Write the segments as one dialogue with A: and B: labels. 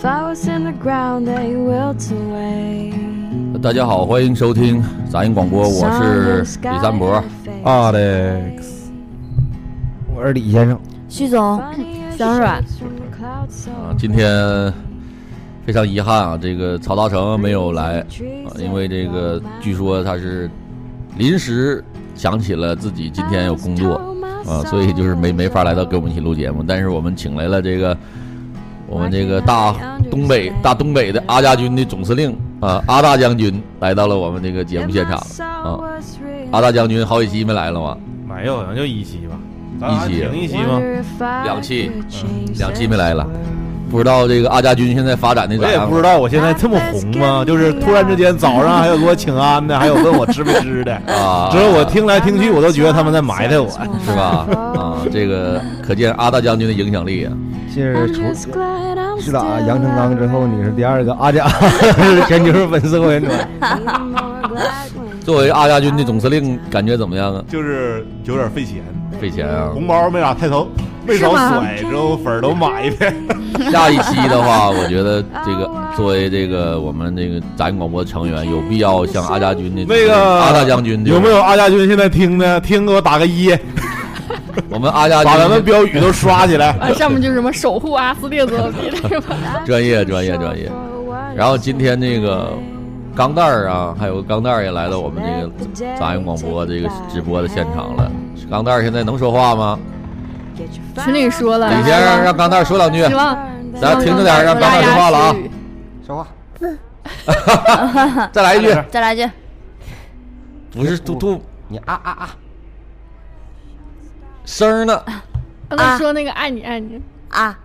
A: Flowers in the ground, they wilt away.
B: 大家好，欢迎收听杂音广播，我是李三博。啊
A: Alex，
C: 我是李先生，
D: 徐总，小阮。
B: 啊，今天非常遗憾啊，这个曹大成没有来，啊、因为这个据说他是临时想起了自己今天有工作啊，所以就是没没法来到跟我们一起录节目。但是我们请来了这个我们这个大东北大东北的阿家军的总司令啊，阿大将军来到了我们这个节目现场啊。阿大将军好几期没来了吗？
C: 没有，好像就一期吧，
B: 一期
C: 停一期吗？
B: 两期，两期没来了，不知道这个阿家军现在发展的
C: 我
B: 咋
C: 也
B: 样？啊
C: 不知道我现在这么红吗？就是突然之间早上还有给我请安的，还有问我吃没吃的，
B: 啊，
C: 之后我听来听去，我都觉得他们在埋汰我。
B: 是吧？啊，这个可见阿大将军的影响力啊。
C: 今
A: 是
C: 儿
A: 除
C: 去打杨成刚之后，你是第二个阿家， 是全球粉丝后援团，
B: 作为阿家军的总司令，感觉怎么样啊？
E: 就是有点费钱，
B: 费钱啊！
E: 红包没咋太投，没少甩，之后粉儿都买一遍。
B: 下一期的话，我觉得这个作为这个我们这个咱广播成员，有必要向阿家军的
C: 那个
B: 阿大将军
C: 有没？有阿家军现在听呢？听给我打个一，
B: 我们阿家军
C: 把咱们标语都刷起来。
D: 啊，上面就是什么守护阿斯列佐比的什 么，
B: 专业专业专业。然后今天那个钢蛋儿啊，还有钢蛋儿也来到我们这个杂音广播这个直播的现场了。钢蛋儿现在能说话吗？
D: 群里说
F: 嗯
D: 了，
B: 李先生让钢蛋儿说两句，
D: 希望
B: 咱停着点儿，让钢蛋儿说话了啊！
C: 说话，
B: 再来一句，
D: 再来一句，
B: 不是突突
C: 你啊啊啊！
B: 声儿呢？
D: 刚才说那个爱你爱你，
F: 啊，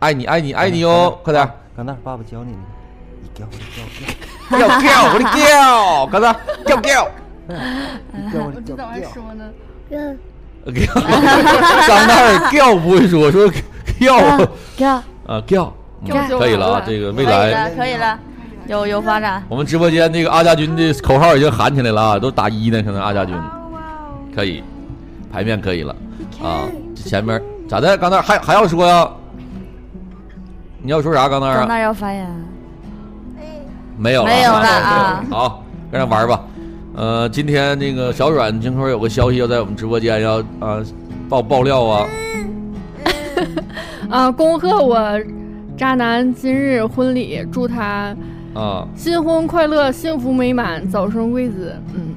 B: 爱你爱你爱你哟，快点儿！
C: 刚蛋，爸爸教你的，你教我教
B: 掉掉我的掉，钢蛋 儿掉掉。
C: 教我
D: 我这咋还说呢？
F: 嗯，
B: 钢蛋儿掉不会说，说掉
F: 嗯这
B: 啊掉，嗯
D: 掉
B: 可以了啊！这个未来
F: 可以了，有有发展，
B: 我们直播间这个阿家军的口号已经喊起来了啊，都打一呢，可能阿家军可以，牌面可以了啊。这前面咋的？刚才还还要说呀、你要说啥？刚才
F: 到那
B: 啊？
F: 儿要发言，
B: 没有了，
F: 没有了啊
B: 好，让他玩儿吧。呃，今天那个小阮听说有个消息要在我们直播间要啊爆爆料啊，
D: 啊，恭贺我渣男今日婚礼，祝他
B: 啊
D: 新婚快乐，幸福美满，早生贵子。嗯，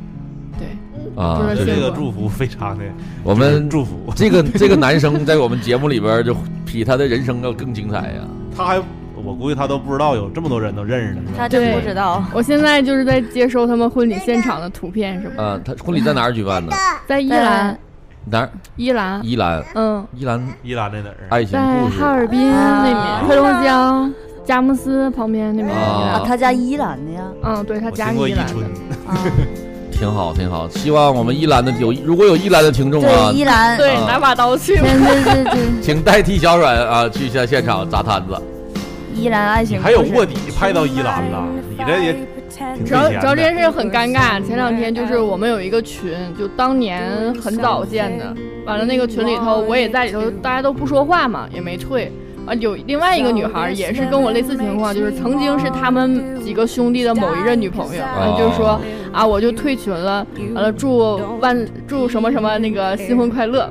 D: 对，
B: 啊！
D: 就是
B: 这
D: 幸
B: 个
D: 福
E: 这个祝福非常的，
B: 我们
E: 祝福
B: 这个这个男生在我们节目里边儿就比他的人生要更精彩呀、
E: 他还我估计他都不知道有这么多人都认识呢是吧
F: 他真不知道，
D: 我现在就是在接收他们婚礼现场的图片什么的，
B: 啊，他婚礼在哪儿举办呢？
D: 在伊兰，
B: 哪儿？
D: 伊兰，
B: 伊兰，
D: 嗯。
B: 伊兰
E: 依兰在哪儿？啊
B: 爱情
D: 在
B: 故事
D: 哈尔滨那
F: 啊
D: 边，黑龙江佳木斯旁边那边。
B: 啊
F: 啊，他家依兰的呀，
D: 嗯，对他
E: 我
D: 家
E: 听过
D: 里
E: 伊
D: 来
E: 春
D: 的。，
F: 啊，
B: 挺好，挺好。希望我们伊兰的有，如果有伊兰的听众啊
F: 对，，依兰，对
D: 对，拿把刀去。
F: 对对对，
B: 请代替小阮啊去一下现场砸 摊子。
F: 依兰爱
E: 你
F: 情，
E: 还有卧底派到依兰了？你这也挺
D: 主要主
E: 费钱
D: 要这
E: 的。
D: 件事很尴尬。前两天就是我们有一个群，就当年很早建的，完了那个群里头我也在里头，大家都不说话嘛，也没退。啊，有另外一个女孩也是跟我类似情况，就是曾经是他们几个兄弟的某一任女朋友，完了就说啊，我就退群了，完了祝万祝什么什么那个新婚快乐。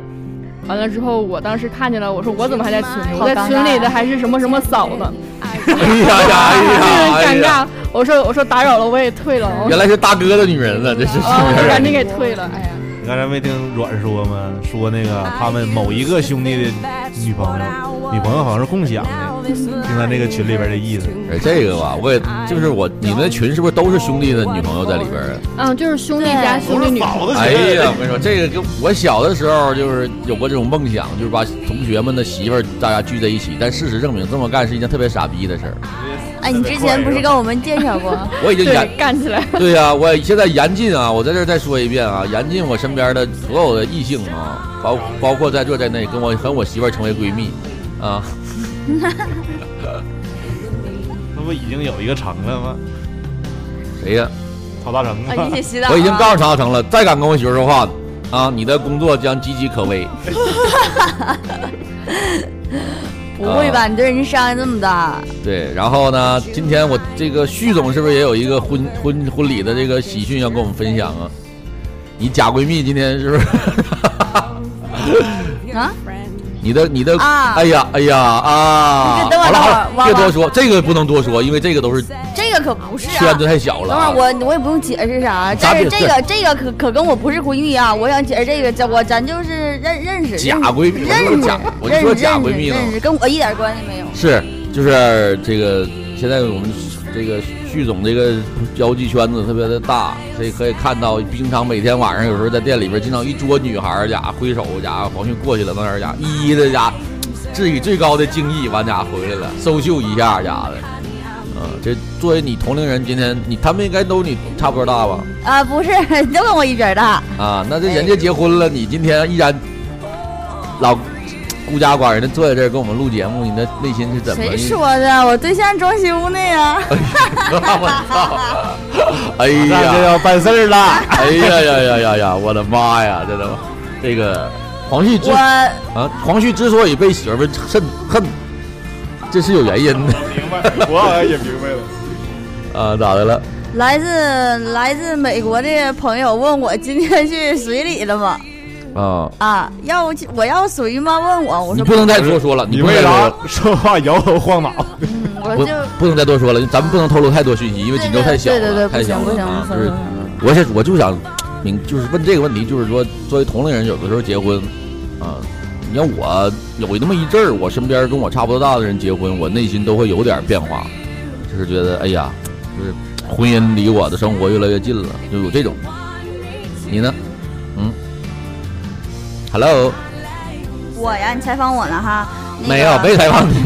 D: 完了之后，我当时看见了，我说我怎么还在群里？我在群里的还是什么什么嫂呢，
B: 哎呀呀 哎
D: 很尴
B: 呀！
D: 尬。我说我说打扰了，我也退了。我
B: 原来是大哥的女人了，这是。
D: 啊，我就赶紧给退了。哎呀，
E: 你刚才没听阮说吗？说那个他们某一个兄弟的女朋友，女朋友好像是共享的，听他那个群里边的意思。
B: 哎，这个吧，我也就是我，你们的群是不是都是兄弟的女朋友在里边啊？
D: 嗯，就是兄弟加兄弟女，
E: 嫂子
B: 哎呀，我跟你说，这个跟我小的时候就是有过这种梦想，就是把同学们的媳妇儿大家聚在一起，但事实证明这么干是一件特别傻逼的事儿。
F: 哎，你之前不是跟我们介 绍过？
B: 我已经严
D: 对，干起来，
B: 对呀、啊我现在严禁啊！我在这儿再说一遍啊，严禁我身边的所有的异性啊，包包括在座在内，跟我和我媳妇儿成为闺蜜啊。
E: 那不已经有一个成了吗？
B: 谁呀、
E: 曹大成
F: 啊，
E: 啊
F: 你，也知道啊，
B: 我已经告诉曹成了，再敢跟我媳妇儿说话啊，你的工作将岌岌可危。
F: 不会吧？你对人伤害这么
B: 啊
F: 大？
B: 对，然后呢，今天我这个旭总是不是也有一个婚婚婚礼的这个喜讯要跟我们分享啊？你假闺蜜今天是不 是？
F: 啊？
B: 你的你的，
F: 啊
B: 哎呀哎呀啊！
F: 你等会
B: 好
F: 儿
B: 了好
F: 等会
B: 了，
F: 儿
B: 别
F: 王
B: 多说，这个不能多说，因为这个都是
F: 这个可不是啊
B: 圈！子太小了
F: 等会
B: 啊。
F: 儿我我也不用解释啥，但是
B: 别
F: 这个这个可可跟我不是闺蜜啊！我想解释这个，这我咱就是认认识
B: 假
F: 认识
B: 闺蜜我就
F: 认
B: 说
F: 识
B: 假我就说假闺蜜呢
F: 认识认识，跟我一点关系没有。
B: 是，就是这个，现在我们这个旭总这个交际圈子特别的大，所以可以看到，经常每天晚上有时候在店里边，经常一桌女孩儿家挥手家伙，黄旭过去了，那儿家一一的家致以最高的敬意，完家回来了，搜秀一下家的。嗯，这作为你同龄人，今天你他们应该都你差不多大吧？
F: 啊，不是， 都跟我一边大。
B: 啊，
F: 哎
B: 那这人家结婚了，你今天依然老孤家寡人的坐在这儿跟我们录节目，你啊的内心是怎么？
F: 谁说的？我对象装修呢呀。
B: 我 操！哎
C: 那就
B: 呀，
C: 要办事儿了。
B: 哎呀呀呀呀呀！我的妈呀，这都这个黄旭之啊，
F: 我
B: 黄旭之所以被媳妇儿恨恨，这是有原因的
E: 明白，我好像也明白了。
B: 啊，咋的了？
F: 来自来自美国的朋友问我今天去水里了吗？
B: 啊，
F: 啊，要去我要水吗？问我，我
B: 你
F: 说
B: 不能再多说了，你
E: 你
B: 不能
E: 为
B: 再多
E: 啥
B: 说了
E: 说话摇头晃脑？
F: 嗯我
B: 不
F: 就
B: 不能再多说了，咱们不能透露太多讯息，因为锦州太小
F: 对
B: 了，
F: 对对
B: 太小
F: 不行
B: 了啊。
F: 不
B: 就
F: 行
B: 是我想我就想明就是问这个问题，就是说作为同龄人，有的时候结婚啊。你看我有那么一阵儿，我身边跟我差不多大的人结婚，我内心都会有点变化，就是觉得哎呀，就是婚姻离我的生活越来越近了，就有这种。你呢？嗯，Hello，
F: 我呀，你采访我呢哈？那个
B: 没有，没采访你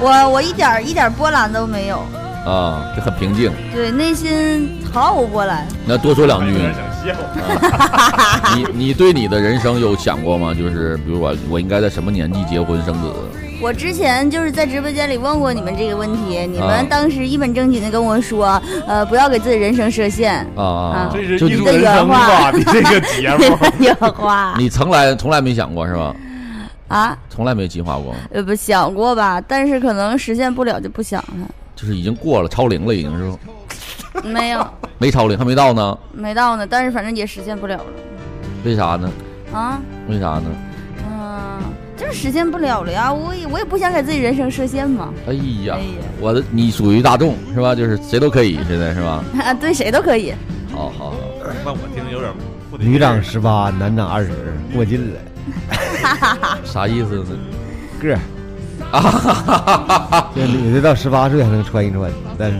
F: 我我一点儿一点儿波澜都没有，
B: 啊，就很平静。
F: 对，内心毫无波澜。
B: 那多说两句。
E: 想笑。
B: 啊你你对你的人生有想过吗？就是比如我我应该在什么年纪结婚生子？
F: 我之前就是在直播间里问过你们这个问题，你
B: 啊
F: 们当时一本正经的跟我说，呃，不要给自己人生设限。
B: 啊啊！
F: 啊
E: 这是
B: 就
E: 艺
B: 你
E: 术人生吧？你这个节 目，
F: 有话
B: 你从来从来没想过是吧？
F: 啊，
B: 从来没计划过，
F: 呃，不想过吧？但是可能实现不了就不想了。
B: 就是已经过了超龄了，已经是吧
F: 没有，
B: 没超龄还没到呢？
F: 没到呢，但是反正也实现不了了
B: 为啥呢？
F: 啊。
B: 为啥呢？
F: 嗯，就是实现不了了呀。我也我也不想给自己人生设限嘛。
B: 哎呀
F: 哎，呀
B: 我的你属于大众是吧？就是谁都可以现在是吧？
F: 啊，对谁都可以。
B: 好好好，
E: 那我听着有点不得劲儿
C: 女长十八，男长二十，过劲了，
B: 啥意思呢？
C: 个儿
B: 啊哈哈哈哈！
C: 这女的到十八岁还能穿一穿，但是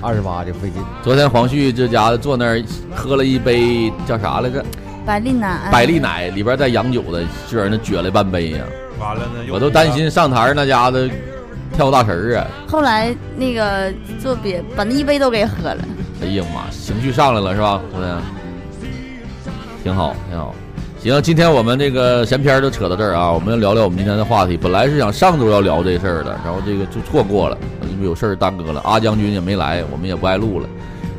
C: 二十八就费劲。
B: 昨天黄旭这家伙坐那儿喝了一杯叫啥来着？
F: 百丽男，
B: 百利奶里边带洋酒的，居然那撅了半杯呀、
E: 完了呢，又
B: 我都担心上台儿那家子跳大神儿啊！
F: 后来那个做别把那一杯都给喝了。
B: 哎呀妈，情绪上来了是吧，姑娘？挺好，挺好。行，今天我们这个闲篇儿就扯到这儿啊，我们要聊聊我们今天的话题。本来是想上周要聊这事儿的，然后这个就错过了，因为有事儿耽搁了。阿将军也没来，我们也不爱录了。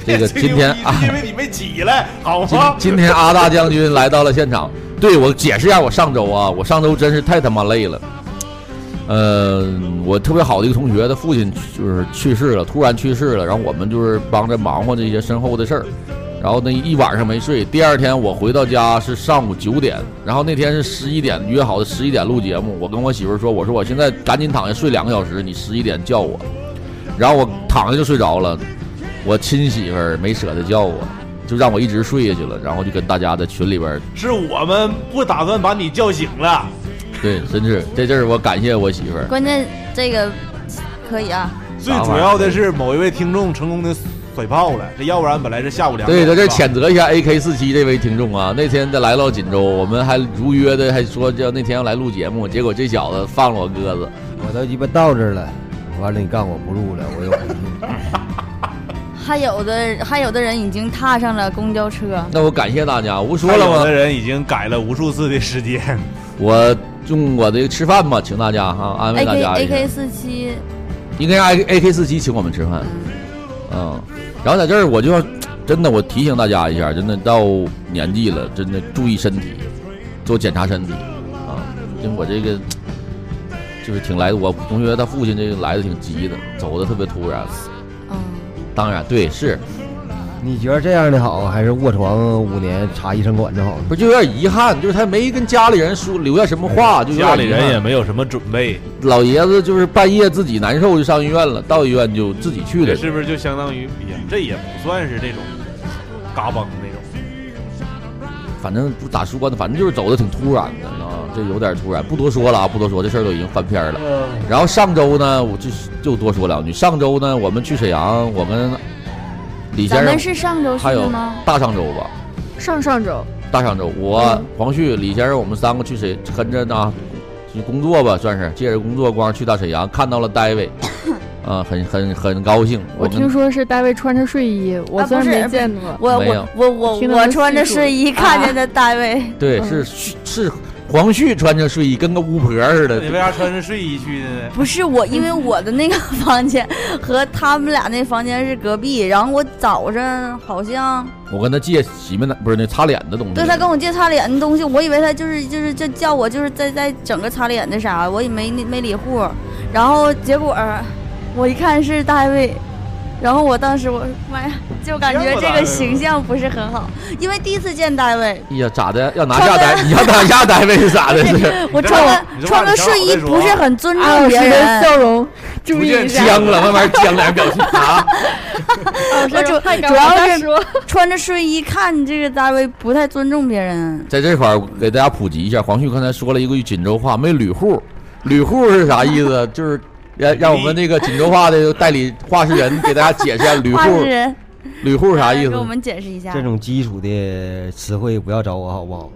B: 这 个今天啊，
E: 因为你没起来，好
B: 今
E: 吗？
B: 今天阿大将军来到了现场。对我解释一下，我上周啊，我上周真是太他妈累了。呃，我特别好的一个同学，他父亲就是去世了，突然去世了，然后我们就是帮着忙活这些身后的事儿，然后那一晚上没睡。第二天我回到家是上午九点，然后那天是十一点约好的十一点录节目，我跟我媳妇儿说，我说我现在赶紧躺下睡两个小时，你十一点叫我，然后我躺下就睡着了，我亲媳妇儿没舍得叫我，就让我一直睡下去了，然后就跟大家在群里边儿，
E: 是我们不打算把你叫醒了。
B: 对， 真是这阵儿我感谢我媳妇儿，
F: 关键这个可以啊，
E: 最主要的是，某一位听众成功的甩炮了，这要不然本来是下午两
B: 对，
E: 点。
B: 在这儿谴责一下 AK 四七这位听众啊，那天他来到锦州，我们还如约的还说叫那天要来录节目，结果这小子放了我鸽子，
C: 我都鸡巴到这儿了，我
G: 完了你告诉我不录了，我又回去。
F: 还有的还有的人已经踏上了公交车，
B: 那我感谢大家，无说
C: 说
B: 了
F: 哎
C: 了的
B: 吗？
C: 人已经改了无数次的时 间，
B: 我用我的吃饭吧，请大家哈、安慰
F: A
B: 大
F: K
B: 家
F: A
B: 一下
F: K。四七，
B: 应该 A A K 四七请我们吃饭，嗯，然后在这儿我就要真的我提醒大家一下，真的到年纪了，真的注意身体，多检查身体啊，因为我这个就是挺来，我同学他父亲这个来的挺急的，走的特别突然，
F: 嗯，
B: 当然对是，
G: 你觉得这样的好，还是卧床五年查医生管的好呢？
B: 不是就有点遗憾，就是他没跟家里人说留下什么话，就有点
C: 家里
B: 遗
C: 人
B: 憾
C: 也没有什么准备，
B: 老爷子就是半夜自己难受就上医院了，到医院就自己去
C: 这
B: 了，
C: 是不是就相当于也这也不算是那种嘎嘣那种？
B: 反正不咋说呢，反正就是走的挺突然的啊，这有点突然，不多说了啊，不多说，这事儿都已经翻篇了。然后上周呢，我就就多说两句。上周呢，我们去沈阳，我跟李
F: 咱
B: 先
F: 们
B: 生
F: 是上周去
B: 还有
F: 的吗？
B: 大上周吧，
D: 上上周
B: 大上周
F: 嗯
B: 我黄旭、李先生，我们三个去沈跟着呢，去工作吧，算是借着工作光去到沈阳，看到了戴 维，啊，很很很高兴。
D: 我
B: 跟
D: 听说是大卫穿着睡衣，我
F: 啊
D: 虽然
F: 不是
D: 没见过，
F: 我
B: 没有
F: 我我我
D: 听他
F: 我
D: 们
F: 穿着
D: 叙述
F: 睡衣看见的单位，
B: 对
D: 嗯
B: 是是黄旭穿着睡衣，跟个巫婆似
C: 那
B: 的
C: 你，为啥穿着睡衣去的呢？
F: 不是我，因为我的那个房间和他们俩那房间是隔壁，然后我早上好像
B: 我跟他借洗面奶不是那擦脸的东西。
F: 对他跟我借擦脸的东西，我以为他就是就是就叫我就是在在整个擦脸的啥，我也没没理户，然后结果儿我一看是大卫，然后我当时我妈呀，就感觉这个形象不是很好，因为第一次见大卫，
B: 哎呀，咋的？要拿下单？你要拿下单位是咋的？ 是
F: 我穿个
C: 你这话
F: 穿个睡
C: 你
F: 衣
C: 这话
F: 不是很尊
D: 阿老师
F: 重别
D: 的
F: 人，
D: 笑容，注意一下。
B: 僵了，慢慢僵脸表情啊！
D: 哦
F: 我主
D: 太尴
F: 主
D: 尬
F: 要
D: 了
F: 是穿着睡衣看这个大卫不太尊重别人，
B: 在这块儿我给大家普及一下，黄旭刚才说了一个锦州话，没捋户，捋户是啥意思？就是让让我们那个锦州话的代理话事人给大家解释一下捋
F: 话
B: 户
F: 事，人
B: 捋户啥意
F: 给我
B: 思？
F: 们解释一下
G: 这，种基础的词汇不要找我好不好？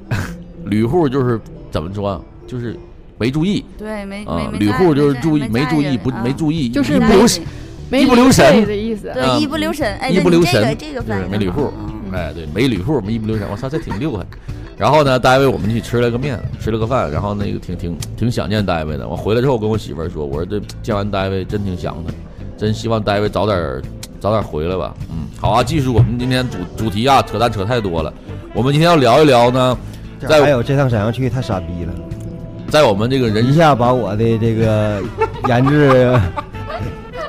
B: 捋户就是怎么说啊？就是没注意
F: 对没没
B: 啊，
F: 没
B: 捋
F: 在
B: 户就是
F: 在
B: 注意
F: 在
B: 没注意
F: 人
B: 不
F: 啊
B: 没注意，
D: 就是
B: 一不
D: 没
B: 留
F: 在
B: 神，
D: 没
B: 一不留神
D: 理会的意思。
B: 嗯
F: 对，一不留神，哎，
B: 一
F: 对
B: 不
F: 你
B: 留
F: 这个
B: 神，
F: 这个
B: 就
F: 翻
B: 是
F: 译
B: 没捋
F: 好嗯
B: 户，哎，对，没捋户，我们一不留神，我操，这挺溜啊。然后呢，大卫我们去吃了个面，吃了个饭，然后那个挺挺挺想念大卫的。我回来之后我跟我媳妇儿说，我说这见完大卫真挺想他，真希望大卫早点儿早点儿回来吧。嗯，好啊，继续我们今天主主题啊，扯淡扯太多了。我们今天要聊一聊呢，
G: 这
B: 在
G: 还有这趟沈阳去太傻逼了，
B: 在我们这个
G: 一
B: 人
G: 下把我的这个研 制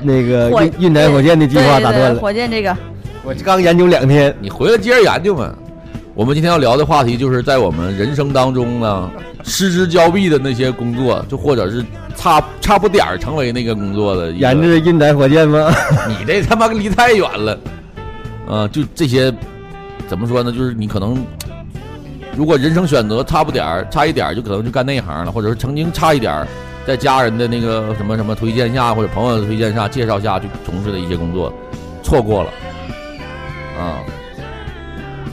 G: 那个
F: 火
G: 运运载火箭的计划
F: 对
G: 打
F: 对
G: 断
F: 对
G: 了。
F: 火箭这个
G: 我刚研究两天，
B: 你回来接着研究嘛。我们今天要聊的话题就是在我们人生当中呢，失之交臂的那些工作，就或者是差差不点儿成为那个工作的一个
G: 研制运载火箭吗？
B: 你这他妈离太远了，啊、就这些，怎么说呢？就是你可能，如果人生选择差不点儿，差一点儿，就可能就干那一行了，或者是曾经差一点儿，在家人的那个什么什么推荐下，或者朋友的推荐下、介绍下去从事的一些工作，错过了，啊、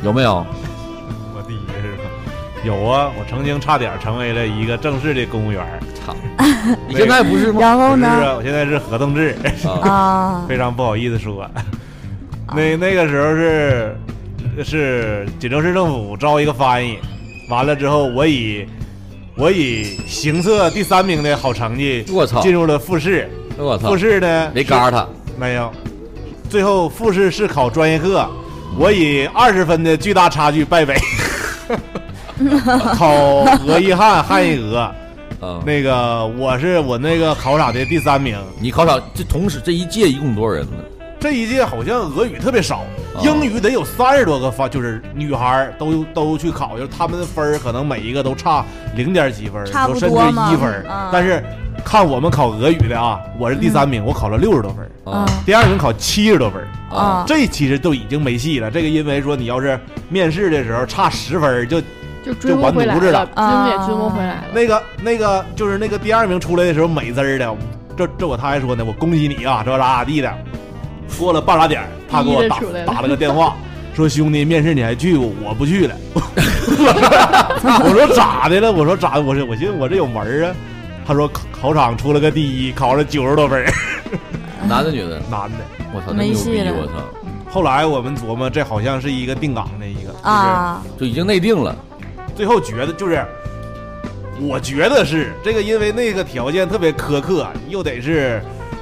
B: 有没 有？
C: 我第一个是吧？有啊，我曾经差点成为了一个正式的公务员儿，
B: 操，你现在不是吗？
F: 然后
C: 不是
F: 哦呢？
C: 啊，我现在是合同制，
B: 啊，
F: 啊，
C: 非常不好意思说。那那个时候是是锦州市政府招一个翻译，完了之后我以我以行测第三名的好成绩
B: 我操
C: 进入了复试，
B: 我操
C: 复，试呢
B: 没嘎他，
C: 没有，最后复试是考专业课，我以二十分的巨大差距败北， 考俄一汉汉一俄，
B: 啊，
C: 那个我是我那个考场的第三名。
B: 你考场这同时这一届一共多少人呢？
C: 这一届好像俄语特别少，英语得有三十多个方，就是女孩儿都都去考，就是她们的分儿可能每一个都差零点几分儿，
F: 差不
C: 有甚至
F: 多嘛
C: 一分儿。
F: 嗯
C: 但是看我们考俄语的啊，我是第三名，我考了六十多分儿，
B: 啊
C: 第二名考七十多分儿。
F: 啊
C: 这其实都已经没戏了。这个因为说你要是面试的时候差十分儿，就
D: 就追不回来
C: 就完犊子
D: 了
C: 了，
F: 啊
D: 真也追不回来了。
C: 那个那个就是那个第二名出来的时候美滋儿的，这这我他还说呢，我恭喜你啊，这咋咋地的。过了半拉点儿，他给我打
D: 第一的出来了
C: 打了个电话， 说兄弟，面试你还去不？我不去了。 我说咋的了？我说咋？我说我寻思我这有门儿啊。他说考考场出了个第一，考了九十多分儿。
B: 男的女的？
C: 男的。
B: 我操，那
F: 没
B: 牛
F: 戏
B: 逼！
F: 了
B: 我操，
C: 后来我们琢磨，这好像是一个定岗的一个，
F: 啊，
B: 就已经内定了。
C: 就是最后觉得就是，我觉得是这个，因为那个条件特别苛刻，又得是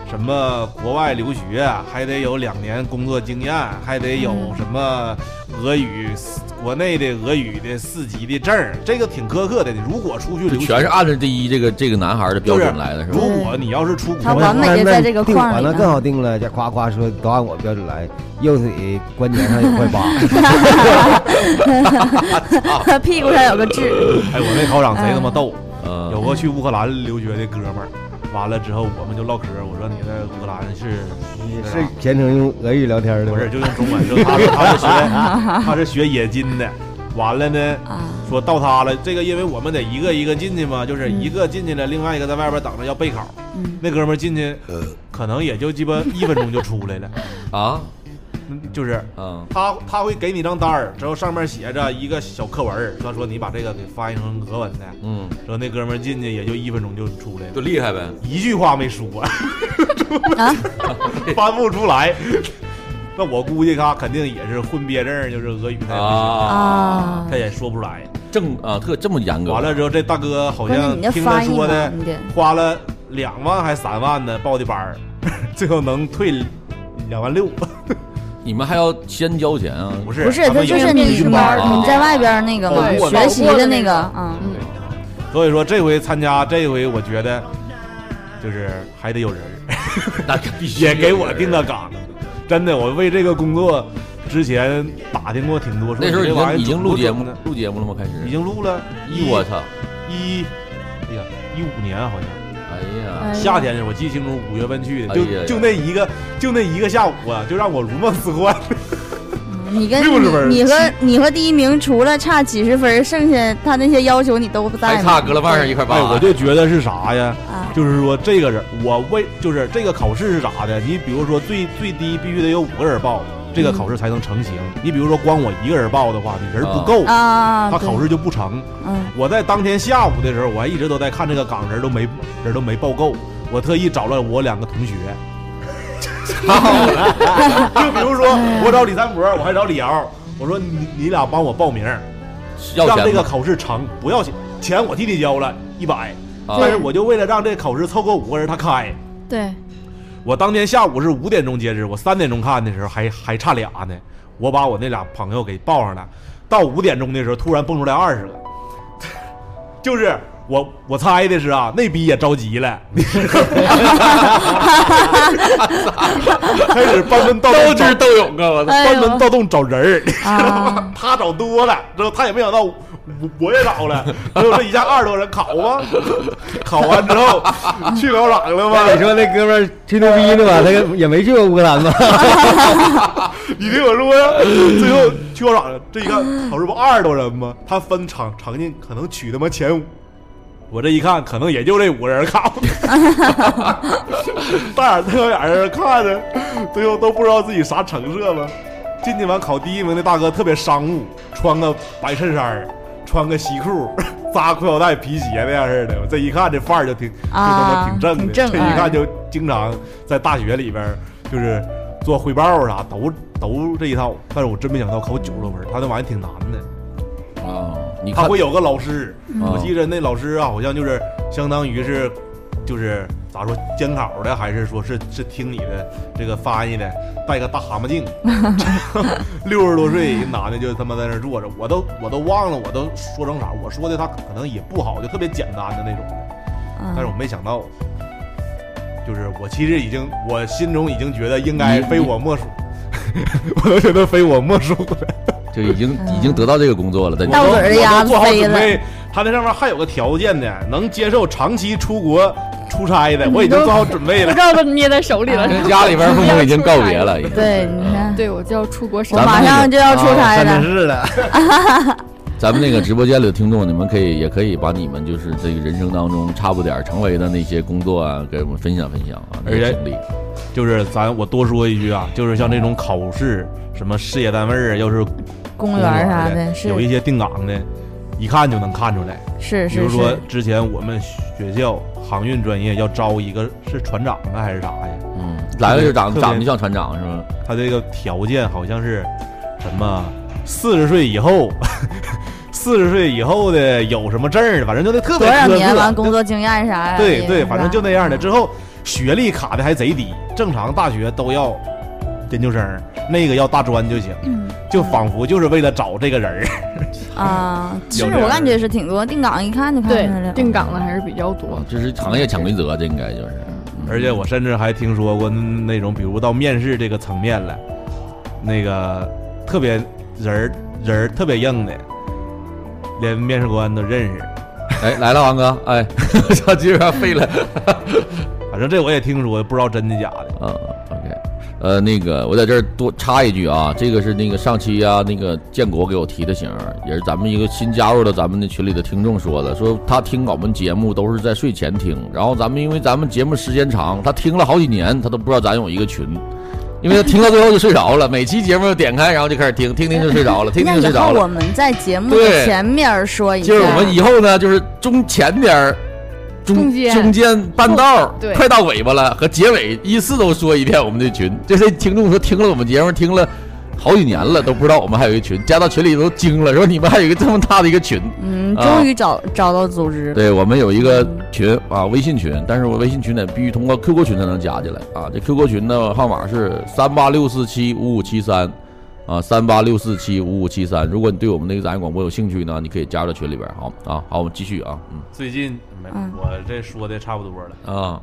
C: 什么国外留学，还得有两年工作经验，还得有什么俄语国内的俄语的四级的证儿，这个挺苛刻的。如果出去
B: 就
C: 留学，
B: 全是按照这一这个这个男孩的标准来的，是吧
C: 如？果你要是出
F: 他
C: 国，
F: 完美地在这个
G: 定
F: 框
G: 完
F: 里
G: 了
F: 呢
G: 更好定了，再夸夸说都按我标准来，右腿关节上有块 疤，
F: 屁股上有个痣，
C: 哎，我那考场贼他妈逗。
B: 嗯，
C: 啊有个去乌克兰留学的哥们儿，完了之后我们就唠嗑儿。我说你在乌克兰是
G: 你
C: 那
G: 是
C: 啥
G: 全程用俄语聊天的
C: 不
G: 吗
C: 是，就用中文，就他是他是学他是学冶金的，完了呢
F: 啊，
C: 说到他了，这个因为我们得一个一个进去嘛，就是一个进去了，另外一个在外边等着要备考。那哥们儿进去，可能也就鸡巴一分钟就出来了，
B: 啊，
C: 嗯就是。
B: 嗯，
C: 他他会给你张单儿，之后上面写着一个小课文儿，他说你把这个给翻译成俄文的，
B: 嗯，
C: 之后那哥们儿进去也就一分钟就出来了
B: 就，厉害呗。
C: 一句话没说，
F: 啊
C: 翻不出来。那我估计他肯定也是混憋证，就是俄语他也不行，
B: 啊，
C: 他也说不出来。
B: 正啊，特这么严格。
C: 完了之后，这大哥好
F: 关键
C: 像
F: 你那
C: 听他
F: 翻译
C: 说
F: 嘛
C: 的，
F: 你得
C: 花了两万还三万呢报的班儿， 最后能退两万六，
B: 你们还要先交钱啊？
C: 不是
F: 不是，
C: 他
F: 他
C: 们
F: 就
C: 有
F: 是
D: 面
F: 你
D: 试
F: 你
D: 班
B: 儿那种
F: 在外边儿那个嘛
C: 对我
F: 学习的那个，嗯，
D: 嗯，
C: 所以说这回参加这回，我觉得就是还得有人儿。
B: 那必须
C: 也给我定个岗。真的，我为这个工作之前打听过挺多，说
B: 那时候
C: 你这
B: 已
C: 玩
B: 经
C: 意
B: 已经
C: 儿
B: 录
C: 准不
B: 节
C: 准
B: 目
C: 呢，
B: 录节目了吗？开始
C: 已经录了。
B: 一我操，
C: 一，哎呀，一五年好像
B: 哎呀，
C: 夏天的时候，我记清楚五月份去的，就
B: 哎呀呀
C: 就那一个就那一个下午啊，就让我如梦 似幻。
F: 你跟
C: 60分儿
F: 你你和你和第一名除了差几十分儿，剩下他那些要求你都不在
B: 还
F: 呢，
B: 差搁了半上一块八
C: 哎，，我就觉得是啥呀？
F: 啊，
C: 就是说这个人，我为就是这个考试是咋的？你比如说最最低必须得有五个人报，这个
B: 嗯
C: 考试才能成型。你比如说光我一个人报的话，你人不
B: 啊
C: 够，
F: 啊，
C: 他
F: 对
C: 考试就不成。
F: 嗯
C: 我在当天下午的时候，我还一直都在看这个岗，人都没人都没报够。我特意找了我两个 同学，就比如说我找李三博，我还找李瑶，我说你你俩帮我报名，
B: 要
C: 让
B: 钱
C: 这个
B: 吗？
C: 考试成，不要钱，钱我替你交了一百，
B: 啊
C: 但是我就为了让这考试凑够五个人，他开。
F: 对，
C: 我当天下午是五点钟截止，我三点钟看的时候还还差俩呢，我把我那俩朋友给报上了。到五点钟的时候，突然蹦出来二十个， 就是我我猜的是啊，那逼也着急 了，开始搬门盗
B: 斗
C: 洞
B: 智
C: 找，
B: 斗勇啊！我操，
F: 哎
C: 搬门
F: 呦
C: 盗洞找人儿。
F: 啊，
C: 他找多了，之后他也没想到我我也找了， 所以说一下二十多人考吗？ 考完之后 去考场了吗？
G: 那你说那哥们儿吹牛逼呢吧？ 他也没去过乌克兰吧？
C: 你听我说呀，啊最后去考场这一看，考试不二十多人吗？他分场场进，可能取他妈前五。我这一看，可能也就这五个人考，大眼瞪小眼儿看着，最后都不知道自己啥成色了。进去完考第一名的大哥特别商务，穿个白衬衫儿，穿个西裤， 扎裤腰带、皮鞋那样似的。我这一看，这范儿就挺，就他妈
F: 啊
C: 挺正的。
F: 挺正
C: 这一
F: 哎
C: 看就经常在大学里边儿就是做汇报啥，都都这一套。但是我真没想到考九十多分儿，他那玩意儿挺难的。
B: 啊，你
C: 他
B: 看
C: 会有个老师，
B: 啊
C: 我记得那老师啊，好像就是相当于是，就是咋说监考的，还是说是是听你的这个翻译的，戴个大蛤蟆镜，六十多岁一个男的就他妈在那儿坐着，我都我都忘了，我都说成啥，我说的他可能也不好，就特别简单的那种，但是我
F: 嗯，
C: 没想到。就是我其实已经，我心中已经觉得应该非我莫属， 我都觉得非我莫属了。
B: 就已经已经得到这个工作了，但
F: 嗯到嘴儿的鸭子
C: 我都做好
F: 飞
C: 准
F: 了
C: 备，他那上面还有个条件呢，能接受长期出国出差的，我已经做好准备
D: 护
C: 了。
D: 照都捏在手里了。
B: 跟家里边父母已经告别了，已经
F: 对，你看，
D: 对，我就要出国
F: 我
B: 嗯
D: 上
B: 啊咱们啊
F: 马上就 要出差
G: 真
F: 了
G: 的，是了，
B: 咱们那个直播间里的听众，你们可以也可以把你们就是这个人生当中差不点儿成为的那些工作啊，给我们分享分享啊，那
C: 而
B: 些
C: 且
B: 经历。
C: 就是咱我多说一句啊，就是像这种考试，什么事业单位啊，要是
F: 公园儿啥
B: 嗯
C: 公园
F: 的，
C: 儿
F: 是
C: 有一些定岗的，
E: 一看就能看出来。
F: 是
E: 比如
F: 是
E: 说
F: 是，
E: 之前我们学校航运专业要招一个是船长啊还是啥呀？
B: 嗯，来了就长
E: 特别
B: 长得像船长是吗？
E: 他这个条件好像是什么四十岁以后， 四十岁以后的有什么证儿，反正就那特别
F: 多少
E: 苛
F: 年
E: 刻
F: 完工作经验啥呀？
E: 对
F: 也
E: 对，
F: 是
E: 反正
F: 吧
E: 就那样的。之后学历卡的还贼低，正常大学都要研究生儿，那个要大专就行，
F: 嗯
E: 就仿佛就是为了找这个人儿。
F: 啊，
B: 嗯
F: 是
E: 有这
F: 我
E: 样
F: 感
E: 的
F: 觉是挺多，定岗一看就看出来
D: 对
F: 了。
D: 定岗的还是比较多
B: 哇，，这是行业潜规则，这应该就是。嗯
E: 而且我甚至还听说过那种，比如到面试这个层面了，那个特别人儿人儿特别硬的，连面试官都认识。
B: 哎，来了，王哥，哎， 小鸡有点废了。
E: 反正这我也听说，不知道真的假的。
B: 嗯，OK，呃，那个我在这儿多插一句啊，这个是那个上期啊，那个建国给我提的醒儿，也是咱们一个新加入到咱们的群里的听众说的，说他听我们节目都是在睡前听，然后咱们因为咱们节目时间长，他听了好几年，他都不知道咱有一个群。因为他听到最后就睡着了，每期节目点开，然后就开始听，听听就睡着了，听
F: 那
B: 听就
F: 以
B: 睡着
F: 后我
B: 了。
F: 们在节目
B: 对
F: 的前面儿说一下，
B: 就是我们以后呢，就是中前点儿、中
D: 中间
B: 中间半道儿
D: 对
B: 快到尾巴了，和结尾依次都说一遍我们的群。这些听众说听了我们节目听了好几年了，都不知道我们还有一群，加到群里都惊了，说你们还有一个这么大的一个群。
F: 嗯，
B: 啊
F: 终于找找到组织，
B: 对我们有一个群啊，微信群，但是我微信群得必须通过 QQ 群才能加进来啊。这 QQ 群的号码是三八六四七五五七三。啊，三八六四七五五七三。如果你对我们那个杂音广播有兴趣呢，你可以加入到群里边儿。好啊，好，我们继续啊，嗯。
E: 最近没
F: 嗯
E: 我这说的差不多了，
B: 啊，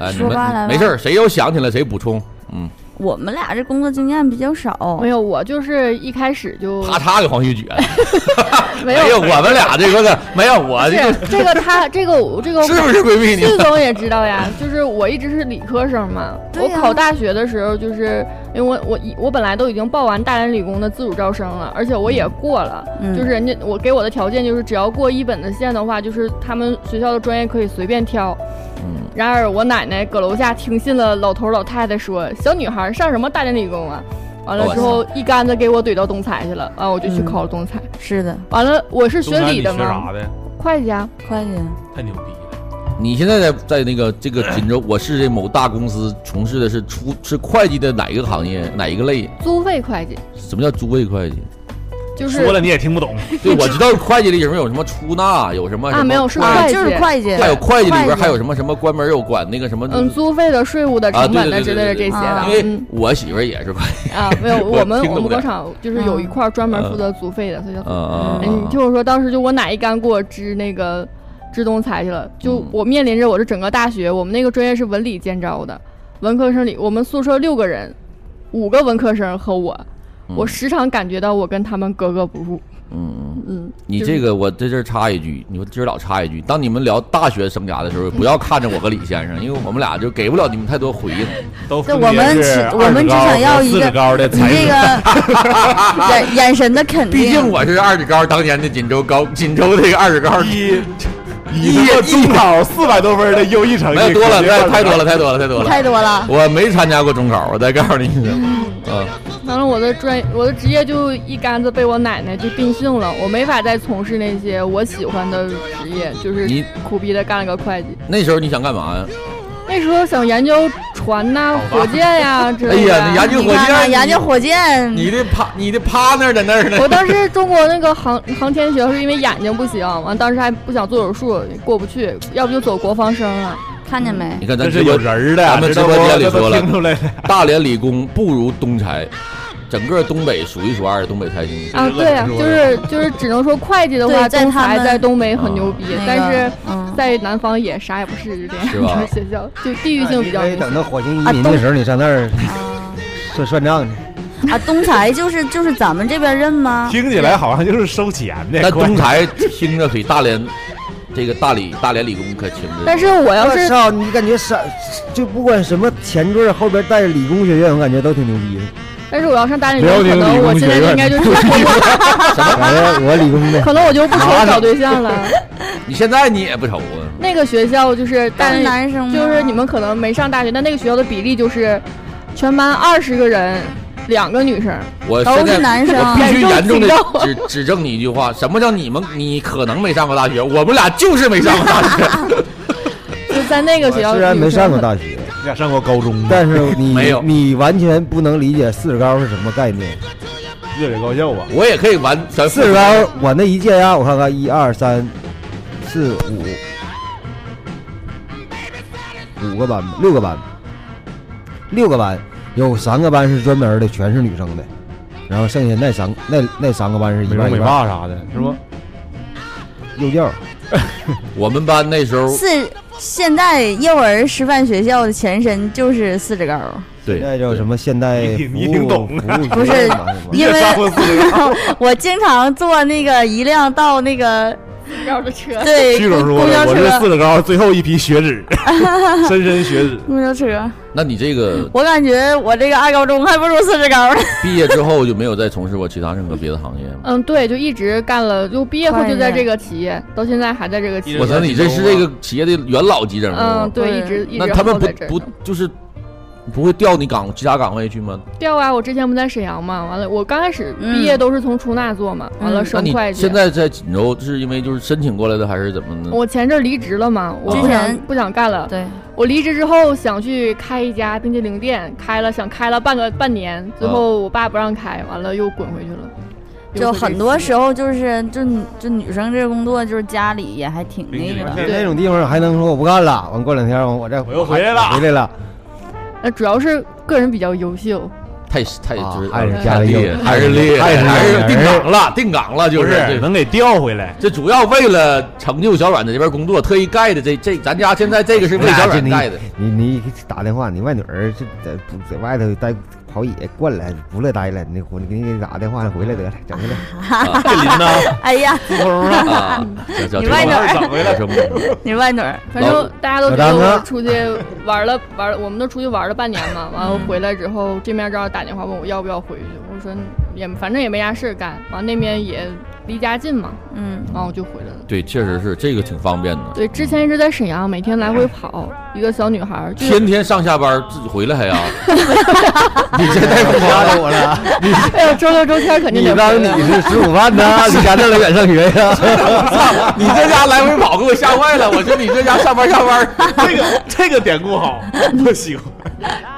B: 来，你
F: 说
B: 们
F: 吧来吧
B: 没事儿，谁有想起来谁补充。嗯，
F: 我们俩这工作经验比较少
D: 没，有，我就是一开始就
B: 啪嚓给黄旭举了。
D: 没
B: 哎呀，
D: 有，
B: 我们俩这个的没有我
D: 不
B: 这
D: 是
B: 个
D: 这个他这个我这个
B: 是不是闺蜜
D: 旭
B: 你？
D: 总也知道呀，就是我一直是理科生嘛。
F: 对
D: 我
F: 呀
D: 考大学的时候，就是因为我我我本来都已经报完大连理工的自主招生了，而且我也过了。
F: 嗯
D: 就是人家我给我的条件就是，只要过一本的线的话，就是他们学校的专业可以随便挑。
B: 嗯
D: 然而我奶奶搁楼下听信了老头老太太说，小女孩上什么大连理工啊？完了之后一竿子给我怼到东财去了，啊，我就去
F: 嗯
D: 考了东财。
F: 是的，
D: 完了，我是学
E: 中山
D: 理
E: 你
D: 的
E: 学
D: 嘛
E: 啥，的？
D: 会计啊。
F: 会计，
E: 太牛逼了！
B: 你现在在在那个这个锦州，我是这某大公司从事的是出是会计的哪一个行业哪一个类？
D: 租费会计
B: 什么叫租位会计？
D: 就是
E: 说了你也听不懂，
B: 对，我知道会计里有什么有什么出纳，有什么什
D: 啊，
B: 么
D: 没有是
B: 会
F: 啊，
D: 会计，
F: 就是会计，
B: 还有会计里边
F: 会计
B: 还有什么什么关门有管那个什么。
D: 嗯，租费的、税务的、
B: 啊
D: 成本的
B: 对对对
D: 之类的这
B: 对
D: 些的
F: 对，
B: 因为我媳妇儿也是会计，
D: 嗯 啊，没有，
B: 我
D: 我们
B: 听懂
D: 我们
B: 点
D: 工厂就是有一块儿专门负责租费的，所以叫
B: 嗯嗯
D: 哎
B: 嗯
D: 你
B: 嗯，
D: 听我说，当时就我奶一干给我支那个支东财去了，就
B: 嗯
D: 我面临着我这整个大学，我们那个专业是文理兼招的，文科生里我们宿舍六个人，五个文科生和我，我
B: 嗯
D: 时常感觉到我跟他们格格不入，
B: 嗯嗯。
D: 嗯，
B: 你
D: 就是
B: 这个我在这儿插一句，你说今儿老插一句，当你们聊大学生涯的时候，不要看着我和李先生，因为我们俩就给不了你们太多回应。
E: 都
F: 对
E: 分
F: 我
E: 别
F: 们
E: 是
F: 只我们只想要一个
E: 四十高的
F: 你
E: 才
F: 这
E: 子，
F: 个 眼眼神的肯定，
B: 毕竟我是二指高当年的锦州高，锦州这个二指高
E: 一
B: 一
E: 一个中考四百多分的优异成绩，
B: 没有多了，
E: 肯定
B: 太太多了，太嗯多了，太多了。
F: 太多了，
B: 我没参加过中考，我再告诉你一声。嗯，
D: 完了，我的专我的职业就一竿子被我奶奶就定性了，我没法再从事那些我喜欢的职业，就是
B: 你
D: 苦逼的干了个会计。
B: 那时候你想干嘛呀？
D: 那时候想研究船呐、火箭呀、之
B: 哎
D: 类的。
B: 呀，你研究
F: 你
B: 火
F: 看看
B: 箭，
F: 研究火箭，
B: 你的趴，你的趴那儿在那儿呢。
D: 我当时中国那个航航天学是因为眼睛不行，完当时还不想做手术，过不去，要不就走国防生啊了。
F: 看见没
B: 你？看咱
E: 这
B: 直
E: 是
B: 播
E: 有人儿的，
B: 咱们
E: 知道
B: 直播
E: 不
B: 间里
E: 这都
B: 说了
E: 听出来
F: 啊
E: 了。
B: 大连理工不如东财，整个东北数一数二的东北财经。
D: 啊，对呀、就是就是只能说会计的话，
F: 对在
D: 东
F: 他
D: 财
F: 们
D: 在东北
B: 啊
D: 很牛逼，
F: 那个
D: 但是
F: 嗯
D: 在南方也啥也不是，就这样。
B: 是吧 哎
D: 学校就地域性比较
G: 你
D: 明显
G: 可以哎等。到火星
F: 啊
G: 移民
F: 东
G: 的时候，你上那儿
F: 啊
G: 算算账去。
F: 啊，东财就是就是咱们这边认吗？
E: 听起来好像就是收钱
G: 哎
E: 的。
B: 但
E: 关
B: 东财听着比大连这个大理大连理工可轻着。
D: 但是我要是
G: 我操，哎你感觉啥？就不管什么前缀，后边带着理工学院，我感觉都挺牛逼的。
D: 但是我要上大连理
E: 辽
D: 工，可
E: 宁理
D: 能我
E: 工
D: 现在
E: 学院
D: 应该就是
G: 反正我理工的，
D: 可能我就不愁找对象了。
B: 你现在你也不愁啊，
D: 那个学校 就是大
F: 是
D: 连，
F: 男生吗
D: 就是你们可能没上大学，但那个学校的比例就是全班二十个人，两个女生，
B: 我
F: 都
B: 现
F: 是
B: 在
F: 男生
B: 我 必须
D: 严
B: 严
D: 重
B: 重的
D: 警
B: 指指正你一句话：什么叫你们？你可能没上过大学，我们俩就是没上过大 学。
D: 就在那个学校
G: 啊虽然没上过大
D: 学，
G: 学，
E: 你俩上过高中 吗？
G: 但是你
B: 没有
G: 你完全不能理解四十高是什么概 念。
E: 热血高校啊吧？
B: 我也可以玩咱
G: 四十高，我那一届呀，啊我看看，一二三四五，五个班吧，六个班，六个班，有三个班是专门的，全是女生的，然后剩下那三那那三个班是一
E: 美
G: 半
E: 容
G: 一
E: 美
G: 半，
E: 发啥的，是不？
G: 幼教。
B: 我们班那时候
F: 是现在幼儿师范学校的前身就是四职高，
B: 对
G: 现在叫什么现代
E: 你
G: 服
E: 你
G: 务
E: 挺懂啊
G: 服务
F: 不是
G: 学院吧什么
F: 因为
E: 上过四零幺，
F: 我经常坐那个一辆到那个
D: 绕着车
F: 对
E: 徐总
F: 公
E: 说
F: 公交
E: 的，我是
F: 车，
E: 四零高最后一批学 子，莘莘学 子。
F: 公交车，
B: 那你这 个
F: 我感觉我这个二高中还不如四职高呢。
B: 毕业之后就没有再从事过其他任何别的行业吗？
D: 嗯，对，就一直干了，就毕业后
F: 创业
D: 就在这个企业，到现在还在这个企业。
B: 我操，你这是这个企业的元老级人物
D: 呃嗯，
B: 啊。
D: 对，
F: 对
D: 一直一直
B: 那他们
D: 都在这儿
B: 不
D: 呢
B: 不就是不会调你岗其他岗位去吗？
D: 调啊！我之前不在沈阳嘛，完了我刚开始
F: 嗯
D: 毕业都是从出纳做嘛，完了
F: 嗯
B: 那
D: 升
B: 你
D: 会计。
B: 现在在锦州是因为就是申请过来的还是怎么呢？
D: 我前阵儿离职了嘛，我
B: 之
D: 不想
F: 前
D: 不想干了。
F: 对，
D: 我离职之后想去开一家冰激凌店，开了想开了半个半年，最后我爸不让开，完了又滚回去了。
F: 就很多时
D: 候，
F: 候就是就女就女生这个工作就是家里也还挺
E: 零
F: 那
E: 零
F: 个的，
E: 对
G: 那种地方还能说我不干了？完过两天我再
E: 我又回来了
G: 回来了。
D: 那主要是个人比较优秀，
B: 太太
G: 啊
B: 就是
G: 还是
B: 太
G: 家里有
B: 厉害，还是厉害，
G: 还是
B: 还是
G: 有人
B: 定岗了，定岗了，就
E: 不
B: 是
E: 是
B: 这
E: 能给调回来，
B: 这主要为了成就小阮在这边工作特意盖的这这咱家现在这个是为小阮盖的，
G: 你你打电话，你外女儿这在在外头待跑野惯了，不乐待了，你回你给你打电话回来得了，整回来。
B: 啊
E: 这林呢？
F: 哎呀，
E: 自从啊
B: 啊，这这
F: 你
B: 这玩
F: 外
B: 意
F: 边
B: 儿
F: 儿
B: 整回来整不成
F: 你外女儿，
D: 反正大家都觉
G: 老
D: 得
G: 张
D: 我
G: 呢
D: 出去玩了玩了，我们都出去玩了半年嘛，完了回来之后，这面正好打电话问我要不要回去，我说嗯也反正也没啥事儿干，完那边也离家近嘛，
F: 嗯，
D: 完我就回来了。
B: 对，确实是这个挺方便的，
D: 对，之前一直在沈阳，每天来回跑，一个小女孩儿，就是
B: 天天上下班自己回来还要，你这太不
G: 吓
B: 夸张
G: 着我了，
D: 哎呦，周六周天肯定
G: 你
D: 得
G: 当
D: 回
G: 你
D: 来。
G: 是十五万呢？你家这来远上学呀？
B: 了， 你这 家来回跑给我吓坏了，我说你这家上班下班，
E: 这个这个典故 好，我喜欢。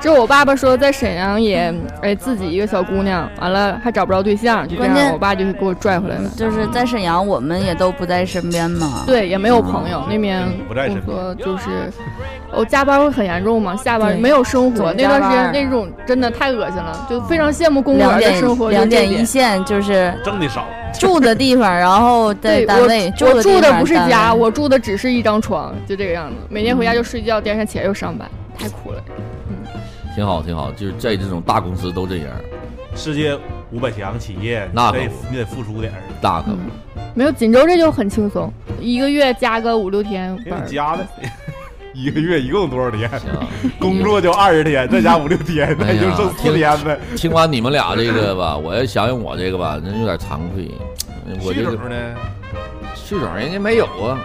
D: 这我爸爸说在沈阳也哎自己一个小姑娘，完了还找不着对象，就这
F: 关
D: 样
F: 键
D: 我爸就给我拽回来了。
F: 嗯就是在沈阳我们也都不在身边嘛，
D: 对，也没有朋友，那边
E: 嗯不在身
D: 工作就是，我、加班会很严重嘛，下班
F: 对
D: 没有生活，
F: 总
D: 那段时
F: 加
D: 间
F: 班
D: 那种真的太恶心了，就非常羡慕公务
F: 两
D: 员的
F: 点
D: 生活，
F: 两
D: 就这
F: 点一线就是
E: 挣的少，
F: 住的地方，然后在
D: 对
F: 单位
D: 我我住
F: 住的地
D: 的
F: 方
D: 不是
F: 单位
D: 家，我住的只是一张床，就这个样子。每天回家就睡觉，第二天起来又上班，太苦了。
B: 挺好挺好，就是在这种大公司都这样，
E: 世界五百强企业，
B: 那
E: 你得
B: 可不
E: 你得付出点儿。
B: 大可
D: 嗯，没有锦州这就很轻松，一个月加个五六天
E: 给
D: 班
E: 你
D: 儿。
E: 加的，一个月一共多少天？
B: 行啊。
E: 工作就二十天，再加五六天，
B: 哎
E: 那
B: 呀
E: 就剩四天呗。
B: 听完你们俩这个吧， 我要想想我这个吧，真有点惭愧。我这
E: 徐
B: 个
E: 总呢？
B: 旭总人家没有啊，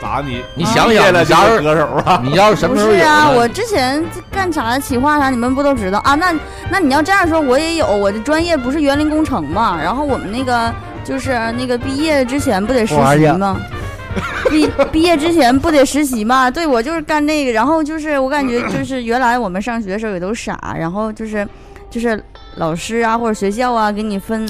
E: 咋你？
B: 你想
E: 毕业
B: 想，
E: 了
B: 你
E: 加
B: 要
E: 入
B: 是
E: 歌手啊？
B: 你要是什
F: 不
B: 么时候
F: 是
B: 有
F: 啊，
B: 呢
F: 我之前干啥企划啥，你们不都知道啊？那那你要这样说，我也有，我的专业不是园林工程嘛。然后我们那个就是那个毕业之前不得实
G: 花
F: 习
G: 样
F: 吗？毕毕业之前不得实习嘛？对，我就是干那个。然后就是我 感觉就是原来我们上学的时候也都傻，然后就是就是老师啊或者学校啊给你分。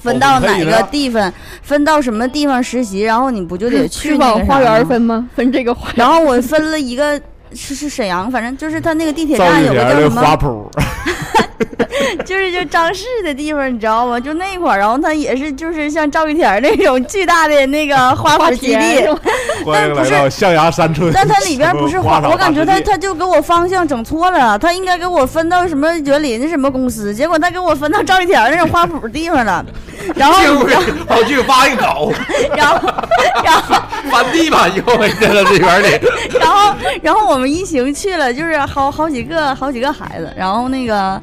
F: 分到
B: 哦
E: 分配
F: 哪
E: 的
F: 个地方，分到什么地方实习，然后你不 就得去
D: 是
F: 那
D: 往
F: 个
D: 花
F: 啥
D: 园
F: 吗
D: 分吗？分这个 花园
F: 然后我分了一个是是沈阳，反正就是他那个地铁
E: 赵
F: 站
E: 玉
F: 有个叫
E: 莲
F: 什
E: 的花
F: 么，
E: 圃，
F: 就是就张氏的地方，你知道吗？就那块儿，然后他也是就是像赵玉田那种巨大的那个花圃基地，
E: 欢
F: 但
E: 迎
F: 不
E: 来
F: 是
E: 到象牙山村。
F: 但它里边不是花，
E: 草
F: 我感觉
E: 大
F: 他
E: 世界
F: 他就给我方向整错了，他应该给我分到什么园林什么公司，结果他给我分到赵玉田那种花圃地方了， 然后
B: 就是跑去挖一狗，
F: 然后然后。
B: 翻地吧，以后没在 这园里。
F: 然后，然后我们一行去了，就是好好几个好几个孩子，然后那个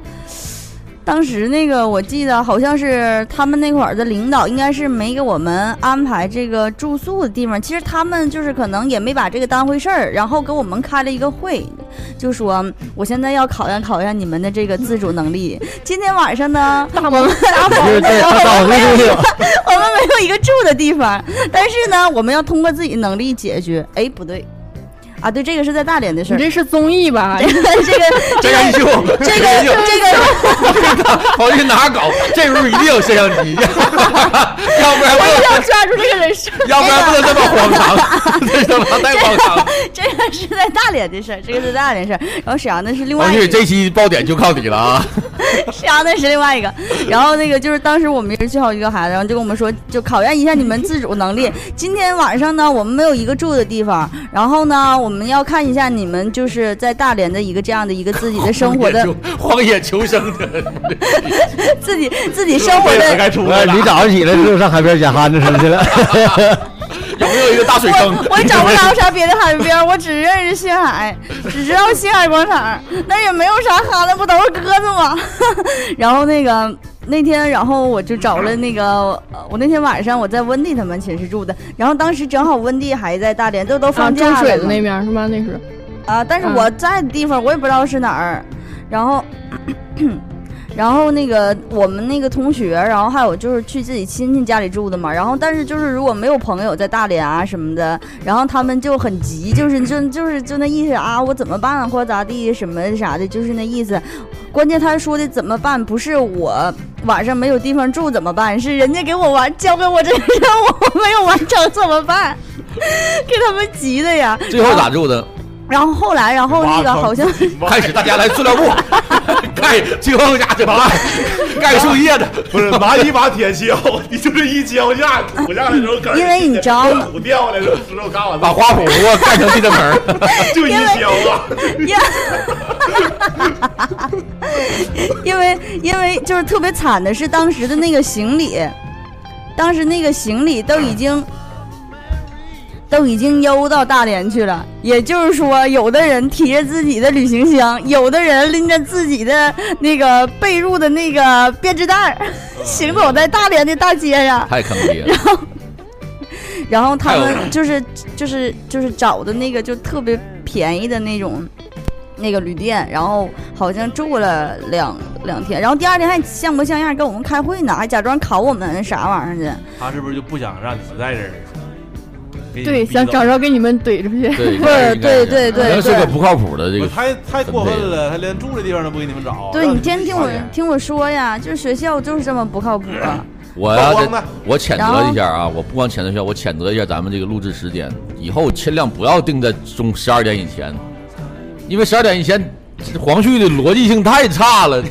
F: 当时那个我记得好像是他们那块儿的领导应该是没给我们安排这个住宿的地方，其实他们就是可能也没把这个当回事儿，然后给我们开了一个会，就说我现在要考验考验你们的这个自主能力。今天晚上呢， 我们
B: 就是这他到我这里，
F: 我们没有一个住的地方，但是呢，我们要通过自己能力解决。哎，不对，啊，对，这个是在大连的事
D: 你
F: 儿。
D: 这是综艺吧？
F: 这个
B: 这个秀，
F: 这个这个
B: 跑去哪儿搞？这时候一定有摄像 机，要不然不能，
D: 要抓住这个人设，
B: 要不然不能这么荒唐， 这他妈太荒唐了。
F: 这个是在大连的事儿，这个是在大连事儿。然后沈阳的是另外
B: 王
F: 一
B: 旭，
F: 个，
B: 这期爆点就靠你了啊！
F: 沈阳的是另外一个。然后那个就是当时我们也是最好一个孩子，然后就跟我们说，就考验一下你们自主能力。今天晚上呢，我们没有一个住的地方，然后呢，我们要看一下你们就是在大连的一个这样的一个自己的生活的
B: 荒野求生的，
F: 自己自己 生活
E: 也
F: 的
E: 该出
G: 我
B: 哎
E: 来了
G: 你。早上起来就上海边捡憨子吃 去了，
B: 有没有一个大水
F: 我
B: 坑？
F: 我找不着啥别的海边，我只认识星海，只知道星海广场，那也没有啥哈的，不都是鸽子吗？ 然后那个那天，然后我就找了那个，呃我那天晚上我在温蒂他们寝室住的，然后当时正好温蒂还在大连，这都
D: 啊，
F: 放假
D: 种
F: 了
D: 水的
F: 嘛
D: 那面是吗？那是
F: 啊，但是我在的地方我也不知道是哪儿，然后。 然后那个我们那个同学，然后还有就是去自己亲戚家里住的嘛。然后但是就是如果没有朋友在大连啊什么的，然后他们就很急，就是就就是就那意思啊，我怎么办啊或者咋地什么啥的，就是那意思。关键他说的怎么办，不是我晚上没有地方住怎么办，是人家给我完交给我这个任务我没有完成怎么办， 给他们急的呀。
B: 最后咋住的？
F: 然后后来，然后那个好 像
B: 开始大家来塑料 布，盖最后家这把盖树叶子，
E: 不是拿一把铁锹，你就是一锹下土下来之后，
F: 因为你知道吗
E: 土掉下来之后，石头嘎 往
B: 把花圃啊盖成地震盆 儿。
E: 就一锹啊，
F: 因因为因为就是特别惨的是当时的那个行李，当时那个行李都已经。都已经邮到大连去了，也就是说，有的人提着自己的旅行箱，有的人拎着自己的那个被褥的那个编织袋儿， 行走在大连的大街上。
B: 太坑爹了！
F: 然后他
B: 还
F: 们就是就是就是找的那个就特别便宜的那种那个旅店，然后好像住了两两天，然后第二天还像模像样跟我们开会呢，还假装考我们啥玩意儿去。
E: 他是不是就不想让你们在这儿？给你
D: 对，
E: 逼
D: 想
E: 到
D: 找着给你们怼出去。
B: 对，
F: 对对对
B: 可能
F: 对
B: 是个
F: 对。
B: 不靠谱的这
E: 不
B: 个
E: 是。太太过分了，他连住的地方都不给你们
B: 哦
E: 找。
F: 对
E: 让
F: 你先听
E: 们
F: 我
E: 去花钱
F: 听我说呀，就是学校就是这么不靠谱、啊
B: 我呀，
E: 曝光
B: 这
E: 呗
B: 我谴责一下啊！我不光谴责一下，我谴责一下咱们这个录制时间，以后尽量不要定在中十二点以前，因为十二点以前，黄旭的逻辑性太差 了，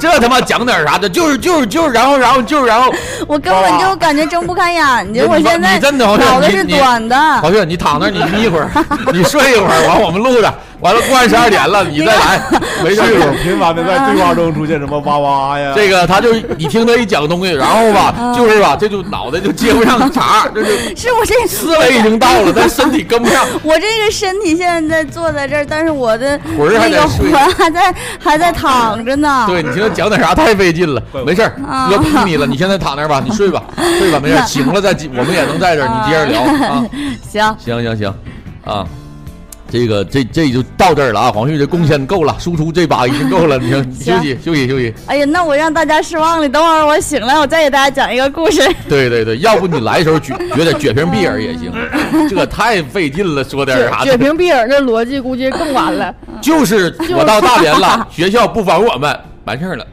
B: 这他妈讲点儿啥的，就是就是就是，然后然后就是然后，
F: 我根本就感觉睁不开眼睛。
B: 你
F: 我现在
B: 你真的好像
F: 脑袋
B: 你
F: 是
B: 你
F: 短的。
B: 黄旭你躺那儿你眯一会儿，你睡一会儿，完我们录着，完了过完十二点了你再 来，没事
E: 室
B: 儿
E: 友。频繁的在对话中出现什么哇哇呀，
B: 这个他就是你听他一讲东西，然后吧，就是吧，这就脑袋就接不上茬儿， 就是
F: 是我这
B: 思维已经到了，但身体跟不上。
F: 我这个身体现在坐在这儿，但是我的
B: 魂儿还
F: 那
B: 在
F: 个
B: 睡
F: 魂还在还在躺着呢。
B: 对你听他讲点啥太费劲了，没事儿，
F: 啊
B: 哥不逼你了，你现在躺那儿吧，你 睡吧，睡吧，没事儿，醒了再接，我们也能在这儿，你接着聊啊，
F: 行，
B: 行行行，啊。这个这这就到这儿了啊！黄旭这贡献够了，输出这把已经够了，你行，你休息休息休息。
F: 哎呀，那我让大家失望了。等会儿我醒来，我再给大家讲一个故事。
B: 对对对，要不你来的时候撅撅点撅瓶敝耳也行， 这太费劲了，说点啥
D: 撅
B: 的。
D: 平蔽耳，这逻辑估计更完了。
B: 就是我到大连 了，学校不防我们，完事儿了。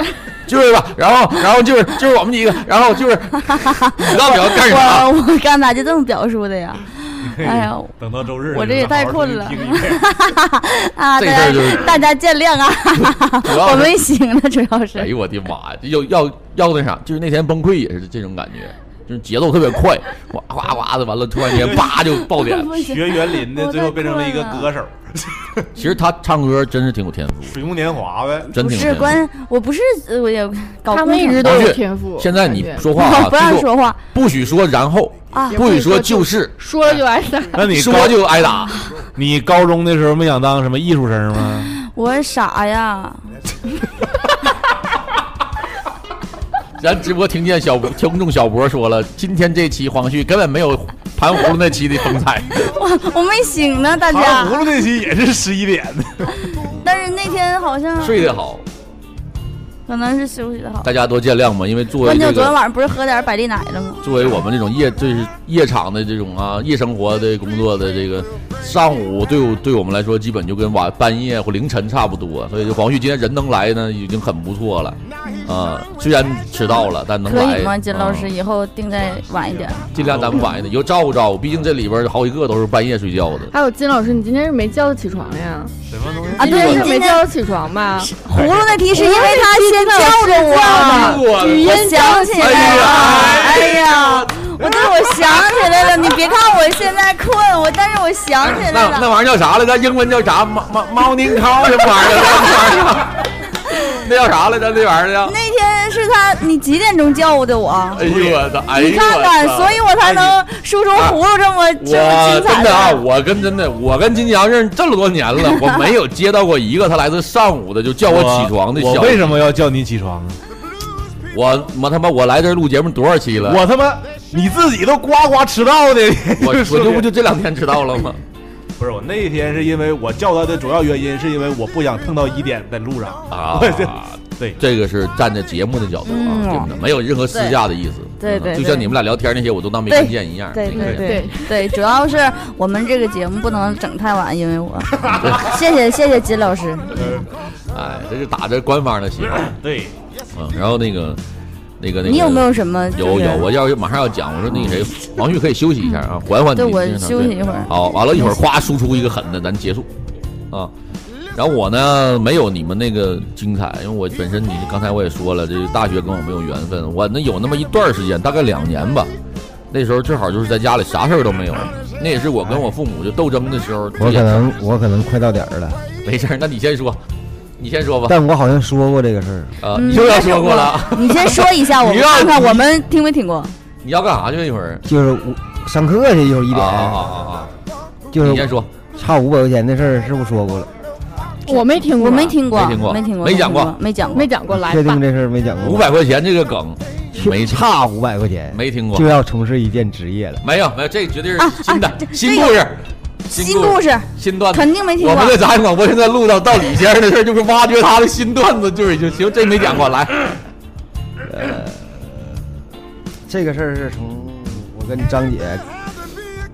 B: 就是吧，然后，然后就是就是我们几个，然后 就是，你到底要干啥？
F: 我我刚才就这么表述的呀。哎呀，
E: 等到周日，
F: 我这也太困了
E: 你们好好听一遍
F: 啊，
B: 这
F: 大
B: 事儿
F: 家
B: 就是
F: 大家见谅
B: 主
F: 啊，
B: 要
F: 我
B: 是
F: 没醒呢，主要
B: 哎
F: 是。
B: 呦我的妈呀！要要要那啥，就是那天崩溃也是这种感觉，就是节奏特别快，哗哗哗的，完了突然间叭就爆点。
E: 学园林的，最后变成了一个歌手，
B: 其实他唱歌真是挺有天赋，
E: 水木年华呗。
B: 真
F: 不
B: 挺
F: 是
B: 有天赋。
F: 关，我不是呃我也搞
D: 他们一直
F: 都
D: 都
B: 王
D: 有
B: 俊
D: 天赋。
B: 现在你
D: 感觉
B: 说话
F: 不
B: 啊，
F: 不让
B: 记住
F: 说话
B: 不许说然后，
F: 啊。
B: 不许说就是，
D: 说了就挨打。
E: 那你
B: 说就挨打。
E: 你高中的时候没想当什么艺术生吗？
F: 我傻呀，
B: 咱直播听见小博听众小博说了，今天这期黄旭根本没有盘葫芦那期的风 采。
F: 我我没醒呢，大
E: 糖
F: 家。
E: 葫芦那期也是十一点的，
F: 但是那天好像
B: 睡得好，
F: 可能是休息的好。
B: 大家多见谅吧，因为作为
F: 关
B: 这
F: 键我昨天
B: 个
F: 晚上不是喝点百利奶了吗？
B: 作为我们这种夜就是夜场的这种啊夜生活的工作的这个上午，对我对我们来说基本就跟晚半夜或凌晨差不多，所以就黄旭今天人能来呢，已经很不错了啊。虽然迟到了，但能
F: 可
B: 来。
F: 以吗，金老
B: 啊哎
F: 师？以后定在晚一点。
B: 尽量咱们晚一点，有照顾照顾，毕竟这里边好几个都是半夜睡觉的。
D: 还有金老师，你今天是没叫他起床呀？
E: 什么东西？
F: 啊，
D: 今天
F: 对，
D: 是
F: 今
D: 没
F: 天
D: 叫他起床吧？
F: 葫芦那题是因为他先叫着我，
B: 我
F: 我想起来了，哎呀，我对我想起来了。你别看我现在困，我但是我想起来
B: 那那
F: 了。
B: 玩意儿叫啥来着？英文叫啥？猫猫猫宁康什么玩意儿？那叫啥来着？那玩意儿叫？
F: 那天是他，你几点钟叫的我？
B: 哎呦我操！哎呦
F: 你看看，所以我才能输出葫芦这么这么
B: 我
F: 精彩
B: 真的啊，。我跟真的，我跟金强认识这么多年了，我没有接到过一个他来自上午的就叫我起床的
E: 我
B: 消
E: 为
B: 息。
E: 什么要叫你起床啊？
B: 我我他妈我来这儿录节目多少期了？
E: 我他妈你自己都呱呱迟到的，
B: 我 我
E: 就
B: 这不就这两天迟到了吗？
E: 不是我那一天是因为我叫他的主要原因是因为我不想碰到一点在路上
B: 啊
E: 我这对
B: 这个是站在节目的角度啊，
F: 嗯
B: 真的没有任何私下的意思。
F: 对对
B: 嗯
F: 对
B: 就像你们俩聊天那些，我都当没
F: 对
B: 看见一样。
F: 对
B: 那个
F: 对对对，主要是我们这个节目不能整太晚，因 为我谢谢谢谢金老师，
B: 哎，这是打着官方的旗号，
E: 对，
B: 嗯，然后那个，那个那个，
F: 你有没有什么？
B: 有有，我要是马上要讲，我说那个谁，王旭可以休息一下啊，缓缓地
F: 对我
B: 精神上
F: 休息
B: 对
F: 一会儿
B: 好，完了，一会儿哗输出一个狠的，咱结束啊。然后我呢，没有你们那个精彩，因为我本身你刚才我也说了，这个大学跟我没有缘分。我那有那么一段时间，大概两年吧，那时候正好就是在家里啥事儿都没有，那也是我跟我父母就斗争的时候。
G: 我可能我可能快到点儿了，
B: 没事儿，那你先说，你先说吧。
G: 但嗯我好像说过这个事儿。
B: 啊，
F: 嗯
B: 你又要说过了，
F: 你先说一下，我
B: 你
F: 们
B: 让
F: 看看
B: 你
F: 我们听没听过。
B: 你要干啥去？一会儿
G: 就是我上课去，就是一
B: 啊啊啊
G: 点，
B: 啊啊！
G: 就
B: 你先
G: 是
B: 说，
G: 差五百块钱的事儿，是不是说过了？
D: 我没听过，
F: 我没，听过，
B: 没听过
F: 没听过，
B: 没讲过
F: 没讲过，
D: 没讲过，来
G: 确
D: 吧
G: 定。这事儿没讲过吗？
B: 五百块钱这个梗没听
G: 差五百块钱，
B: 没听过
G: 就，要从事一件职业了。
B: 没有没有，这绝对是
F: 啊
B: 新的、
F: 啊这
B: 新
F: 这
B: 故
F: 个
B: 事、
F: 新
B: 故
F: 故事
B: 新段子。
F: 肯定没听
B: 啊我
F: 过
B: 们。在杂音广播现在录到到李先生的事儿，就是挖掘他的新段子，就是已经行，这没讲过 来。
G: 这个事儿是从我跟张姐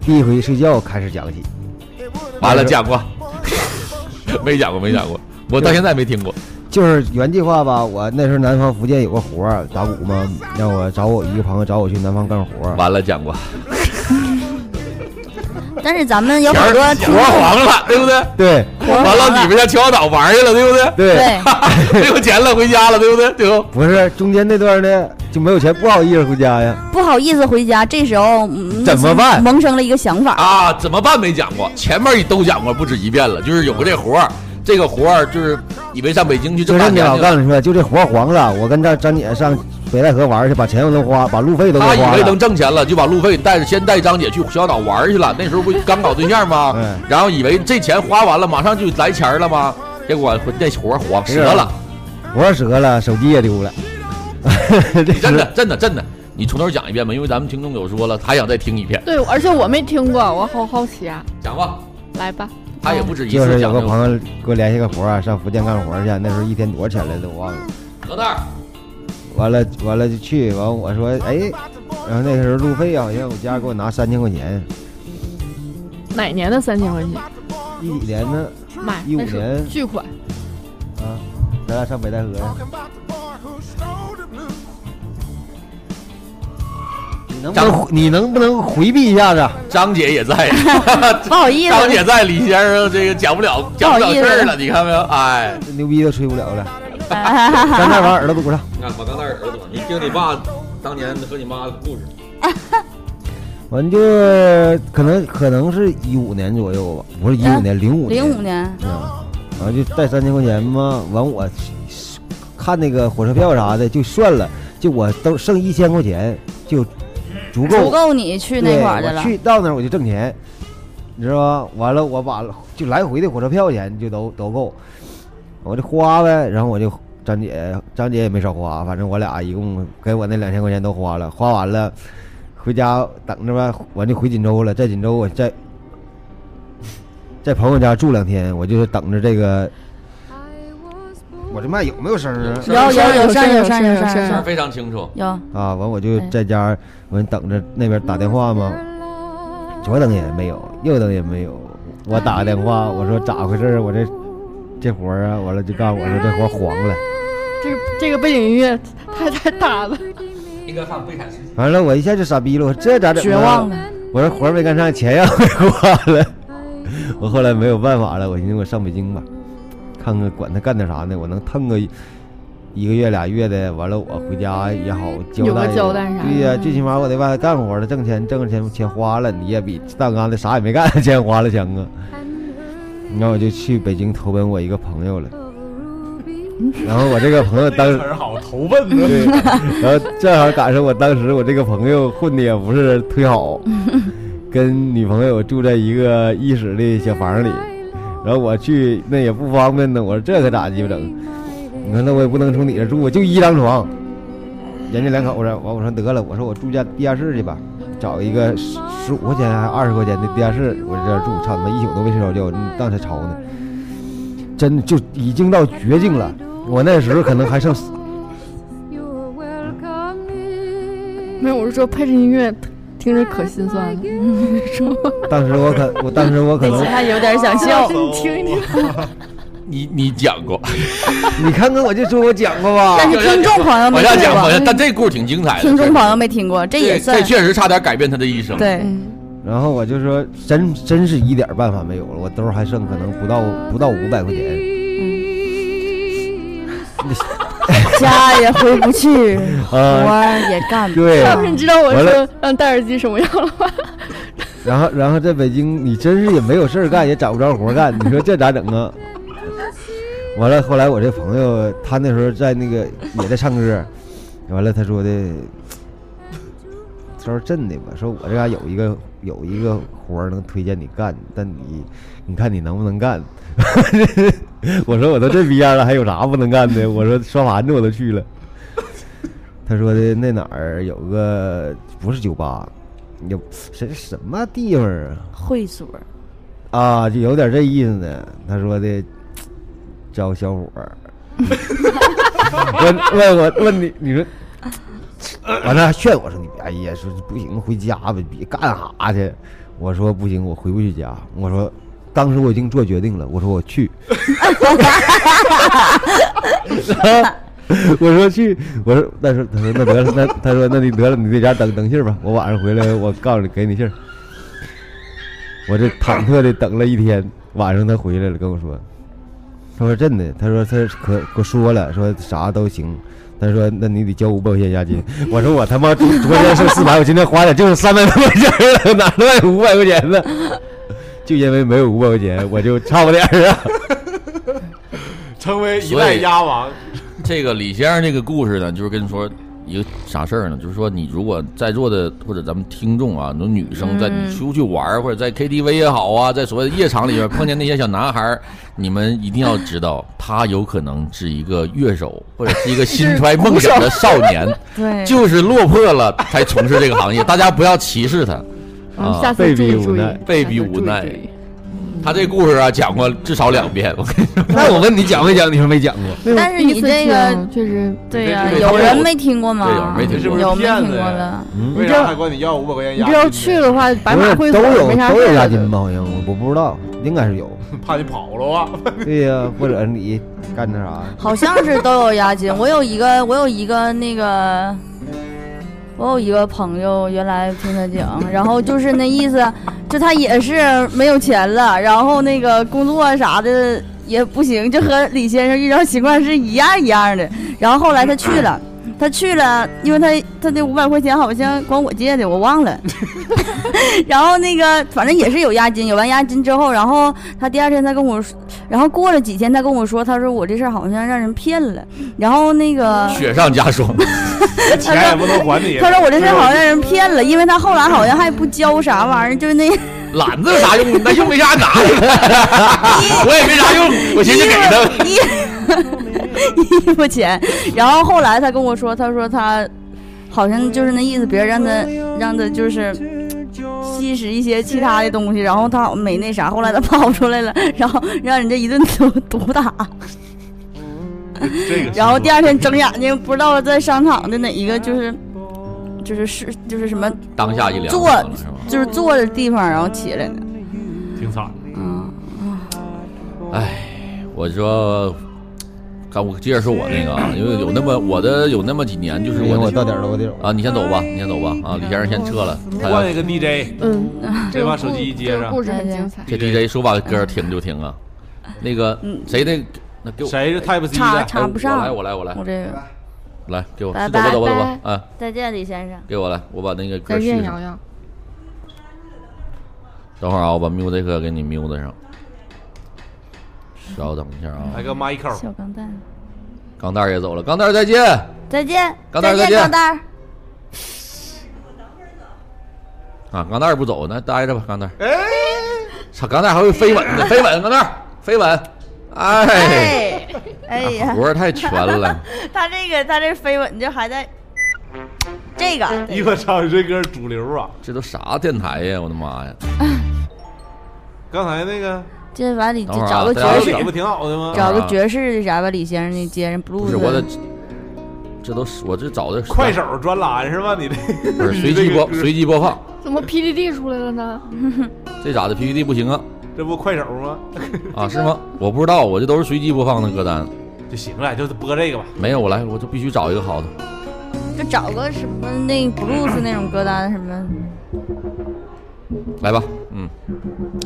G: 第一回睡觉开始讲起，
B: 完了讲 过，没讲过没讲过，我到现在没听过。
G: 就是原计划吧。我那时候南方福建有个活儿打鼓嘛，让我找我一个朋友找我去南方干活儿。
B: 完了讲过，
F: 但是咱们有
B: 皮
F: 很多
B: 儿
F: 听
B: 活
F: 众，
B: 黄了，对不对？
G: 对
B: 完了，你们上秦皇岛玩去了，对不对？
G: 对，
F: 对，
B: 没有钱了，回家了，对不对？最后
G: 不是中间那段呢就没有钱，不好意思回家呀。
F: 不好意思回家，这时候嗯
G: 怎么办
F: 萌生了一个想法，
B: 啊，怎么办没讲过，前面都讲过不止一遍了，就是有个这活儿，这个活儿就是以为上北京去
G: 就
B: 挣大
G: 是
B: 钱
G: 你老
B: 去了
G: 告诉你说，就这活儿黄了，我跟张张姐上北戴河玩儿去，把钱我都花，把路啊费都给
B: 他
G: 花
B: 以为能
G: 了。
B: 挣钱了，就把路费带着，先带张姐去小岛玩去了。那时候不刚搞对象吗？
G: 嗯
B: 然后以为这钱花完了，马上就来钱了吗？结果那活儿黄
G: 是
B: 折了，
G: 活折了，手机也丢了。 这
B: 真的
G: 是
B: 真的真的，你从头讲一遍吧，因为咱们听众有说了，还想再听一遍，
D: 对，而且我没听过，我好好奇啊，
B: 讲吧。
D: 来吧。
B: 他也不止一
G: 就
B: 次
G: 是有
B: 讲
G: 个
B: 这个。
G: 朋友给我联系个活儿啊，上福建干活儿去，那时候一天多少钱来着我忘了。
B: 何蛋儿，
G: 完了完了就去，完我说哎，然后那时候路费啊好像我家给我拿三千块钱，
D: 哪年的三千块钱？
G: 一几年呢？
D: 妈呀，
G: 15
D: 那是
G: 年
D: 巨款！
G: 啊，咱俩上北戴河呀。你能不能你能不能回避一下子？
B: 张姐也在，
F: 不好意思，
B: 张姐在，李先生这个讲不了，讲不了事儿了，你看没有？哎，
G: 这牛逼都吹不了了， 咱那玩意儿都堵上。
B: 你看我刚才耳朵，你听你爸当年和你妈的故事，
G: 完就可能可能是一五年左右吧，不是一五年，零五
F: 零五年，
G: 啊，完就带三千块钱嘛，完我看那个火车票啥的就算了，就我都剩一千块钱就足够
F: 足够你去那
G: 对
F: 块儿的
G: 我
F: 了。
G: 去到那儿我就挣钱，你知道吧？完了我把就来回的火车票钱就都都够，我就花呗，然后我就。张姐，张姐也没少花，反正我俩一共给我那两千块钱都花了，花完了，回家等着吧，我就回锦州了，在锦州我在在朋友家住两天，我就是等着这个，我这麦有没有声啊？
F: 有有有
D: 有
F: 声儿有
D: 声
F: 声
D: 儿
F: 儿有
D: 有
F: 声
D: 声
F: 儿
B: 声
D: 儿
B: 儿非常清楚。
F: 有，
G: 啊，完我就在家，我等着那边打电话嘛，左等也没有，右等也没有，我打个电话，我说咋回事儿？我这这活儿啊，完了就告诉我说这活儿黄
F: 嗯
G: 了。
D: 这个这个背景音乐太太大了，
B: 应该看悲惨世界。
G: 完了，我一下就傻逼了，我说这咋整？
F: 绝望了。
G: 我说活儿没干上，钱也没花了。我后来没有办法了，我寻思我上北京吧，看看管他干点啥呢，我能腾个一个月俩月的，完了我回家也好交
D: 有个
F: 嗯
G: 代。
D: 交代啥的
G: 对呀、最起码我在外头干活了，挣钱挣着钱钱花了，你也比蛋干的啥也没干，钱花了强啊。然后我就去北京投奔我一个朋友了，然后我这个朋友 当时
E: 词。儿好投奔呢。
G: 对，然后正好赶上我当时我这个朋友混的也不是忒好，跟女朋友住在一个一室的小房里，然后我去那也不方便呢，我说这可咋鸡巴整？你说那我也不能从你这住，我就一张床。人家两口子，完我说得了，我说我住家地下室去吧，找一个十十五块钱还二十块钱的地下室，我在这住，操他妈一宿都没睡着觉，那才潮呢，真的就已经到绝境了。我那时候可能还剩
D: 没有，我是说配着音乐听着可心酸了。
G: 当时我可，我当时我可
B: 嗯
G: 能，
F: 还有点想笑。
D: 你听一听，
B: 你你讲过，
G: 你看看我就说我讲过吧，
F: 但是听众朋友
B: 好
F: 没
B: 像
F: 听
B: 讲好像，但
F: 过，嗯
B: 这故事挺精彩的。
F: 听众朋友没听过，这
B: 这
F: 也算
B: 这确实差点改变他的一生。
F: 对。
G: 然后我就说真真是一点办法没有了，我兜儿还剩可能不到不到五百块钱
F: 家也回不 去，活
G: 啊，
F: 儿也干不。
G: 对，啊
D: 要不是你知道我
G: 完了
D: 说让戴耳机什么样了吗？
G: 然后然后在北京你真是也没有事儿干，也找不着活儿干，你说这咋整啊？完了，后来我这朋友他那时候在那个也在唱歌，完了他说的，他说真的吧，说我这嘎有一个有一个活儿能推荐你干，但你你看你能不能干？ 我说我都这逼样了，还有啥不能干的？我说刷盘子我都去了。他说的那哪儿有个不是酒吧，有什什么地方啊？
F: 会所，
G: 啊，就有点这意思呢。他说的，招小伙儿，问问我问你，你说，完了还劝我说你哎呀，说不行，回家吧，别干啥去。我说不行，我回不去家。我说，当时我已经做决定了，我说我去。 我说去，我说那说他说那得了，那他说那你得了，你在家等等信儿吧，我晚上回来我告诉你给你信儿。我这忐忑的等了一天，晚上他回来了跟我说，他说真的，他说他可可说了，说啥都行。他说：“那你得交五百块钱押金。” 我说：“我他妈昨昨天 剩四百，我今天花的就是三百多块钱了， 哪能有五百块钱呢？ 就因为没有五百块钱，我就差不点儿啊。
E: 成为一
B: 所
E: 代
B: 以
E: 鸭王，
B: 这个李先生这个故事呢，就是跟你说一个啥事儿呢？就是说，你如果在座的或者咱们听众啊，那女生在
F: 嗯
B: 你出去玩儿或者在 KTV 也好啊，在所谓的夜场里边碰见那些小男孩儿，你们一定要知道，他有可能是一个乐手或者是一个心怀梦想的少年，
F: 对，
B: 就是落魄了才从事这个行业，大家不要歧视他。
D: 嗯
B: 啊
D: 下次
G: 被
D: 注
G: 逼
D: 意
G: 无
D: 注意
G: 奈，
B: 被逼
D: 下次注
B: 无
D: 意
B: 奈
D: 注意
B: 他这故事啊，讲过至少两遍，我跟你说。
G: 那我问你讲没讲？你说没讲过。
D: 没有
F: 但是
D: 第一
F: 你
D: 次啊
F: 这个
D: 听确实
F: 对呀，
B: 对对
F: 有人没听过吗？
B: 对有人没听
E: 这是不
B: 过
E: 是
F: 有没
E: 骗
F: 听
E: 子
F: 过
E: 呀？
F: 的？
E: 为
D: 你知道
E: 啥还管你要五百块钱
D: 你
E: 押
D: 这
E: 金？
D: 要去的，话，白
G: 不
D: 马
G: 是
D: 会所
G: 都
D: 没
G: 有
D: 啥
G: 都
D: 事
G: 有
D: 儿
G: 押
D: 了
G: 金吧？好像我我不知道，应该是有。
E: 怕你跑了啊！
G: 对呀、 或者你干那啥，
F: 好像是都有押金。我有一个，我有一个那个，我哦有一个朋友，原来听他讲，然后就是那意思，就他也是没有钱了，然后那个工作啥的也不行，就和李先生遇到情况是一样一样的。然后后来他去了。他去了，因为他他那五百块钱好像管我借的，我忘了。然后那个反正也是有押金，有完押金之后，然后他第二天他跟我说，然后过了几天他跟我说，他说我这事儿好像让人骗了，然后那个
B: 雪上加霜，
E: 钱也不能还你。
F: 他说我这事儿好像让人骗了，因为他后来好像还不交啥玩意儿，就 是那
B: 懒子有啥 用？那又没啥拿，我也没啥用，我寻思给他。
F: 一衣服 钱。然后后来他跟我说，他说他好像就是那意思，别人让他让他就是吸食一些其他的东西，然后他没那啥，后来他跑出来了，然后让人家一顿毒毒 打，
E: 这个。
F: 然后第二天睁眼睛不知道在商场的哪一个就是就是是就是什么
B: 当下一凉
F: 坐
B: 可能是吧？
F: 就是坐的地方，然后起来的。
E: 挺惨的。
F: 嗯，
B: 我说，刚我接着说我那个啊，因为有那么我的有那么几年，就是
G: 我
B: 我
G: 我
B: 那
G: 到点儿了，我得走了。
B: 啊，你先走吧，你先走吧啊，李先生先撤了，他要
E: 换一个 DJ，
D: 嗯，这
E: 再
D: 个
E: 把
D: 故
E: 手机一接
D: 这个
E: 上
D: 故事很精彩。
B: 这 DJ 说把歌儿停就停啊，那个
F: 嗯
B: 谁那那给我
E: 谁是 Type C
F: 插
E: 的？
F: 插不上。
B: 哎我来我来我
F: 我
B: 来
F: 这个
B: 来给我
F: 拜
B: 走吧
F: 拜
B: 走吧走吧啊，
F: 再见，李先生。
B: 给我来，我把那个歌
D: 再
B: 儿续
D: 见，
B: 上
D: 洋。洋。
B: 等会儿啊，我把 music 给你 mute 上，稍等一下啊
E: 来，个 Michael，
F: 小钢蛋，
B: 钢蛋儿也走了，钢蛋儿再见。
F: 再见，
B: 钢蛋儿
F: 再
B: 再见
F: 见，钢蛋儿。
B: 啊，钢蛋儿不走，那待着吧，钢蛋儿。哎，操，钢蛋儿还会飞吻呢，飞吻，钢蛋儿，飞吻。哎，
F: 哎，哎呀
B: 啊活，儿太全了。
F: 他这个他这飞吻就还在嗯这个，
E: 一我操，这歌主流啊！
B: 这都啥电台呀？我的妈呀！
E: 刚才那个
F: 这完你就
B: 等会儿啊
F: 找个
B: 大家
F: 爵
E: 小
B: 是
F: 士
E: 李不，挺好的
B: 找
C: 啊
E: 吗？
F: 找个爵士的啥吧，李先生那接上 blues。
B: 啊不是我得，这都是我这找的
E: 快手专栏是吧？你这
B: 不是随机播，随机播放，
D: 怎么 PDD 出来了呢？
B: 这咋的 PPT 不行啊？
E: 这不快手吗？
B: 啊是吗？我不知道，我这都是随机播放的歌单。
E: 就行了，就是播这个吧。
B: 没有，我来，我就必须找一个好的。
F: 就找个什么那 blues 那种歌单什么。
B: 来吧，嗯，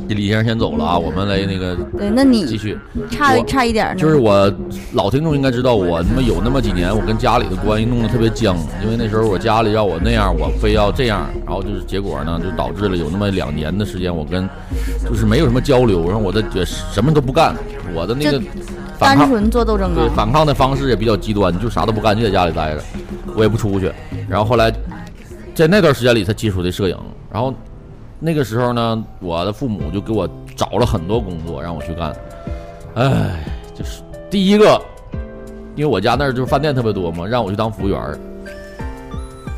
B: 这李先生先走了啊，我们来那个
F: 对，那
B: 继
F: 你
B: 续。
F: 差
B: 我
F: 差一点呢，
B: 就是我老听众应该知道，我他妈有那么几年，我跟家里的关系弄得特别僵，因为那时候我家里要我那样，我非要这样，然后就是结果呢，就导致了有那么两年的时间，我跟就是没有什么交流，然后我的也什么都不干，我的那个
F: 就
B: 反
F: 单
B: 抗。
F: 纯做斗争
B: 对，
F: 啊。
B: 反抗的方式也比较极端，就啥都不干，就在家里待着，我也不出去。然后后来，在那段时间里，他接触的摄影。然后那个时候呢，我的父母就给我找了很多工作让我去干。唉，就是第一个，因为我家那儿就是饭店特别多嘛，让我去当服务员儿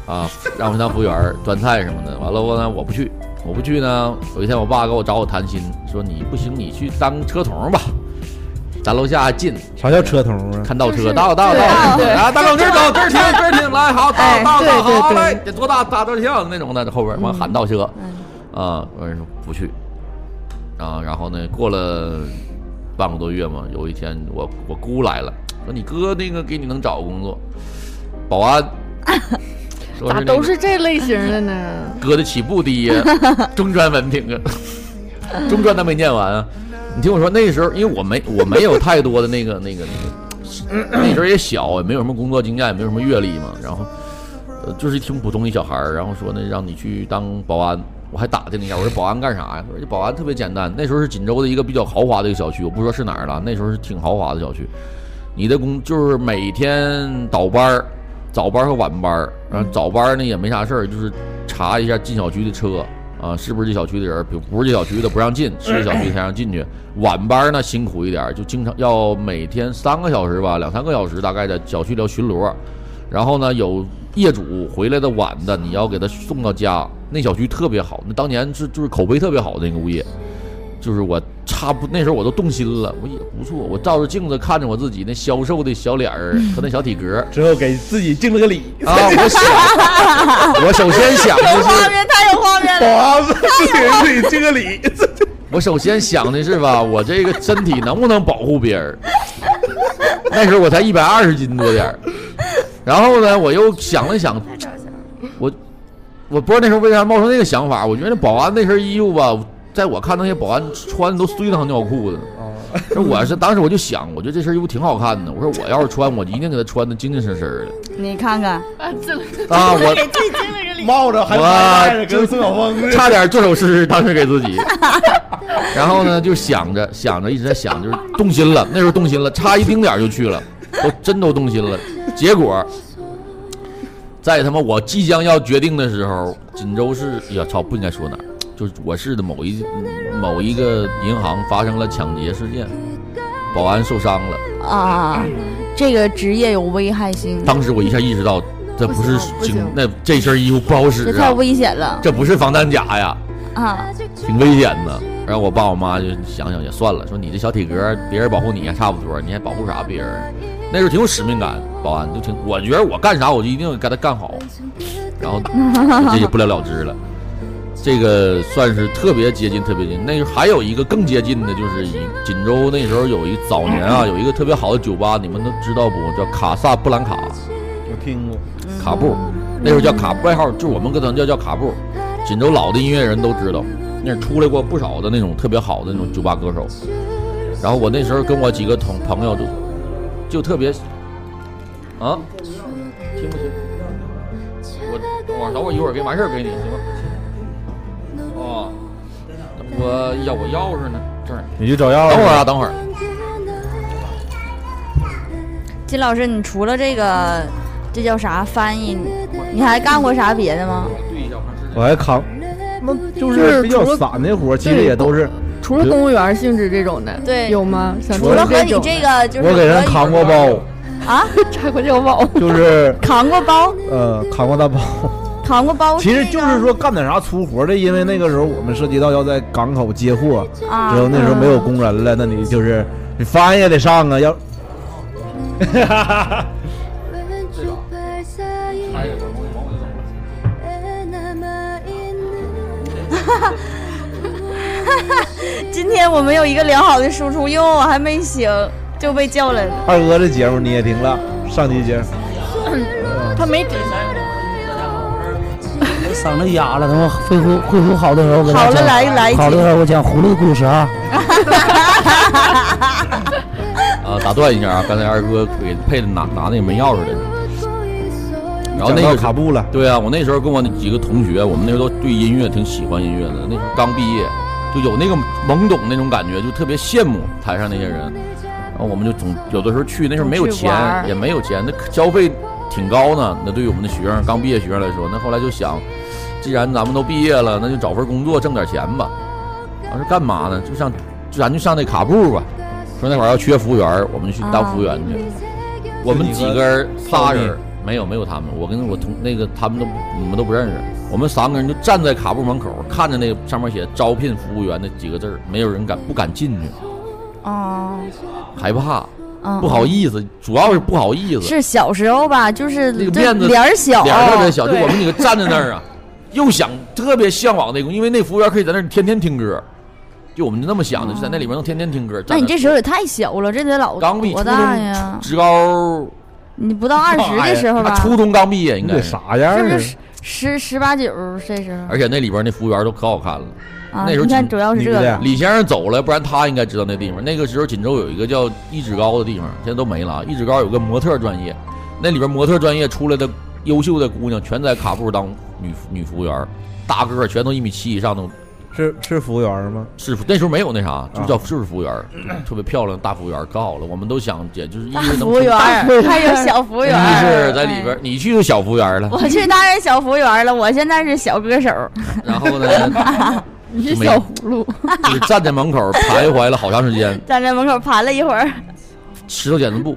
B: 啊，让我去当服务员儿端菜什么的。完了我呢，我不去，我不去呢。有一天，我爸给我找我谈心，说你不行，你去当车童吧，咱楼下近。
G: 啥叫车童 啊？
B: 看倒车，
D: 是
B: 到到到，
D: 对
B: 啊，大哥，这 儿走，这儿停，这儿停，来，好，到
F: 哎
B: 到
D: 对
B: 到，
D: 对
B: 好
D: 对
B: 来，得多大大多大那种的，后边完喊倒车，
F: 嗯，
B: 啊，我说不去，啊，然后呢，过了半个多月嘛，有一天我我姑来了，说你哥那个给你能找个工作，保 安，说
D: 咋
B: 那个
D: 都是这类型的呢？
B: 哥的起步低呀，中专文凭啊，中专他没念完啊。你听我说，那时候因为我没我没有太多的那个那个那个，那时候也小，也没有什么工作经验，也没有什么阅历嘛，然后呃就是挺普通一小孩儿，然后说呢让你去当保安。我还打听了一下，我说保安干啥呀？我说这保安特别简单。那时候是锦州的一个比较豪华的一个小区，我不说是哪儿了，那时候是挺豪华的小区。你的工就是每天倒班儿，早班儿和晚班儿。然后早班儿呢也没啥事儿，就是查一下进小区的车啊，是不是这小区的人，比如不是这小区的不让进，是这小区才让进去。晚班儿呢辛苦一点儿，就经常要每天三个小时吧，两三个小时大概在小区里要巡逻。然后呢，有业主回来的晚的，你要给他送到家。那小区特别好，那当年是就是口碑特别好的那个物业。就是我差不那时候我都动心了，我也不错，我照着镜子看着我自己那消瘦的小脸 儿和那小体格儿
G: 之后给自己敬了个礼，
B: 啊，我想，我首先想的
F: 画
B: 是，
F: 面太有画面了。
G: 哇， 自己给自己敬个礼，
B: 我首先想的是吧，我这个身体能不能保护别人？那时候我才一百二十斤多点儿，然后呢，我又想了想，我我不知道那时候为啥冒出那个想法，我觉得保安那身衣服吧，在我看那些保安穿的都碎裆尿裤子。这我是当时我就想，我觉得这身衣服挺好看的，我说我要是穿，我一定给它穿的精精神神儿
F: 你看看，
D: 啊，这
B: 的啊！我
G: 冒着还
B: 哇
G: 带着跟孙晓峰似的。
B: 差点做首诗，当时给自己。 然后呢，就想着想着一直在想，就是动心了。那时候动心了，差一丁点儿就去了，都真都动心了。结果，在他妈我即将要决定的时候，锦州市，呀操，不应该说哪儿，就是我市的某一某一个银行发生了抢劫事件，保安受伤了。
F: 啊，这个职业有危害性，
B: 当时我一下意识到，这不是
D: 不行
B: 警，那这身衣服不好使
F: 这太
B: 啊，
F: 危险了
B: 这不是防弹甲呀，
F: 啊！
B: 挺危险的。然后我爸我妈就想想也算了，说你这小体格，别人保护你还差不多，你还保护啥别人？那时候挺有使命感，保安就挺，我觉得我干啥我就一定给他干好，然后这就不了了之了。这个算是特别接近，特别接近。那时候还有一个更接近的，就是以锦州那时候有一早年啊，有一个特别好的酒吧，你们都知道不？叫卡萨布兰卡。
C: 我听过，
B: 卡布，那时候叫卡布，外号就是我们跟他叫叫卡布。锦州老的音乐人都知道，那儿出来过不少的那种特别好的那种酒吧歌手。然后我那时候跟我几个同朋友就就特别啊，听不清？我我等我一会儿给完事儿给你行吗？哦，我呀我钥匙呢？这儿，
C: 你去找钥匙。
B: 等会儿啊，，等会儿。
F: 金老师，你除了这个，这叫啥翻译？你还干过啥别的吗？
B: 对一下，看是
G: 我还扛，
C: 那就
D: 就是
C: 是比较
D: 除了
C: 散的活儿，其实也都是
D: 除了公务员性质这种的，
F: 对
D: 有吗？像
F: 除了和你
D: 种
F: 这个，就是
G: 我给人
F: 和你
G: 扛过包，
F: 啊，
D: 插过这包，
G: 就是
F: 扛过包，
G: 呃扛过大 包。
F: 扛过包、
C: 其实就是说干点啥粗活儿的，因为那个时候我们涉及到要在港口接货，
F: 说
C: 之后
F: 啊，
C: 那时候没有工人了，那你就是你翻译也得上啊，要
F: 今天我们有一个良好的输出，因为我还没醒就被叫来了。
C: 二哥这节目你也听了，上期节目
D: 他没底。
H: 嗓子哑了，等我恢复恢复好的时候给大
F: 好
H: 家讲。
F: 了，来来一
H: 好的时
F: 句，
H: 候我讲葫芦的故事啊。
B: 啊，打断一下啊，刚才二哥给配的拿拿那门钥匙来着。然后那
C: 讲
B: 个
C: 到卡布了，
B: 对啊，我那时候跟我那几个同学，我们那时候都对音乐挺喜欢音乐的。那时候刚毕业，就有那个懵懂那种感觉，就特别羡慕台上那些人。然后我们就总有的时候去，那时候没有
D: 去玩儿
B: 钱，也没有钱，那消费挺高呢。那对于我们的学生，刚毕业学生来说，那后来就想，既然咱们都毕业了，那就找份工作挣点钱吧。我说干嘛呢？就上，就咱就上那卡布吧。说那会儿要缺服务员儿，我们就去当服务员去。
D: 哦
B: 我们几个人仨人儿没有没有他们，我跟我同那个他们都你们都不认识，我们三个人就站在卡布门口，看着那个上面写“招聘服务员”那几个字儿，没有人敢不敢进去，
F: 哦，
B: 害 怕，
F: 嗯
B: 不好意思，主要是不好意思，
F: 是啊小时候吧，就是
B: 那个
F: 就
B: 面子
F: 脸儿小，
B: 脸儿特别小，就
D: 对
B: 我们几个站在那儿啊，又想特别向往那个，因为那服务员可以在那儿天天听歌，就我们就那么想的，就在那里面能天天听歌。
F: 那
B: 站
F: 你
B: 着
F: 这时候也太小了，这得老
B: 刚毕
F: 多大呀？
B: 职高
F: 你不到 二十的时候
B: 啊
F: 吧？
B: 初中刚毕业应
C: 你
B: 该
C: 得
B: 是，
C: 啥样
F: 是不
C: 儿
F: 是
C: 啊？
F: 十十十八九这时候？
B: 而且那里边那服务员都可好看了。
F: 啊，
B: 那时候
F: 你看
B: 挺
F: 主要是这
C: 女
F: 个
C: 的
B: 李先生走了，不然他应该知道那地方。那个时候锦州有一个叫一指高的地方，现在都没了啊。一指高有个模特专业，那里边模特专业出来的优秀的姑娘，全在卡布当女女服务员，大个儿全都一米七以上的
C: 是是服务员儿吗？啊
B: 制服。那时候没有那啥，就叫制服务员，特别漂亮大服务员，可好了。我们都想，也就是一
F: 大
B: 是能
F: 服务员儿，还有小服务员
B: 一
F: 儿，
B: 是在里边
F: 哎。，
B: 你去就小服务员了。
F: 我去当然小服务员了，我现在是小歌手。
B: 然后 呢，
D: 你是小葫芦，
B: 就是站在门口徘徊了好长时间，
F: 站在门口盘了一会儿，
B: 石头剪子布，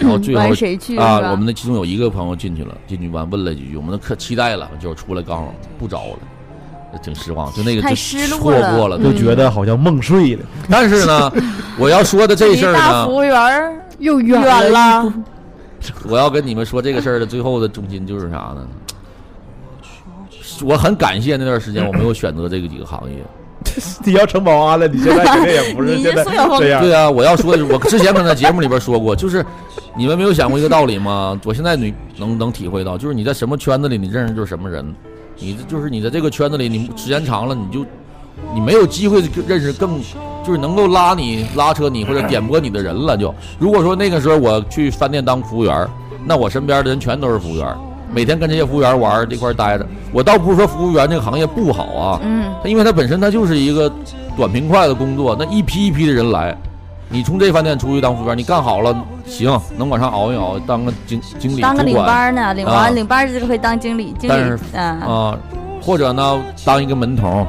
B: 然后最后
F: 管谁去嗯是吧
B: 啊，我们那其中有一个朋友进去了，进去完问了几句，我们都可期待了，结果出来刚好不招了，挺失望，就那个
F: 太
B: 就
F: 失
B: 错
F: 落嗯
B: 过了。
C: 就觉得好像梦碎了，
B: 但是 呢，我要说的这
F: 离
B: 事儿
F: 大服
B: 呢，
F: 务员儿
D: 又
F: 远
D: 远
F: 了。
B: 我要跟你们说这个事儿的最后的中心就是啥呢？我很感谢那段时间我没有选择这个几个行业。
C: 你要成保安了，你现在肯定也不是
F: 你
C: 现在
F: 是宋晓峰
C: 这样
B: 对。啊，我要说的是，我之前可能在节目里边说过，就是你们没有想过一个道理吗？我现在你能能体会到，就是你在什么圈子里，你认识就是什么人，你就是你在这个圈子里，你时间长了，你就你没有机会认识更就是能够拉你拉扯你或者点拨你的人了就。如果说那个时候我去饭店当服务员儿，那我身边的人全都是服务员儿。每天跟这些服务员儿玩儿，这块儿待着，我倒不是说服务员这个行业不好啊，
F: 嗯，
B: 它因为它本身它就是一个短平快的工作，那一批一批的人来，你从这饭店出去当服务员，你干好了行，能往上熬一熬，当个经经理、
F: 当个
B: 主
F: 领班
B: 管
F: 儿呢，领
B: 啊哦
F: 完领班儿这个可以当经理，经嗯
B: 但是
F: 理啊，
B: 啊，或者呢当一个门童，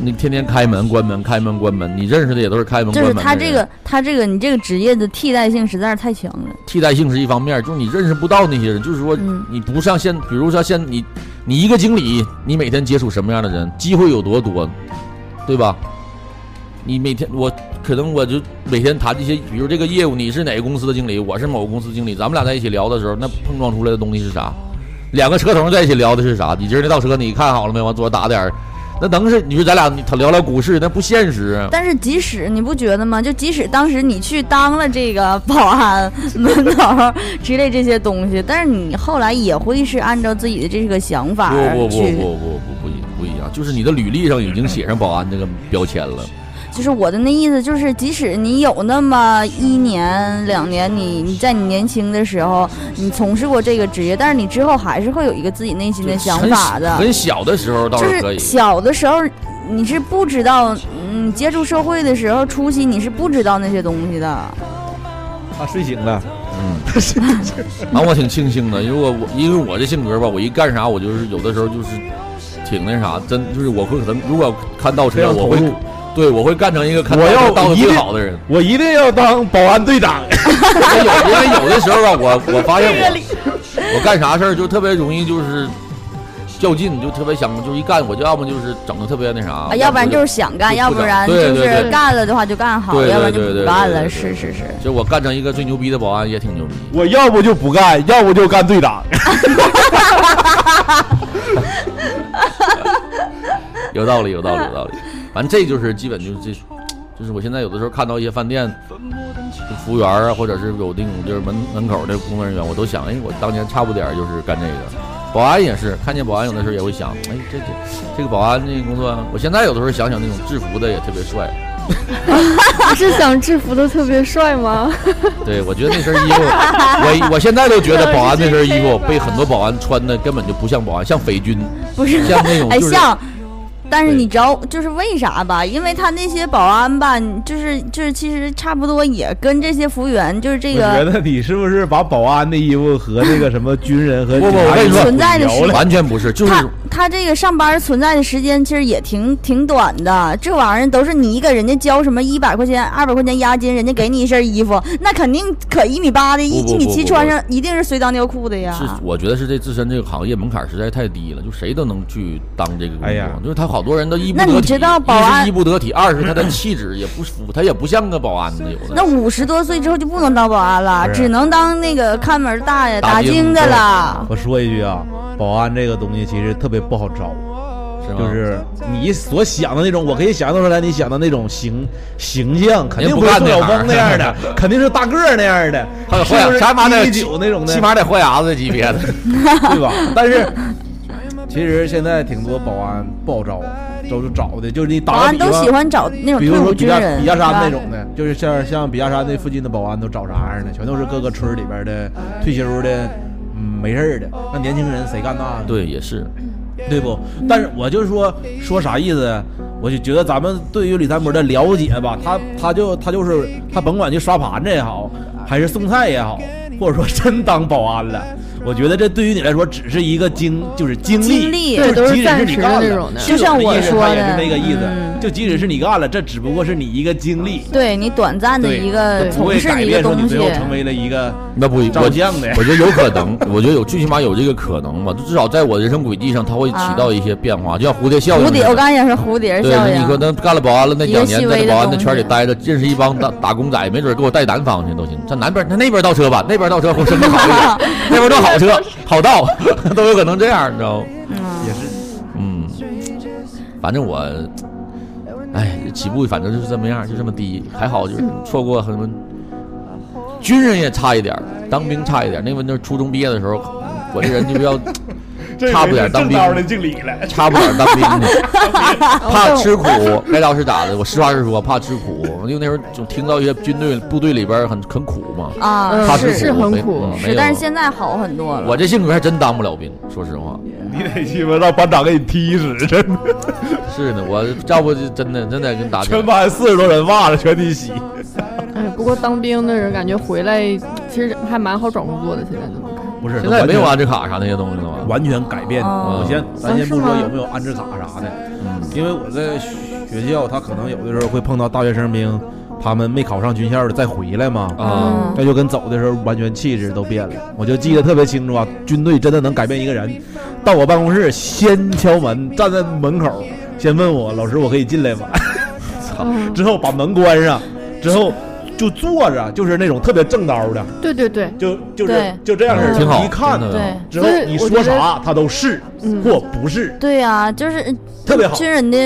B: 你天天开门关门开门关门，你认识的也都是开门
F: 就
B: 关
F: 是
B: 门的人。
F: 他这个他这个你这个职业的替代性实在是太强了。
B: 替代性是一方面，就是你认识不到那些人，就是说
F: 嗯
B: 你不像现，比如说现你你一个经理，你每天接触什么样的人，机会有多多，对吧？你每天我可能我就每天谈这些，比如这个业务，你是哪个公司的经理，我是某个公司经理，咱们俩在一起聊的时候，那碰撞出来的东西是啥？两个车头在一起聊的是啥？你今儿那倒车你看好了没？往左打点儿，那能是你说咱俩你聊聊股市，那不现实啊。
F: 但是即使你不觉得吗？就即使当时你去当了这个保安、门头儿之类这些东西，但是你后来也会是按照自己的这个想法哎
B: 不不
F: 去。
B: 不不不不不一不一样，就是你的履历上已经写上保安这个标签了。
F: 就是我的那意思，就是即使你有那么一年两年，你你在你年轻的时候，你从事过这个职业，但是你之后还是会有一个自己内心的想法的
B: 很。很小的时候倒
F: 就是
B: 可以
F: 是，小的时候，你是不知道，嗯，接触社会的时候，初期你是不知道那些东西的。
C: 他啊睡醒了，
B: 嗯，完我挺庆幸的，因为我我因为我这性格吧，我一干啥我就是有的时候就是挺那啥，真就是我会可能如果看倒
C: 非
B: 车，
C: 常
B: 我
C: 投
B: 会
C: 入
B: 对我会干成一个看
C: 我
B: 倒
C: 要
B: 车倒的
C: 一
B: 最
C: 定
B: 好的人。
C: 我一定要当保安队长。
B: 因为有因为有的时候吧， 我我发现我我干啥事儿就特别容易就是较劲，就特别想就一干我就要么就是整的特别那啥，
F: 啊，要不然
B: 就
F: 就是想干，
B: 不
F: 要不然就
B: 对对
F: 是
B: 对
F: 干了的话就干好，
B: 对
F: 要不然
B: 对
F: 就
B: 对对
F: 不干
B: 对对
F: 了。
B: 对
F: 是是是，
B: 就我干成一个最牛逼的保安也挺牛逼。
C: 我要不就不干，要不就干队长。
B: 有道理，有道理，有道理。反正这就是基本就是这，就是我现在有的时候看到一些饭店，就服务员啊，或者是有那种就是门门口的工作人员，我都想，哎，我当年差不点就是干这个。保安也是，看见保安有的时候也会想，哎，这这这个保安这个工作，我现在有的时候想想那种制服的也特别帅。
D: 不是想制服的特别帅吗？
B: 对，我觉得那身衣服，我我现在都觉得保安那身衣服被很多保安穿的根本就不像保安，像匪 军，
F: 不是？
B: 像那种
F: 哎，
B: 就是
F: 像。但是
B: 对
F: 你知道，就是为啥吧？因为他那些保安吧，你就是就是，其实差不多也跟这些服务员，就是这
C: 我觉
F: 个
C: 得你是不是把保安的衣服和那个什么军人和
B: 不不
C: 警察
B: 我跟你说
C: 衣服
F: 存在的
C: 混淆
F: 时
C: 了
B: 完全不是，就是
F: 他他这个上班存在的时间其实也挺挺短的。这玩意儿都是你给人家交什么一百块钱、二百块钱押金，人家给你一身衣服，那肯定可一米八的，一
B: 不不
F: 一米
B: 不
F: 七
B: 不
F: 穿
B: 不
F: 上一定是随裆尿裤的呀。
B: 是，我觉得是这自身这个行业门槛实在太低了，就谁都能去当这个工作。
C: 哎呀
B: 就是他好多人都一不
F: 那
B: 得体，
F: 你知道保
B: 一
F: 安
B: 是一不得体，二是他的气质也不符，他也不像个保安的有的。
F: 那五十多岁之后就不能当保安了，
C: 不是
F: 只能当那个看门大爷、
B: 打
F: 打
B: 更
F: 更的
B: 对
F: 了。
C: 我说一句啊，保安这个东西其实特别不好招，
B: 是吗
C: 就是你所想的那种，我可以想象出来你想的那种形形象，肯定
B: 人不
C: 不是
B: 干
C: 宋
B: 那
C: 晓
B: 行
C: 峰那 样的，肯定是大个儿那样的，
B: 还有啊
C: 是
B: 豁牙，
C: 不是
B: 起码
C: 一
B: 得
C: 米九那种的，
B: 起码得豁牙子级别的。
C: 对吧？但是其实现在挺多保安不好招，都是找的，就是你
F: 保
C: 打个
F: 安
C: 比
F: 都
C: 方
F: 喜，欢找那种
C: 比
F: 退
C: 如
F: 伍
C: 说比
F: 军
C: 亚
F: 人，
C: 比亚山那
F: 是吧
C: 种的，就是像像比亚山那附近的保安都找啥样的？全都是各个村儿里边的退休的，嗯，没事儿的。那年轻人谁干那？
B: 对，也是，
C: 对不？但是我就是说说啥意思？我就觉得咱们对于李三伯的了解吧，他他就他就是他甭管去刷盘子也好，还是送菜也好，或者说真当保安了，我觉得这对于你来说只是一个经，就是经历，
F: 经历
C: 就是
D: 对都是
C: 即使是你干
D: 暂时的那
C: 了
D: 种，的
C: 是有
F: 就像我
C: 意识
F: 说
C: 他也是
F: 的
C: 那个意思，
F: 嗯
C: 就即使是你干了，这只不过是你一个经历，
F: 对你短暂的
C: 对
F: 嗯一个
D: 对
C: 不
F: 从
C: 会
F: 事的
C: 改
F: 一个
C: 变说
F: 东
C: 你
F: 西
C: 最。后成为了一个
B: 那不一
C: 照
B: 我
C: 相的
B: 我觉得有可能，我觉得有最起码有这个可能吧，就至少在我人生轨迹上，它会起到一些变化，就像蝴蝶效应
F: 啊蝴
B: 似
F: 蝶，我
B: 的。
F: 刚才也是蝴蝶啊
B: 对
F: 效，
B: 你说
F: 应。
B: 那干了保安了那
F: 一
B: 两
F: 个
B: 年，
F: 细
B: 在
F: 微
B: 这
F: 的
B: 保安那
F: 东
B: 圈里
F: 西
B: 待着，认识一帮打打工仔，没准给我带南方去都行。上南边，那那边倒车吧，那边倒车，或者好一 点，那边都好车，好道 都有可能这样，你知道吗？
C: 也是
B: 嗯，反正我，哎，起步反正就是这么样，就这么低，还好就是嗯错过很多。军人也差一点儿，当兵差一点儿。那不就是初中毕业的时候，我这人就比较差不点儿当兵，
E: 敬礼了。
B: 差不点当兵去，怕吃苦，该咋是咋的。我实话实说，怕吃苦，因为那时候总听到一些军队部队里边很很苦嘛，
F: 啊，
D: 嗯
B: 怕吃
D: 是
B: 苦，
D: 是很
B: 没
D: 苦
B: 嗯没
F: 是，
B: 有
F: 但是现在好很多了。
B: 我这性格还真当不了兵，说实话。
C: 你得鸡巴让班长给你踢死，真的，
B: 是呢，我要不就真的真得跟打起来
C: 全班四十多人袜子全得洗。
D: 哎，不过当兵的人感觉回来其实还蛮好找工作的，现在怎么看？
C: 不是
B: 现在也没有啊
C: 完
B: 安置卡啥那些东西了吧？
C: 完全改变的。
F: 哦
C: 我先咱先
F: 哦是
C: 不说
F: 吗
C: 有没有安置卡啥的，因为我在学校，他可能有的时候会碰到大学生兵，他们没考上军校的再回来嘛。
F: 嗯哦
B: 啊，
C: 那就跟走的时候完全气质都变了。我就记得特别清楚啊，军队真的能改变一个人。到我办公室先敲门，站在门口先问我老师，我可以进来吗？ 操！
F: 哦
C: 之后把门关上，之后就坐着，就是那种特别正刀的，
D: 对对对，
B: 啊
C: 就就是
F: 对
C: 就这样式儿
B: 挺好
C: 一看
B: 真的
F: 对
C: 之后你说啥他都是
D: 嗯
C: 或不是，
F: 对呀、就是
C: 特别好。嗯
F: 军人的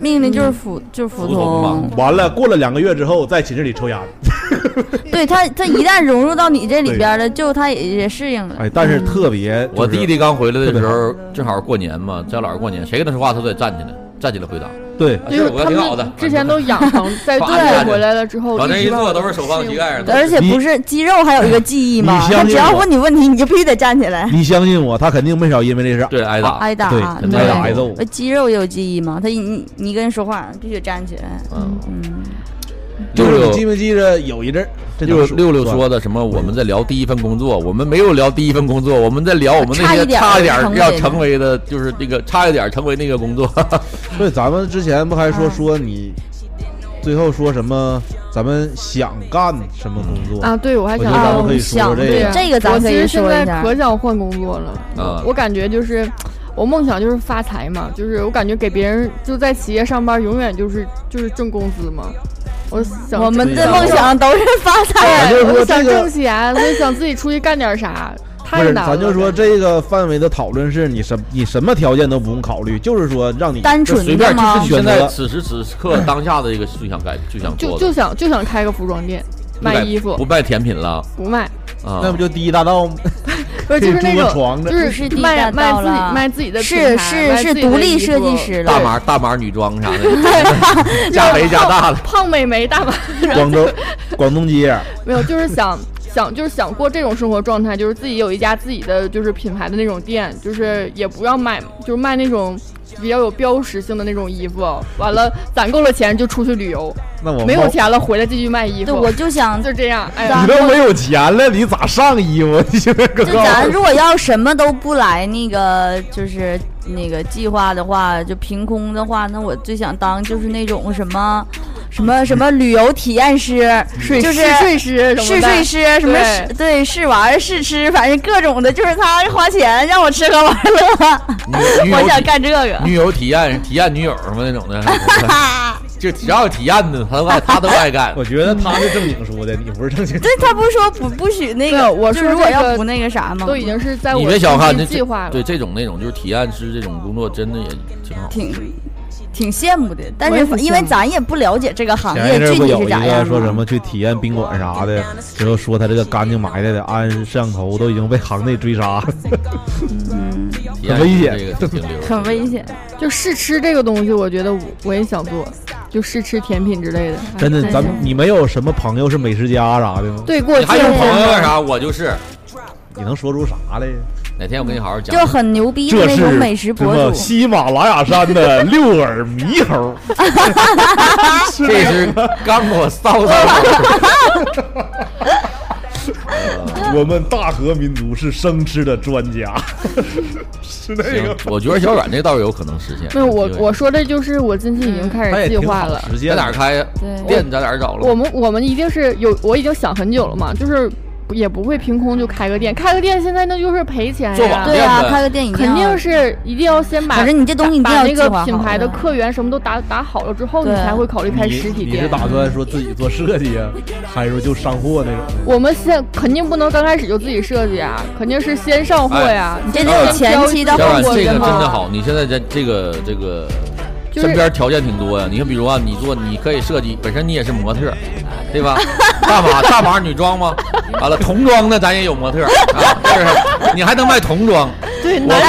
F: 命令就是服，就是服
B: 服从嘛
F: 从。
C: 完了，过了两个月之后，在寝室里抽烟。
F: 对他，他一旦融入到你这里边了，就他也也适应了。
C: 哎，但
D: 嗯
C: 是特别，
B: 我弟
C: 弟
B: 弟刚回来的时候，正好过年嘛，在老家过年，谁跟他说话他都得站起来，站起来回答。
C: 对
B: 啊这
D: 就是
B: 首歌
D: 他
B: 挺好的
D: 们，之前都养成， 在
B: 把
D: 队
B: 安全
D: 回来了之后，
B: 往那一
D: 直
B: 坐都是手放膝盖上的。
F: 而且不是肌肉还有一个记忆嘛，
C: 你相
F: 他
C: 信
F: 只要
C: 我
F: 问你问题，你就必须得站起来。
C: 你相信我，他肯定没少因为这事
B: 对，挨打。
F: 挨打
C: 对，
F: 啊，
B: 挨
F: 对
C: 挨打挨揍。
F: 呃肌肉也有记忆嘛，他一你你跟人说话必须得站起来。
B: 嗯，
F: 嗯，
C: 就
B: 六
C: 是你记
B: 六
C: 没记着有一阵儿，这
B: 六
C: 能
B: 六六
C: 算吗
B: 说的什么？我们在聊第一份工作，我们没有聊第一份工作，我们在聊我们那
F: 差
B: 些
F: 一点儿
B: 差一点儿
F: 成为
B: 要
F: 的
B: 成为的，就是那个差一点儿成为那个工作。
C: 对，咱们之前不还说
D: 嗯
F: 啊
C: 说你，最后说什么？咱们想干什么
B: 嗯
C: 工作？
D: 啊，对我还
C: 我觉
D: 想
C: 得
D: 到
C: 咱
F: 啊
C: 们可以
F: 想
C: 说说
F: 对
C: 这
D: 对
C: 个啊
D: 呀，
F: 这个咱
D: 我
F: 可
D: 其
F: 以
D: 实
F: 说
D: 现
F: 一下
D: 在可想换工作了。
B: 啊
D: 我感觉就是，我梦想就是发财嘛，就是我感觉给别人就在企业上班，永远就是就是挣工资嘛。我想
F: 我们
C: 对
F: 的
C: 呀
F: 梦想都是发 财。
C: 咱就
D: 我
C: 说
D: 想
C: 这
D: 挣
C: 个，
D: 钱，我也想自己出去干点啥，太
C: 不是，
D: 难了。
C: 咱就说这个范围的讨论是你什你什么条件都不用考虑，就是说让你
F: 单
B: 就
F: 纯
B: 随
F: 的
B: 便，就是嗯
F: 吗
B: 你？
C: 选
B: 现
C: 择
B: 在
C: 了
B: 此时此刻当下的一个最想干、最想
D: 就
B: 做的
D: 就，想就想开个服装店，
B: 不
D: 卖
B: 卖
D: 衣服
B: 不卖甜品了
D: 不卖，
B: 啊？
C: 那不就第一大道吗？
D: 不是
C: 可以
D: 就是那
C: 租个
D: 种
C: 床的
D: 就
F: 不是地
D: 卖
F: 下
D: 卖
F: 道
D: 自己
F: 了
D: 卖自己的
F: 是
D: 品牌
F: 是
D: 卖自
F: 是
D: 己
F: 独
D: 的
F: 立
D: 衣
F: 设计
D: 服
F: 师了
B: 大。码大码女装 啥的，加肥加大了。
D: 胖妹妹大码，
C: 广州广东街，啊
D: 没有，就是想想就是想过这种生活状态，就是自己有一家自己的就是品牌的那种店，就是也不要买，就是卖那种比较有标识性的那种衣服。完了，攒够了钱就出去旅游，
C: 那我
B: 哦
D: 没有
C: 冒
D: 钱了回来继续卖衣
F: 对，
D: 服
F: 我，就想
D: 就这样。哎
F: 攒
D: 呀
C: 你，都没有钱了，你咋上衣服？你现在搁
F: 就
C: 高
F: 咱如果要什么都不来，那个就是那个计划的话，就凭空的话，那我最想当就是那种什么什
C: 嗯
F: 么什么旅游体验师，
D: 睡
F: 就是
D: 试睡师什
F: 试
D: 么的
F: 睡师，啊什么试对试玩试吃，反正各种的，就是他花钱让我吃喝玩乐，
B: 女女友
F: 我想
B: 体
F: 干这个。
B: 女友体验体验女友什么那种的，就只要有体验的，他都爱他都爱干
C: 我。觉得他是正经说的，你不是正经。
F: 对他不是说不不许那
D: 对
F: 个，
D: 我
F: 就
D: 说
F: 如果
D: 这
F: 要
D: 个
F: 不那个啥吗？
D: 都已经是在
B: 你
D: 哎我
B: 别小看这
D: 精心计划了。
B: 对这种那种就是体验师这种工作，真的也挺好。
F: 挺挺羡慕的，但
D: 我
F: 是
D: 也挺
F: 因为
D: 羡慕
F: 咱也不了解这个行
C: 前
F: 业
C: 一阵儿
F: 具
C: 不
F: 体
C: 有
F: 是
C: 一
F: 啥样
C: 个
F: 啊嘛。
C: 说什么去体验宾馆啥的，然后说他这个干净埋汰的，按摄像头都已经被行内追杀。
B: 体验
C: 很危险
B: 这个挺溜。
F: 很危险，
D: 就试吃这个东西，我觉得我我也想做，就试吃甜品之类的。
C: 真的，
D: 哎
C: 咱们你没有什么朋友是美食家啥的吗？
D: 对过
B: 你还有朋
C: 啊
B: 友干啥？我就是
C: 你能说出啥来呀？
B: 哪天我跟你好好讲
F: 就。很牛逼的那种美食博
C: 什么
F: 主，
C: 喜马拉雅山的六耳猕猴，
B: 这是刚果骚骚，
C: 我们大和民族是生吃的专家，是那
B: 行
C: 个。
B: 我觉得小阮这倒是有可能实现。
D: 没有我
B: 有机会
D: 我说的就是我近期已经开
C: 他
D: 始
C: 也
D: 计
C: 挺
D: 划
C: 好
D: 了。
C: 实
B: 在
C: 现
B: 哪儿
C: 的。
B: 开呀？
F: 对
B: 店在哪儿找了？
D: 我们我们一定是有，我已经想很久了嘛，就是也不会凭空就开个店，开个店现在那就是赔钱
B: 做网
D: 呀
B: 店。
F: 对啊
B: 的，
F: 开个电影
D: 肯定是一定要先把，
F: 反正你这东西一定
D: 把
F: 要
D: 那
F: 计
D: 个
F: 划好
D: 品牌的
F: 的
D: 客源什么都打打好了之后，你
F: 对
D: 才会考虑开实体
C: 你你是
D: 店。
C: 打算说自己做设计啊，还是说就上货那种的？
D: 我们先肯定不能刚开始就自己设计啊，肯定是先上货呀。
F: 这得有前期的
B: 小
F: 后
B: 阮
D: 我
B: 这
F: 期
B: 个真的
F: 嘛。
B: 好，你现在这这个这个。
D: 就是
B: 身边条件挺多呀、你看，比如啊，你做，你可以设计，本身你也是模特，对吧？大码大码女装吗？完了，童装呢，咱也有模特啊，是不是？你还能卖童装？
D: 对，
B: 我
D: 男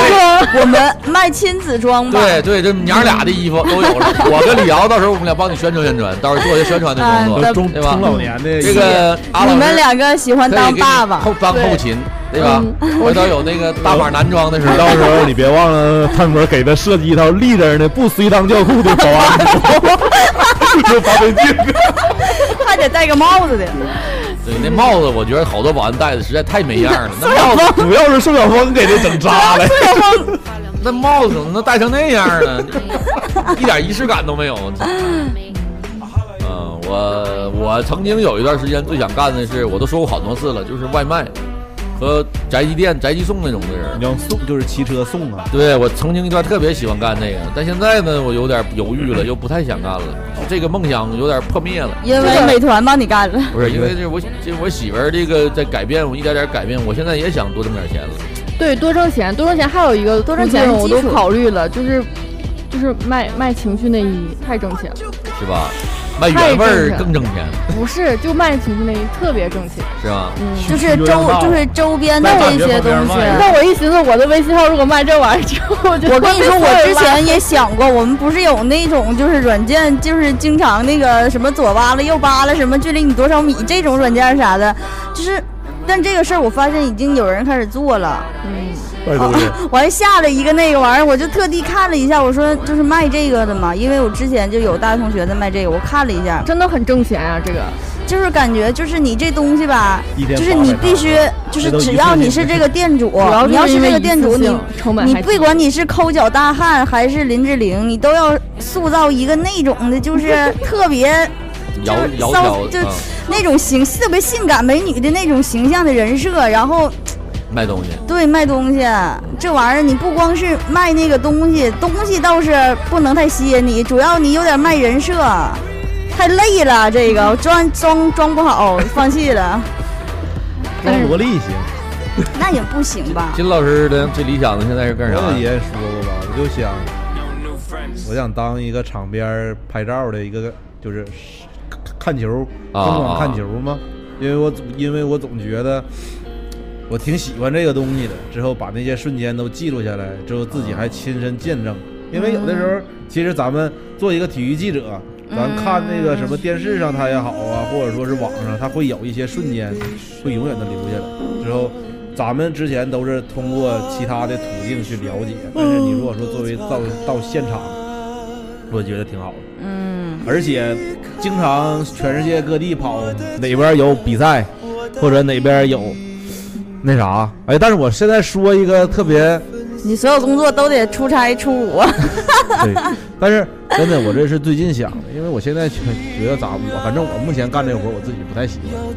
B: 这
F: 我们卖亲子装吧，
B: 对对，这娘俩的衣服都有了。我跟李瑶到时候我们俩帮你宣传宣传，到时候做一个宣传的工
F: 哎
B: 作，
F: 咱
C: 中
B: 对吧
C: 中老年的
B: 这个阿老师
F: 你们两个喜欢
B: 可以
F: 当
B: 给你
F: 爸爸
B: 后，当
D: 对
B: 后勤，对吧？回头有那个大码男装的时候，
C: 嗯到时候你别忘了，探哥给他设计一套立正的不随裆教裤的保安服，说防飞镜。
F: 还得戴个帽子的。
B: 对，那帽子我觉得好多保安戴的实在太没样了，那帽子
E: 主要是宋晓峰给他整扎了。
B: 那帽子怎么能戴成那样呢？一点仪式感都没有。嗯，我我曾经有一段时间最想干的是，我都说过好多次了，就是外卖和宅急便、宅急送那种的人
C: 你。要送就是骑车送啊，
B: 对我曾经一段特别喜欢干这个，但现在呢，我有点犹豫了，又不太想干了，这个梦想有点破灭了。
F: 因为美团帮你干了，
B: 不是因为这我这我媳妇儿这个在改变，我一点点改变，我现在也想多挣点钱了。
D: 对，多挣钱，多挣钱还有一个多
F: 挣钱是
D: 我
F: 基
D: 都
F: 础
D: 考虑了，就是就是卖卖情趣内衣，太挣钱了。
B: 是吧？卖原味儿更挣钱，
D: 不是，就卖情趣内衣特别挣钱。
B: 是吧？
F: 嗯就是周就是周边的这些东西。
D: 那我一寻思，我的微信号如果卖这玩意儿之后，我就
F: 嗯我跟你说，我 之前也想过，我们不是有那种就是软件，就是经常那个什么左扒拉右扒拉，什么距离你多少米这种软件啥的，就是，但这个事儿我发现已经有人开始做了。
D: 嗯
E: 怪 东西，
F: 我还下了一个那个玩意儿，我就特地看了一下，我说就是卖这个的嘛，因为我之前就有大学同学在卖这个，我看了一下，
D: 真的很挣钱啊，这个。
F: 就是感觉就是你这东西吧，
C: 一天
F: 就是你必须就是只要你是这个店主，
D: 主要
F: 你要是
D: 因为
F: 这个店主，
D: 一次性
F: 你
D: 成本
F: 你
D: 还
F: 不管你是抠脚大汉还是林志玲，你都要塑造一个那种的，就是特别
B: 窈
F: 就是
B: 窈
F: 骚，
B: 窕
F: 就
B: 啊，
F: 那种形特别性感美女的那种形象的人设，然后
B: 卖东西。
F: 对，卖东西这玩意儿，你不光是卖那个东西，东西倒是不能太吸引你，主要你有点卖人设，太累了。这个我装装装不好，放弃了，
D: 但
C: 装
D: 是
C: 萝莉行。
F: 那也不行吧？
B: 金老师的最理想的现在是干啥？
C: 我也说过吧，我就想，我想当一个场边儿拍照的一个，就是看球，
B: 啊
C: 疯狂看球嘛。因为我总因为我总觉得我挺喜欢这个东西的，之后把那些瞬间都记录下来，之后自己还亲身见证。因为有的时候，其实咱们做一个体育记者，咱看那个什么电视上它也好啊，或者说是网上，它会有一些瞬间会永远的留下来。之后，咱们之前都是通过其他的途径去了解，但是你如果说作为到到现场，我觉得挺好的。
F: 嗯，
C: 而且经常全世界各地跑，哪边有比赛，或者哪边有那啥，哎，但是我现在说一个特 别，
F: 你所有工作都得出差出五，
C: 对，但是真的我这是最近想的，因为我现在觉觉得咋，我反正我目前干这活儿我自己不太喜欢，我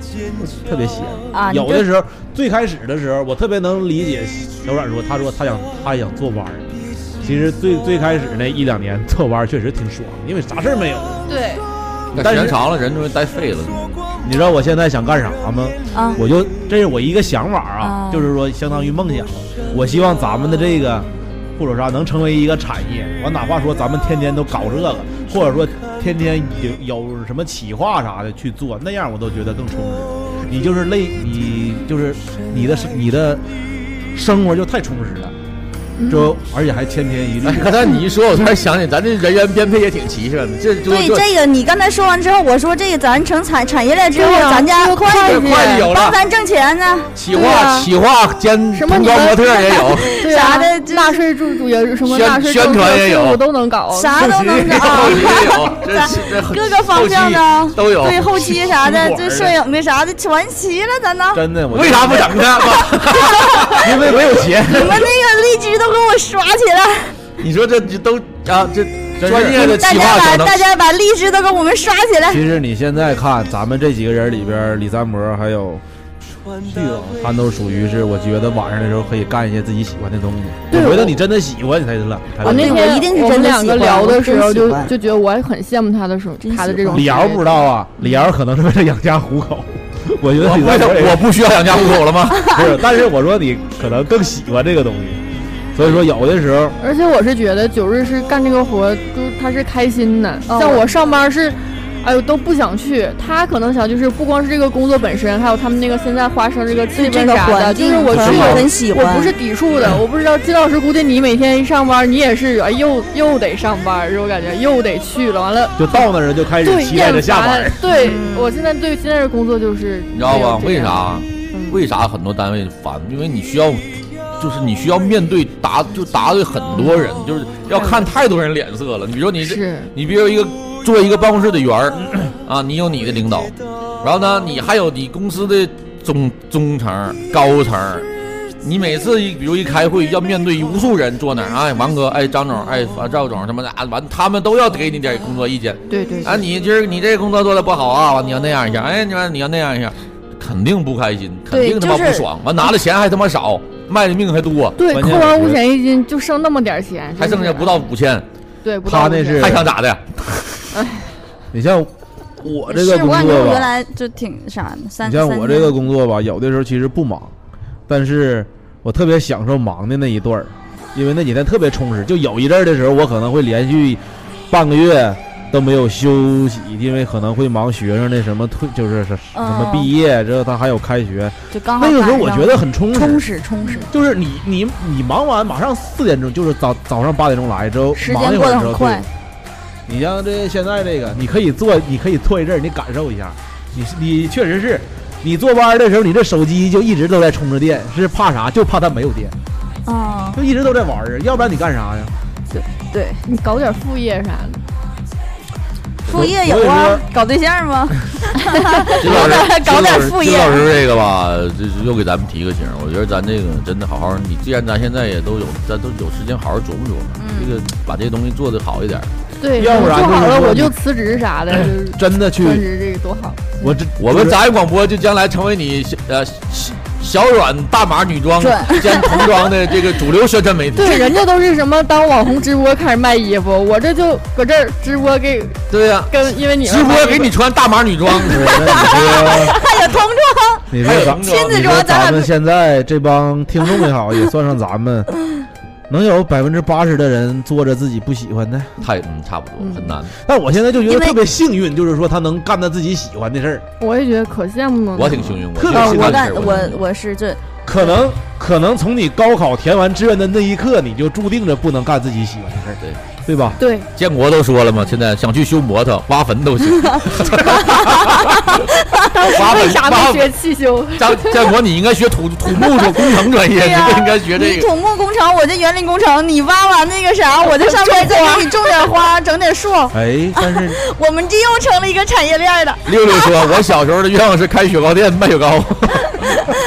C: 特别闲
F: 啊你
C: 有
F: 就
C: 的时候最开始的时候，我特别能理解小阮说，他说他想他想做弯儿，其实最最开始那一两年做弯儿确实挺爽，因为啥事儿没有。
D: 对，
B: 但
C: 但
B: 时
C: 是
B: 间长了，人就会待废了。
C: 你知道我现在想干啥吗？
F: 啊
C: 我就这是我一个想法啊
F: 啊，
C: 就是说相当于梦想。我希望咱们的这个护手纱能成为一个产业。我哪怕说咱们天天都搞这个，或者说天天有有什么企划啥的去做，那样我都觉得更充实。你就是累，你就是你的你的生活就太充实了，
F: 嗯
C: 就而且还千篇一律。
B: 哎，刚才你一说，我突然想起，咱这人员编配也挺齐全的。这就
F: 对
B: 就
F: 这个，你刚才说完之后，我说这个咱成产产业链之后，
D: 对啊
F: 咱家
D: 这个
F: 会
D: 会
F: 计
D: 计会计
B: 有了
F: 帮咱挣钱呢，
B: 企
D: 对
B: 划
D: 啊
B: 企划兼
D: 什么
B: 童
D: 你
B: 装
D: 们
B: 模特也 有，
D: 对
F: 啥
D: 啊，
F: 的就是
D: 纳税助主也什么
B: 宣
D: 纳税
B: 宣
D: 政策
B: 传也有
D: 我都能
C: 哦
D: 搞。
F: 啥都能
B: 也有，
F: 搞。
B: 也有，这是这
F: 啊各个方向
B: 后
F: 的
B: 期都有。
F: 对后期啥的，
C: 新
F: 就
C: 管儿
F: 摄影的啥的，全齐了，咱呢？
C: 哎真的，我
B: 为啥不整呢？
C: 因为没有钱。
F: 你们那个荔枝都给我刷起来，
B: 你说这这都啊，这
C: 是
B: 专业的
F: 嗯大
B: 企
F: 家
B: 划
F: 把
B: 小
F: 大
B: 能
F: 家把荔枝都给我们刷起来。
C: 其实你现在看咱们这几个人里边儿，李三模还有旭总，他都属于是我觉得晚上的时候可以干一些自己喜欢的东西。
D: 对
C: 我觉得
D: 我
C: 你真的喜欢，你才了。才乐
D: 我啊那
F: 对
D: 天
F: 我一定是
D: 我们
F: 真的
D: 两
F: 喜
D: 个
F: 欢
D: 聊
F: 我
D: 的
F: 真
D: 时候
F: 喜
D: 就
F: 欢
D: 就觉得我也很羡慕他的时候，他的这种
C: 李
D: 行
C: 瑶
D: 为
C: 不知道啊，李瑶可能是为了养家糊口。我觉得李
B: 为
C: 三
B: 什
C: 模也
B: 么我不需要养家糊口了吗？
C: 不是，但是我说你可能更喜欢这个东西，所以说有的时候
D: 而且我是觉得九日是干这个活，就是他是开心的。
F: 哦
D: 像我上班是，哎呦都不想去。他可能想就是不光是这个工作本身，还有他们那个现在花生这个气
F: 这
D: 氛
F: 个
D: 啥的，
F: 环
D: 就是
F: 境
D: 我
F: 可
D: 去
F: 能
D: 我
F: 我很喜欢
D: 我不是抵触的，我不知道金老师估计你每天一上班，你也是哎又又得上班，我感觉又得去了，完了。
C: 就到那儿就开
D: 对
C: 始，期待着
D: 厌
C: 下班
D: 烦
C: 儿。。
D: 对
F: 嗯
D: 我现在对现在的工作就是
B: 你知道吧？
D: 这
B: 为
D: 样
C: 啊
D: 嗯
B: 啥？为啥很多单位烦？因为你需要，就是你需要面对答，就答对很多人，就是要看太多人脸色了。你比如说你这，
D: 嗯是
B: 你比如一个作为一个办公室的员儿啊，你有你的领导，然后呢，你还有你公司的中中层、高层，你每次一比如一开会，要面对无数人坐那儿，哎，王哥，哎，张总，哎，赵总什么的啊，完他们都要给你点工作意见
D: 对对
B: 啊，你今儿你这工作做的不好啊，完你要那样一下，哎，你完你要那样一下，肯定不开心，肯定
F: 对
B: 他妈
F: 就
B: 不
F: 是
B: 爽，完拿的钱还他妈少，卖的命还多，
D: 对，
C: 关键
D: 扣完
C: 是
D: 五险一金就剩那么点儿钱，
B: 还剩下不到五千，
D: 对，不
C: 他
D: 到五
C: 那
D: 千
C: 是
B: 还想咋 的？
C: 你像我这
F: 是
C: 个工
F: 我感觉
C: 作
F: 我原
C: 吧，
F: 来就挺啥的，三
C: 你像
F: 三
C: 我
F: 千
C: 这个工作吧，有的时候其实不忙，但是我特别享受忙的那一段儿，因为那几天特别充实。就有一阵儿的时候，我可能会连续半个月都没有休息，因为可能会忙学生的什么退，就是是什么
F: 嗯
C: 毕业之后，他还有开学。
F: 就刚好
C: 那个时候
F: 赶
C: 我
F: 上
C: 觉得很充
F: 充
C: 实，
F: 实充实，
C: 就是你你你忙完马上四点钟，就是早早上八点钟来之后，
F: 时
C: 忙一
F: 间
C: 会
F: 过
C: 儿
F: 得
C: 之后
F: 很
C: 对
F: 快。
C: 你像这现在这个，你可以坐，你可以坐一阵儿，你感受一下。你是你确实是，你坐班儿的时候，你这手机就一直都在充着电，是怕啥？就怕它没有电，
F: 嗯，
C: 就一直都在玩儿，要不然你干啥呀？
F: 对，
D: 你搞点副业啥的，
F: 副
C: 所
F: 业
C: 以
F: 有啊
C: 说，
F: 搞对象吗？
B: 金老师，
F: 搞点副业
B: 金老师这个吧，这又给咱们提个醒儿，我觉得咱这个真的好好，你既然咱现在也都有，咱都有时间好好琢磨琢磨，
F: 嗯
B: 这个把这东西做得好一点儿。
D: 对，
C: 要不然
D: 做
C: 就是
D: 好了
C: 说
D: 我
C: 你
D: 就辞职啥的，就是
C: 真 的去，
D: 专职这个多好。
C: 我这
B: 我们杂音广播就将来成为你小呃小小软大码女装
F: 转
B: 兼童装的这个主流宣传媒体。
D: 对，人家都是什么当网红直播开始卖衣服，我这就搁这儿直播给
B: 对呀、
D: 跟因为你
B: 直播给你穿大码女装，
C: 对那
F: 还有同桌，
C: 你说你
B: 还哎
C: 说
B: 有童装
C: 咱
F: 亲自
C: 你
F: 装
C: 说
F: 咱
C: 咱
F: 俩
C: 们现在这帮听众也好，也算上咱们，能有百分之八十的人做着自己不喜欢的。
B: 太嗯差不多很难。
C: 但我现在就觉
F: 因
C: 得
F: 为
C: 特别幸运，就是说他能干他自己喜欢的事儿。
D: 我也觉得可羡慕了。
B: 我挺幸运，我
C: 特别
F: 啊
B: 就
C: 喜
B: 是
C: 欢
F: 我
B: 干这
F: 干
B: 事儿
F: 我我是这
C: 可能可能从你高考填完志愿的那一刻，你就注定着不能干自己喜欢的事儿，
B: 对
C: 对吧？
D: 对，
B: 建国都说了嘛，现在想去修摩托、挖坟都行。挖
D: 为
B: 坟
D: 啥
B: 挖
D: 没学汽修？
B: 张建国，你应该学土土木工程专业，
F: 对
B: 你
F: 呀
B: 不应该学这
F: 你
B: 个。
F: 土木工程，我这园林工程，你挖完那个啥，我在上面再给你种点花，整点树，
C: 哎，但是
F: 我们这又成了一个产业链了。
B: 六六说：“我小时候的愿望是开雪糕店卖雪糕。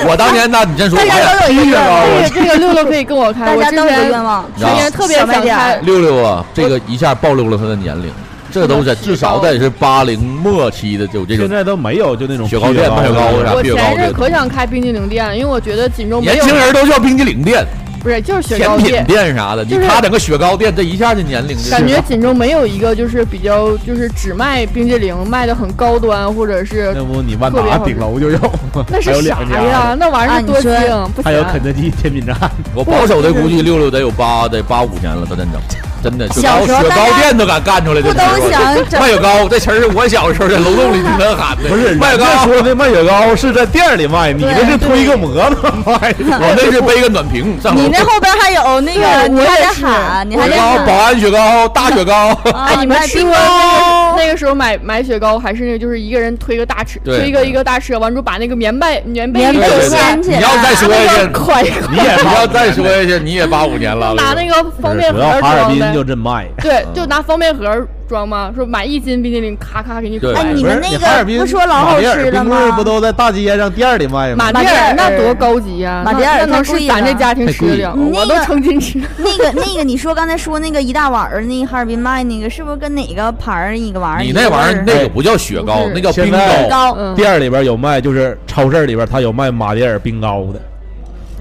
B: 我当年那你真说，我
F: 大家
B: 也
F: 都有一
B: 低
F: 个
B: 雪糕
D: 这
B: 啊
D: 个这个六六可以跟我开，
F: 大
D: 我
F: 家
D: 之
F: 都有
D: 前
F: 愿望，
D: 之前特别
F: 小卖
D: 想
F: 店
D: 开，
B: 六六啊，这个一下暴露了他的年龄，这都在至少得是八零末期的就这
C: 现
B: 种
C: 在都没有就那种
B: 雪糕店卖雪糕啥
D: 我
B: 雪糕
D: 前
B: 店
D: 任。可想开冰激凌店，因为我觉得锦州没
B: 年
D: 有
B: 轻人都叫冰激凌店、
D: 不是就是雪
B: 甜
D: 糕
B: 品
D: 店。
B: 店啥的，你
D: 就是
B: 他整个雪糕店，这一下就年龄就
D: 感觉锦州没有一个就是比较就是只卖冰激凌卖的很高端，或者是
C: 那不你万
D: 特别
C: 达
D: 好吃
C: 顶楼就有吗？
D: 那
C: 还有
D: 是啥
C: 两家
D: 呀？那玩意
F: 啊
D: 儿
F: 你
D: 多精
F: 说，
D: 不
C: 还有
D: 行啊
C: 肯。德基甜品站，
B: 我保守的估计六六得有八得八五年了，他真整，真的雪糕
F: 小时候
B: 雪
F: 大
B: 糕
F: 家
B: 店都敢干出来，
F: 不
B: 这
F: 都
B: 事儿
F: 想整
B: 卖雪糕，这词儿是我小时候在楼栋里经常喊的，
C: 不是
B: 卖雪糕
C: 人家说的卖雪糕是在店里卖，你
F: 对
C: 那是推个摩托卖的。
B: 我那是背个暖瓶上楼
F: 你。那后边还有那个，
D: 对
F: 你
D: 我
F: 还
D: 也
F: 得
D: 是
F: 喊，你还
B: 雪
F: 得
B: 糕，保
F: 喊。
B: 安雪糕，大雪糕，
F: 啊
D: 哎，你们
F: 卖
D: 吃
F: 冰
D: 过
F: 糕
D: 那个那个时候买买雪糕，还是那个就是一个人推个大车，
B: 对
D: 推一个一个大车，完之后把那个棉被棉被
F: 棉被
D: 给
B: 对对
D: 掀
F: 掀
D: 起
F: 起
B: 你
F: 来，
B: 要再说一
D: 来，
B: 遍
D: 那个快
B: 你也不要再说一下，你也八五年了。
D: 拿那个方便
C: 主
D: 盒
C: 要哈尔
D: 装
C: 滨
D: 呗
C: 就，这嗯卖。
D: 对，就拿方便盒装嘛，说买一斤冰激凌，咔咔给你
B: 对
D: 拐。
F: 哎，你
C: 不是
F: 们那
C: 你哈尔滨
F: 个不说老好
C: 马迭尔
F: 吃了
C: 冰棍儿
F: 吗
C: 不？都在大街上店里卖吗？
D: 马
F: 马
D: 迭
F: 迭尔
D: 尔那多高级呀！
F: 马
D: 那
F: 迭尔
D: 那
F: 太
D: 能是
F: 贵
D: 咱这
F: 了
D: 家庭吃得了吗，
F: 贵了
D: 我都
F: 那个
D: 成斤吃。
F: 那个那个，你说刚才说那个一大碗儿，那个哈尔滨卖那个，是不是跟哪个牌儿一个玩意儿？
B: 你那玩意儿
F: 一个味
B: 那个不叫雪糕，那叫冰
C: 现在
B: 糕。
F: 高，
D: 嗯，
C: 店里边有卖，就是超市里边它有卖马迭尔冰糕的，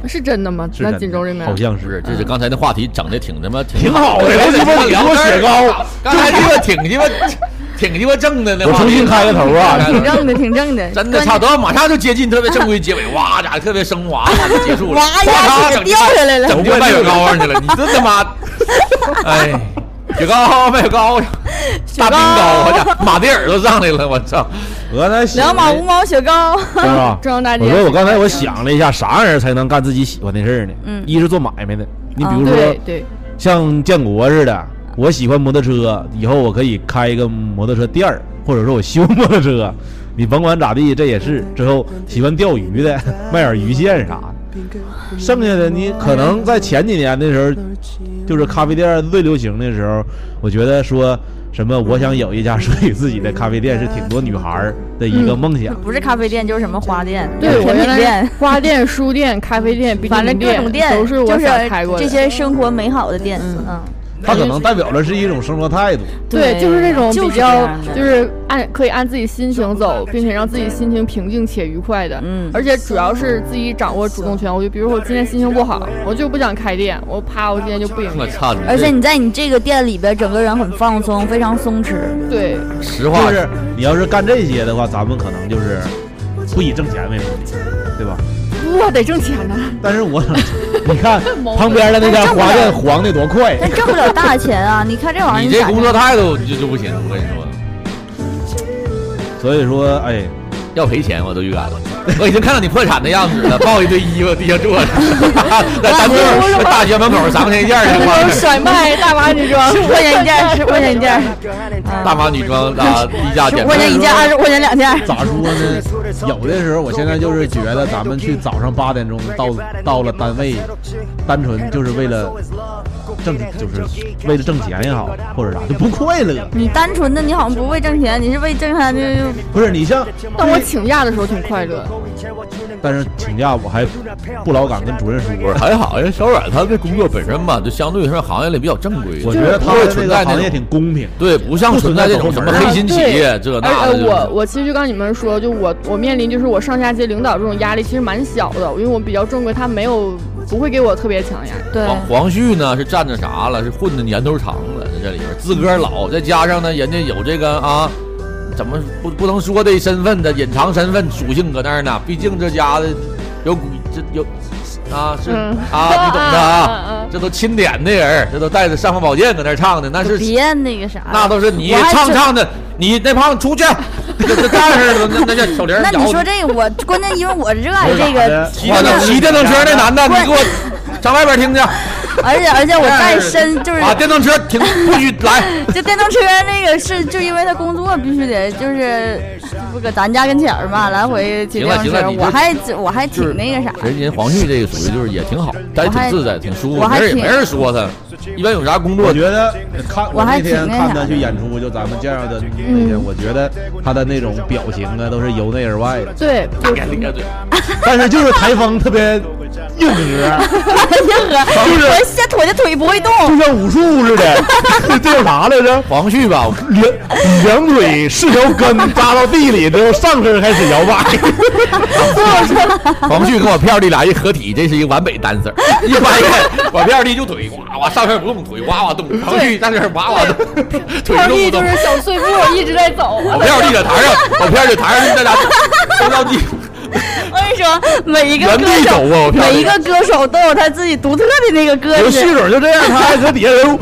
D: 是真的吗？
C: 是
D: 那
C: 真
D: 锦
C: 的
D: 州这边
C: 好像
B: 不
C: 是嗯
B: 是，这是刚才那话题整的哎挺他妈
C: 挺好的，
B: 我
C: 我鸡巴聊
B: 聊
C: 过雪糕。
B: 刚才这个挺鸡巴挺鸡巴正的呢。
C: 我重新开个头啊
F: 挺正的，挺正的。
B: 真的差不多，马上就接近特别正规结尾，哇，咋特别升华，哇就结束了，
F: 哇一
B: 咔嚓
F: 下雪
B: 整
F: 掉下来了
B: 整就卖雪糕上去了，你这他妈，哎，雪糕卖雪糕，大冰糕，我操，马迭尔都上来了，我操，
C: 我刚才想
F: 两毛
C: 了
F: 五毛雪糕，
C: 是吧？
D: 中央大街
C: 我说我刚才我想了一下，啥样人才能干自己喜欢的事儿呢？
F: 嗯
C: 一是做买卖的，你比
F: 啊
C: 如说
D: 对对，
C: 像建国似的，我喜欢摩托车，以后我可以开一个摩托车店儿，或者说我修摩托车，你甭管咋地，这也是之后喜欢钓鱼的，卖点鱼线啥的。剩下的你可能在前几年的时候，就是咖啡店最流行的时候，我觉得说什么我想有一家属于自己的咖啡店，是挺多女孩儿的一个梦想。
F: 不是咖啡店就是什么花店、
D: 对，我原
F: 甜品
D: 来
F: 店，
D: 花店、书店、咖啡店、冰
F: 反
D: 淇
F: 正
D: 淋
F: 各种店
D: 都是我
F: 就是
D: 想开过的。
F: 这些生活美好的店，嗯，
C: 它可能代表的是一种生活态度。
D: 对，就是那种
F: 就
D: 比
F: 是这样
D: 较
F: 的
D: 就是按可以按自己心情走，并且让自己心情平静且愉快的。
F: 嗯
D: 而且主要是自己掌握主动权。我就比如说我今天心情不好，我就不想开店，我啪，我今天就不营
B: 我
D: 业。
B: 操，你
F: 而且
B: 这
F: 你在你这个店里边，整个人很放松，非常松弛。
D: 对，
B: 实话
C: 就是你要是干这些的话，咱们可能就是不以挣钱为目的，对吧？
D: 我得挣钱呢。
C: 但是 我你看
D: 矛盾
C: 旁边的那家
F: 但挣不了
C: 花店黄的多快，
F: 但挣不了大钱啊！你看这玩意儿，
B: 你
F: 咋
B: 这工作态度就就不行，我跟你说，
C: 所以说哎，
B: 要赔钱我都预感了，我已经看到你破产的样子了，抱一堆衣服地下坐着，在咱们大学门口三块钱一件儿的
D: 那 种
B: 话，
D: 甩卖大妈女装，
F: 十五块钱一件 儿，十五块钱一件儿，
B: 大妈女装啊，低价
F: 嗯十
B: 减
F: 五块钱一件儿，二十块钱两件儿。
C: 咋说呢？有的时候，我现在就是觉得咱们去早上八点钟到到了单位，单纯就是为了挣，就是为了挣钱也好，或者啥，就不快乐。
F: 你单纯的，你好像不为挣钱，你是为挣钱就
C: 不是你像，
D: 但我请假的时候挺快乐。
C: 但是请假我还不老敢跟主任
B: 不
C: 说
B: 是。还好，因为小阮他这工作本身吧，就相对说行业里比较正规，
C: 我觉得他
B: 不会
C: 们
B: 存
C: 那
B: 在
C: 个行业
B: 那种
C: 挺公平，
B: 对，不像存在这种什么黑心企业这那
D: 啊而
B: 的
D: 且
B: 就是。
D: 哎我我其实就刚你们说，就我我面临就是我上下级领导这种压力其实蛮小的，因为我比较正规，他没有不会给我特别强压力。
F: 对
B: 黄啊黄旭呢是占着啥了？是混的年头长了，在这里边资格老，再加上呢，人家有这个啊，怎么不不能说的身份的隐藏身份属性搁那儿呢？毕竟这家的有股这有啊是
D: 嗯
B: 啊，你懂的
D: 嗯嗯
B: 啊
D: 嗯，。
B: 这都钦点的人，这都带着尚方宝剑搁那儿唱的，那是
F: 别那个啥。
B: 那都是你
F: 我还
B: 唱
F: 真
B: 唱的，你那胖子出去，这这这样式的那那叫小玲儿
F: 那
B: 咬
F: 你说这个，我关键因为我热爱这个，
B: 骑电动骑电动车那男的，你给我上外边听去，
F: 而且而且 我在深就是啊
B: 把电动车停不许 来。
F: 就电动车那个是，就因为他工作必须得就是不搁咱家跟前儿嘛，来回骑
B: 行
F: 电
B: 了行了
F: 动车，
B: 你
F: 我
B: 就
F: 还我还
B: 就是
F: 挺那个啥。
B: 人家黄旭这个属于就是也挺好，他也挺自在，挺舒服，
F: 我
B: 没
F: 还
B: 人也
F: 挺
B: 没人说他。一般有啥工
C: 我
B: 作
C: 觉得看
F: 我还
C: 那天
F: 挺那
C: 看
F: 啥
C: 他
F: 的嗯
C: 去演出，就咱们见着他那天，我觉得他的那种表情啊，都是由内而外的
D: 对，
B: 大眼咧嘴，
C: 但是就是台风特别硬核，
B: 哎
F: 硬核，我现在腿的腿不会动，
C: 就像武术似 的，这叫啥来着？
B: 黄旭吧，我
C: 两两腿是条根扎到地里之后，上身开始摇摆。
B: 黄旭跟我票弟俩一合体，这是一个完美单 a 一掰开，我票弟就腿哇哇上面不动，腿哇哇动，黄旭在那儿哇哇动，腿
D: 二
B: 动
D: 弟
B: 不动
D: 就。是小碎步一直在走。啊
B: 我 票弟在台上，我票弟台上那俩都着急。
F: 我跟你说，每一个
B: 原
F: 歌
B: 地
F: 手，
B: 走啊我天
F: 每一个歌手都有他自己独特的那个歌
C: 有戏
F: 曲。
C: 种就这样，他还搁底下人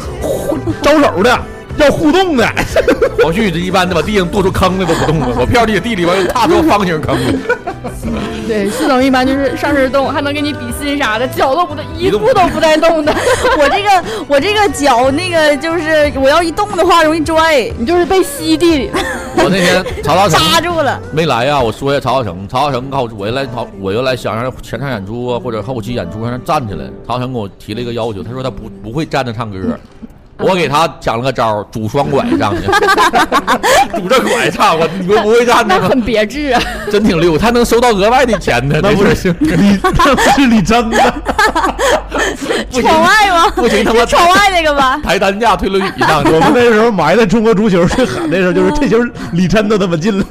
C: 招手的，要互动 的。
B: 黄旭这一般都把地上跺出坑来都不动 了，我票弟地里边踏出方形坑了，
D: 对，旭总一般就是上身动，还能给你比心啥的，脚都不动，一步都不带动的。
F: 我这个我这个脚那个就是我要一动的话容易拽，
D: 你就是被吸地里，
B: 我那天曹大成
F: 扎住了。
B: 没来呀、啊我说一下曹浩成，曹浩成告诉我原来曹，我原来想让他前场演出啊，或者后期演出让他站起来。曹浩成给我提了一个要求，他说他不不会站着唱歌，我给他想了个招儿，拄双拐上 去，拄着拐唱，我你们不会站着
D: 那
B: 吗？
D: 很别致 啊。
B: 真挺溜，他能收到额外的钱呢，
C: 那不
B: 这
C: 是
B: 事儿
C: 李，那不是李真的。
B: 不行
F: 窗外吗？
B: 不行他妈
F: 是窗外那个 吧？
B: 抬担架推轮椅上 去
C: 我。们那时候埋汰中国足球最狠的时候，就是这球李真都他妈进了。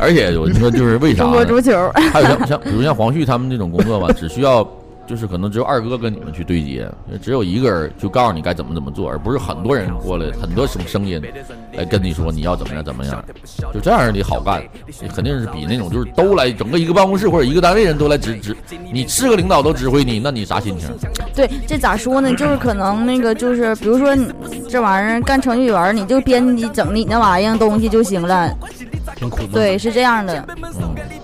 B: 而且我跟你说就是为啥
F: 中
B: 呢？
F: 国足球，
B: 还有像像比如像黄旭他们这种工作吧，只需要就是可能只有二哥跟你们去对接，只有一个人就告诉你该怎么怎么做，而不是很多人过来很多种声音来跟你说你要怎么样怎么样，就这样你好干，你肯定是比那种就是都来整个一个办公室或者一个单位人都来指指，你是个领导都指挥你，那你啥心情？
F: 对，这咋说呢？就是可能那个就是，比如说你这玩意儿干程序员儿，你就编辑整你那玩意儿东西就行了。
C: 挺苦闷。
F: 对，是这样的。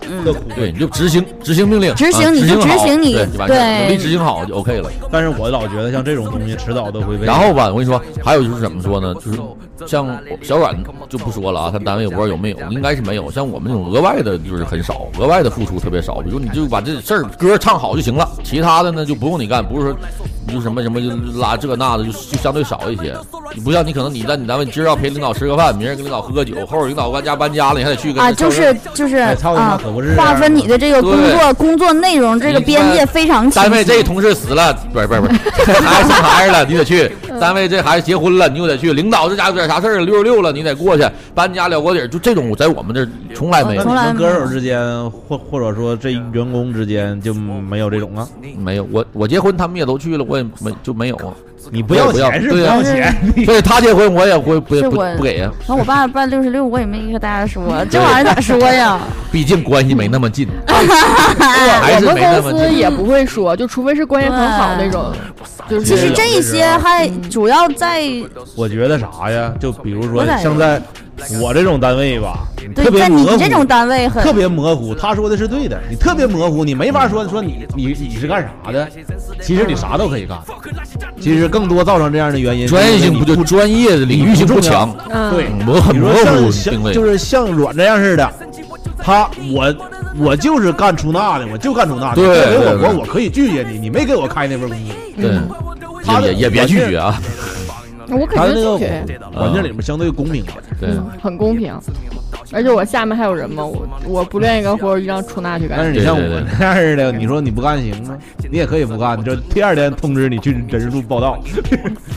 B: 嗯，
C: 的苦。
B: 对，你就执行执行命令，
F: 执行
B: 啊
F: 你就
B: 执好
F: 执行你
B: 对，就完事儿
F: 对
B: 努力执行好就 OK 了。
C: 但是我老觉得像这种东西迟早都会被。
B: 然后吧，我跟你说，还有就是怎么说呢？就是像我小阮就不说了啊，他单位我不知道有没有，应该是没有。像我们这种额外的，就是很少，额外的付出特别少。比如你就把这事儿歌唱好就行了，其他的呢就不用你干，不是说你就什么什么就拉这那的，就就相对少一些。你不像你可能你在你单位今儿要陪领导吃个饭，明儿跟领导喝个酒，后儿领导搬家搬家了，你还得去跟
F: 啊，
B: 他
F: 就
B: 凑热
F: 是
B: 闹
F: 就是
C: 哎操你妈
F: 啊
C: 可不是，
F: 划分你的这个工作工作内容这个
B: 你
F: 边界
B: 看
F: 非 常清
B: 单位
F: 晰。
B: 这同事死了，不是不是 不是，孩子生孩子了，你得去；单位这孩子结婚了，你又得去；领导这家有点啥事儿，六十六了，你得过去搬家了锅底儿。就这种，在我们这儿从来没
C: 那
B: 有
C: 你
F: 从，来
C: 们
F: 没
C: 歌
F: 有
C: 手之间，或或者说这员工之间就没有这种啊？
B: 没有。我我结婚他们也都去了，我也没就没有啊。
C: 你不要
B: 我也不要
C: 钱是不
B: 对啊
C: 要钱，
B: 所以他结婚我也会不
F: 是
B: 不
F: 我
B: 不给啊呀，
F: 然后我爸办六十六，我也没跟大家说，这玩意儿咋说呀？
B: 毕竟关系没那么近，还
D: 我
B: 是
D: 们
B: 没那
D: 公
B: 么
D: 司
B: 近。
D: 也不会说，就除非是关系很好那种，就是
F: 其实这一些还主要在
C: 我觉得啥呀？就比如说
F: 我咋
C: 像在我这种单位吧，你特
F: 对，
C: 别
F: 在你
C: 模糊
F: 这种单位
C: 特
F: 很
C: 别模糊，他说的是对的，你特别模糊，你没法说说你你你是干啥的，其实你啥都可以干，其实更多造成这样的原因，
B: 专业性不就专业的领域性不强，
D: 嗯
C: 对，
B: 模很
C: 比
B: 模
C: 如说
B: 糊
C: 像
B: 定
C: 像
B: 位。
C: 就是像阮这样似的，他我我就是干出纳的，我就干出纳的，
B: 对
C: 你给我
B: 对对
C: 活我可以拒绝你，你没给我开那份工资，
B: 对，
C: 他的
B: 也也别拒绝啊。
D: 我肯
C: 他的那
D: 定
C: 个
D: 拒绝，
C: 环境里面相对公平了。
B: 对，
D: 嗯，很公平。而且我下面还有人嘛，我我不愿意干活，就让出纳去
C: 但
D: 干。
C: 是你像我 那样似的，你说你不干行吗？你也可以不干，就第二天通知你去人事部报道。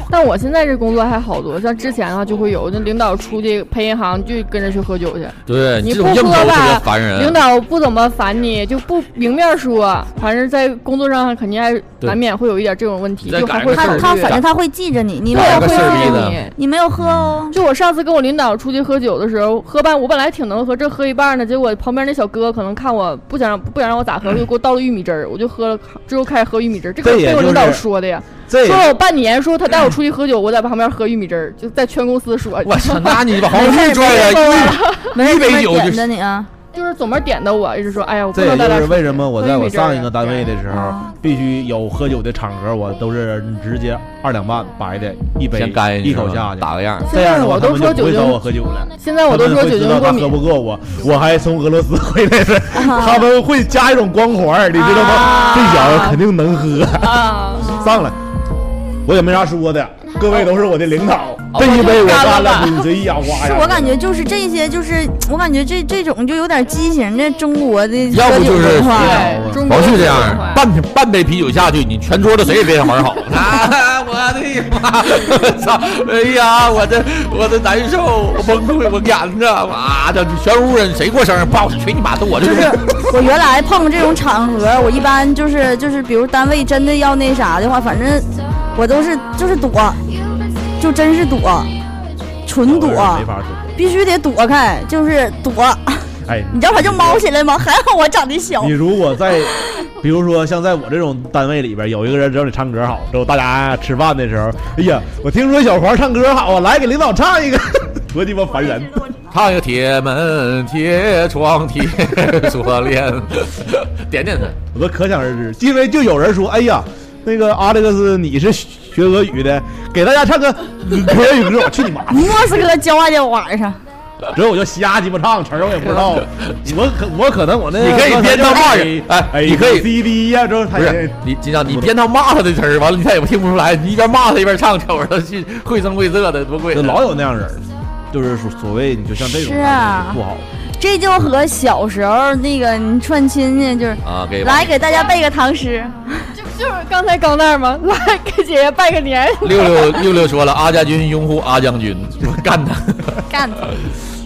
D: 但我现在这工作还好多，像之前的话就会有，那领导出去陪银行就跟着去喝酒去，
B: 对
D: 你
B: 这
D: 不
B: 种应酬
D: 喝
B: 特别
D: 吧
B: 烦人。啊
D: 领导不怎么烦你，就不明面说，反正在工作上肯定还
B: 对
D: 难免会有一点这种问题，
B: 再
D: 就
B: 赶上
D: 还会
B: 事
F: 他
B: 儿
D: 考
F: 他
D: 虑
F: 反正他会记着你，你没
B: 来
F: 有
B: 个事儿
F: 喝，哦
B: 逼
D: 对
B: 的
D: 你。
F: 你没有喝哦。
D: 就我上次跟我领导出去喝酒的时候，喝半，我本来挺能喝，这喝一半呢，结果旁边那小哥可能看我不想让不想让我咋喝，就给我倒了玉米汁儿，我就喝了，之后开始喝玉米汁儿，这个
C: 这也
D: 被我
C: 就是
D: 领导说的呀，
C: 这
D: 说我半年说他带我出去喝酒，我在旁边喝玉米汁儿，就在全公司说，
B: 我操，那你把黄
F: 没事
B: 龙
F: 儿，
B: 玉拽
F: 没事
B: 了，
F: 儿，没事儿，
B: 一杯
F: 哥们儿
B: 酒就
F: 点
B: 是
F: 着你啊。
D: 就是总么点的我，一直说，哎呀，我不
C: 这也
D: 能带
C: 就
D: 他
C: 是
D: 出去
C: 为什么我在我
D: 啊
C: 上一个单位的时候
F: 嗯，
C: 必须有喝酒的场合，我都是直接二两半白的，一杯
B: 先干啊
C: 一口下去，
B: 打个样儿。
C: 这样的话
D: 我
C: 他
D: 都
C: 们
D: 说
C: 就不会
D: 酒
C: 找我
D: 精，
C: 喝酒了。
D: 现在我都啊
C: 他
D: 说
C: 们会
D: 酒
C: 知
D: 精
C: 道
D: 过
C: 他
D: 敏
C: 喝，不过我，我还从俄罗斯回来的，他们会加一种光环儿，你知道吗？这小子肯定能喝，
D: 啊，
C: 上来，我也没啥说的，各位都是我的领导，
D: 哦
C: 这一杯我干
D: 干了
C: 了，滚水呀，哇
F: 哦
C: 哎
F: 是
C: 呀！
F: 我感觉就是这些，就是我感觉这这种就有点畸形的中国的
B: 要
F: 喝
B: 不
F: 酒
B: 就是
F: 文化。
D: 对，哎中国
B: 王旭这样
D: 文化
B: 儿，半瓶半杯啤酒下去，你全桌的谁也别想玩好。 啊，我的妈！我操！哎呀，我这我这难受，我崩溃，我眼着，妈的，全屋人谁过生日抱去，捶你妈的，我就
F: 就是我原来碰这种场合，我一般就是就是，比如单位真的要那啥的话，反正我都是就是躲，就真是躲，纯躲，
C: 没法说。
F: 必须得躲开，就是躲。
C: 哎，
F: 你知道我就猫起来吗？ 还好我长得小
C: 你，如果在，比如说像在我这种单位里边，有一个人知道你唱歌好，之后大家吃饭的时候，哎呀，我听说小黄唱歌好啊，来给领导唱一个， 多鸡巴烦人！
B: 烫一个铁门、铁窗、铁锁链，点点他。
C: 我都可想而知，因为就有人说，哎呀，那个阿历克斯你是学俄语的，给大家唱个 俄语歌，我去你妈！
F: 莫斯科郊外的晚上，
C: 之后我就瞎鸡巴唱，词儿我也不 知道，我可我可能我那
B: 你可以编他骂人哎
C: 哎，
B: 你可以
C: C D 呀，之后他
B: 不是
C: 也
B: 你，金阳，你编他骂他的词儿，完了你看也听不出来，你一边骂他一边唱，瞅着他去绘声绘色的，多贵！啊
C: 就老有那样人儿，就是所所谓你就像这种
F: 是啊
C: 不好。
F: 这就和小时候那个你串亲戚就是。
B: 啊，给
F: 来给大家背个唐 诗，
D: 就就是刚才刚那儿吗？ 来给姐姐拜个年，
B: 六六六六说了，阿家军拥护阿将军，我干他！
F: 干他！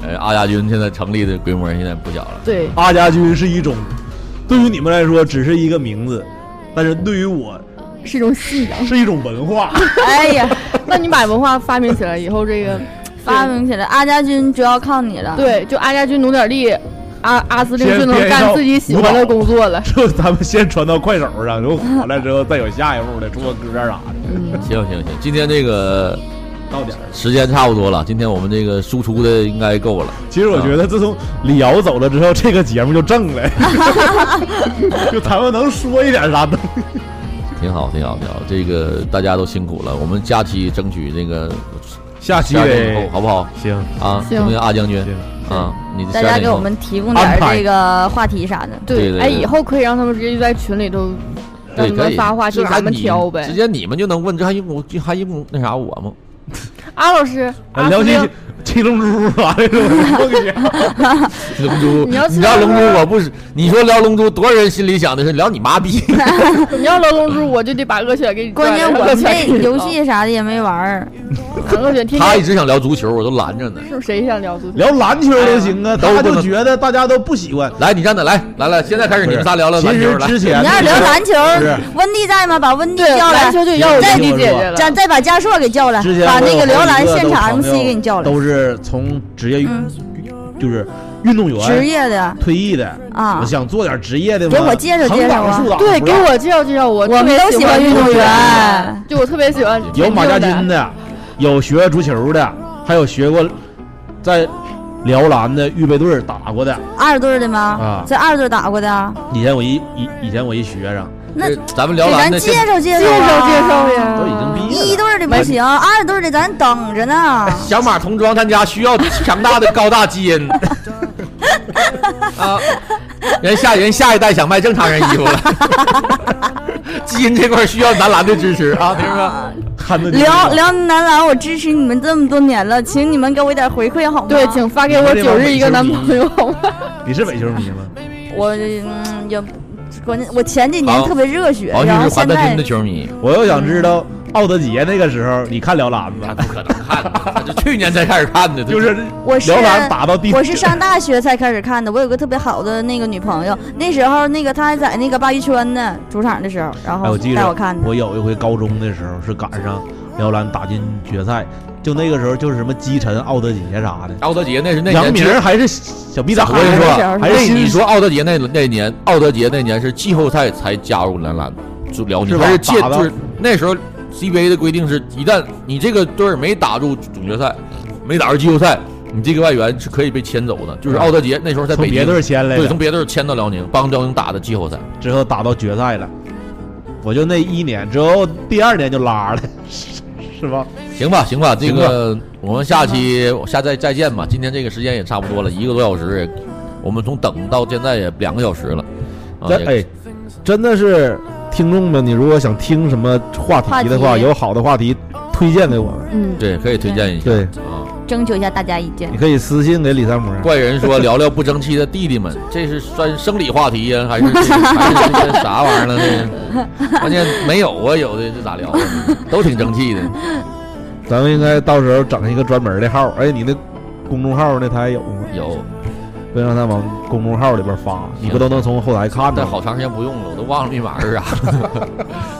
B: 呃，阿家军现在成立的规模现在不小了，
D: 对。
C: 阿家军是一种，对于你们来说只是一个名字，但是对于我
D: 是一种信仰。
C: 是一种 文化。
F: 哎呀，
D: 那你把文化发明起来以后，这个
F: 发明起来，阿家军主要靠你了。，
D: 对，就阿家军努点力，阿阿司令
C: 先
D: 就能
C: 编一
D: 干
C: 套
D: 自己喜
C: 舞
D: 欢的
C: 蹈
D: 工作了。
C: 就咱们先传到快手啊上，如果火了之后再有下一步的，出个歌啥的。
B: 行行行，今天这个
C: 到点儿了。
B: 时间差不多了，今天我们这个输出的应该够了。
E: 其实我觉得自从李瑶走了之后，这个节目就 正了，就咱们能说一点啥东西。
B: 挺好，挺好，挺好。这个大家都辛苦了，我们下期争取这个
E: 下期
B: 夏天以后，
E: 得
B: 好不好？
E: 行，
B: 啊，
D: 行
B: 怎么样，阿将军
E: 行？
B: 啊，你夏
F: 大家
B: 天以
F: 给
B: 后
F: 我们提供点儿
E: 安排
F: 这个话题啥的。
B: 对对
D: 哎，
B: 对
D: 以后可以让他们直接就在群里头让
B: 对
D: 他
B: 可
D: 们
B: 以
D: 发话题，
B: 这还
D: 咱们
B: 你
D: 挑呗
B: 直。接你们就能问，这还用我这还用那啥我吗？
D: 阿老师，
C: 呃
D: 阿
F: 啊
E: 聊
D: 司
E: 起
D: 令
E: 七龙珠啥的这种梦 想，
B: 龙珠，
D: 你要
B: 你
D: 吃
B: 聊
D: 龙
B: 龙
D: 珠
B: 珠，我不是你说聊龙珠，多少人心里想的是聊你妈逼。
D: 你要聊龙珠，我就得把恶犬给你拽
F: 关
D: 来。
F: 键我
D: 恶
F: 们
D: 犬给
F: 这
D: 你
F: 游
D: 挠
F: 戏啥的也没玩儿，
D: 恶犬天
B: 他一
D: 天
B: 直想聊足球，我都拦着呢。
D: 是不是谁想聊足球？
C: 聊篮球 都行啊，
B: 都
C: 大家
B: 不
C: 就
B: 能
C: 觉得大家都不喜欢。
B: 来，你站那来来来，现在开始你们仨聊聊
C: 其
B: 篮球
C: 实
B: 来。
C: 之前
F: 你要是聊篮球
C: 是，
F: 温蒂在吗？把温蒂
D: 对，
F: 叫来
D: 篮，球就要我
F: 再
D: 弟
C: 我
D: 姐
C: 说
D: 姐了。
F: 咱再把加硕给叫来
C: 之前，
F: 啊把
C: 我有好
F: 那个
C: 几
F: 辽篮
C: 个
F: 现
C: 都
F: 场
C: 朋
F: MC
C: 友
F: 给你叫来，
C: 都是从职业运
F: 嗯
C: 就是运动
F: 职
C: 员
F: 业的
C: 退役的
F: 啊
C: 我。想做点职业的嘛，
F: 给我介绍介绍
C: 横
F: 啊
C: 挡竖挡
D: 对，
C: 不
D: 给
C: 让
D: 我介绍介绍，我
F: 我
D: 特
F: 们
D: 别
F: 都
D: 喜
F: 喜欢运动员，
D: 就我特别喜
B: 哦
D: 欢
C: 有马家
D: 田径
C: 军的，有学足球的，还有学过在辽篮的预备队儿打过的。
F: 二队的吗
C: 啊？
F: 在二队打过的啊，
C: 以前我一以以前我一学生
F: 那
B: 这咱们聊
F: 给
B: 篮
F: 咱
B: 的
F: 介
B: 现
F: 绍介
D: 介
F: 绍
D: 绍
F: 啊
D: 介绍。呀，
C: 都已经毕业
F: 一
C: 了，
F: 队的不行，二队的咱等着呢。
B: 小马童装他家需要强大的高大基 因。啊，人下人下一代想卖正常人衣服了，基因这块需要男篮的支持啊，听着吗？
C: 看得
F: 辽 辽男篮，我支持你们这么多年了，请你们给我一点回馈好吗？
D: 对，请发给我九日一个男朋友好吗？
C: 你是伪球迷吗？
F: 我嗯也关键，我前几年
B: 好
F: 特别热血，
B: 王
F: 然
B: 旭
F: 后
B: 是华
F: 现
B: 德
F: 在
B: 军的球迷，
C: 我又想知道奥德杰那个时候，你看辽篮
B: 他
C: 吗？
B: 不可能看的，他就去年才开始看的，
C: 就是
F: 我是
C: 辽篮打到第，
F: 我是上大学才开始看的，我有个特别好的那个女朋友，那时候那个她还在那个鲅鱼圈呢，主场的时候，然
C: 哎，
F: 后
C: 我记
F: 带我
C: 着
F: 看，的。
C: 我有一回高中的时候是赶上辽篮打进决赛，就那个时候就是什么基辰、奥德杰啥的，
B: 奥德杰那是那
C: 杨
B: 年
C: 明
B: 只有。
C: 儿还是小逼崽
B: 我跟你
C: 子，
B: 说，
C: 还
B: 那
C: 是新
B: 哎你说奥德杰那那年，奥德杰那年是季后赛才加入男篮，就辽宁，
C: 是吧
B: 还是借
C: 打的
B: 就是那时候 CBA 的规定是，一旦你这个队儿没打入总决赛，没打入季后赛，你这个外援是可以被签走的。就是奥德杰那时候在
C: 从
B: 北
C: 别
B: 京，
C: 队儿签来
B: 对，
C: 的
B: 从，别队儿签到辽宁，帮辽宁打的季后赛。
C: 之后打到决赛了，我就那一年之后，第二年就拉了， 是吧？
B: 行吧，行吧，这
C: 行
B: 个我们下期下再再见吧。今天这个时间也差不多了，一个多小时也，我们从等到现在也两个小时了。啊，
C: 真
B: 也
C: 哎，真的是听众们，你如果想听什么话题的
F: 话
C: 话，
F: 题
C: 有好的话题推荐给我们，
F: 嗯，
B: 对，可以推荐一下。
C: 对
B: 啊。
F: 征求一下大家意见
C: 你。可以私信给李三模。
B: 怪人说聊聊不争气的弟弟 们，这是算生理话题呀、还是 这还是这啥玩意儿呢？这是关键没有啊，有的这咋聊啊？都挺争 气的。
C: 咱们应该到时候整一个专门的号，哎，你那公众号那台有吗？
B: 有，
C: 别让他往公众号里边发，你不都能从后台看
B: 但
C: 吗？
B: 好长时间不用了，我都忘了密码是 啥了。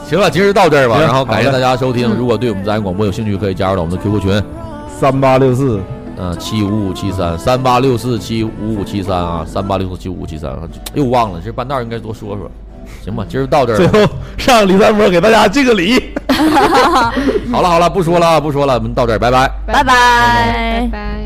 B: 行了，今儿到这儿吧，
C: 行
B: 然后感谢
C: 好
B: 大
C: 嘞嗯
B: 家收听。如果对我们自然广播有兴趣，可以加入到我们的 QQ 群，
C: 三八六四，
B: 嗯、七五五七三三八六四七五五七三啊，三八六四七五五七三啊，又忘了，这半道儿应该多说说。行吧，今儿到这儿
C: 最
B: 吧。
C: 后上李三模给大家敬个礼。
B: 啊好了好了，不说了不说了，我们到这儿，拜拜。
F: 拜拜
D: 拜拜。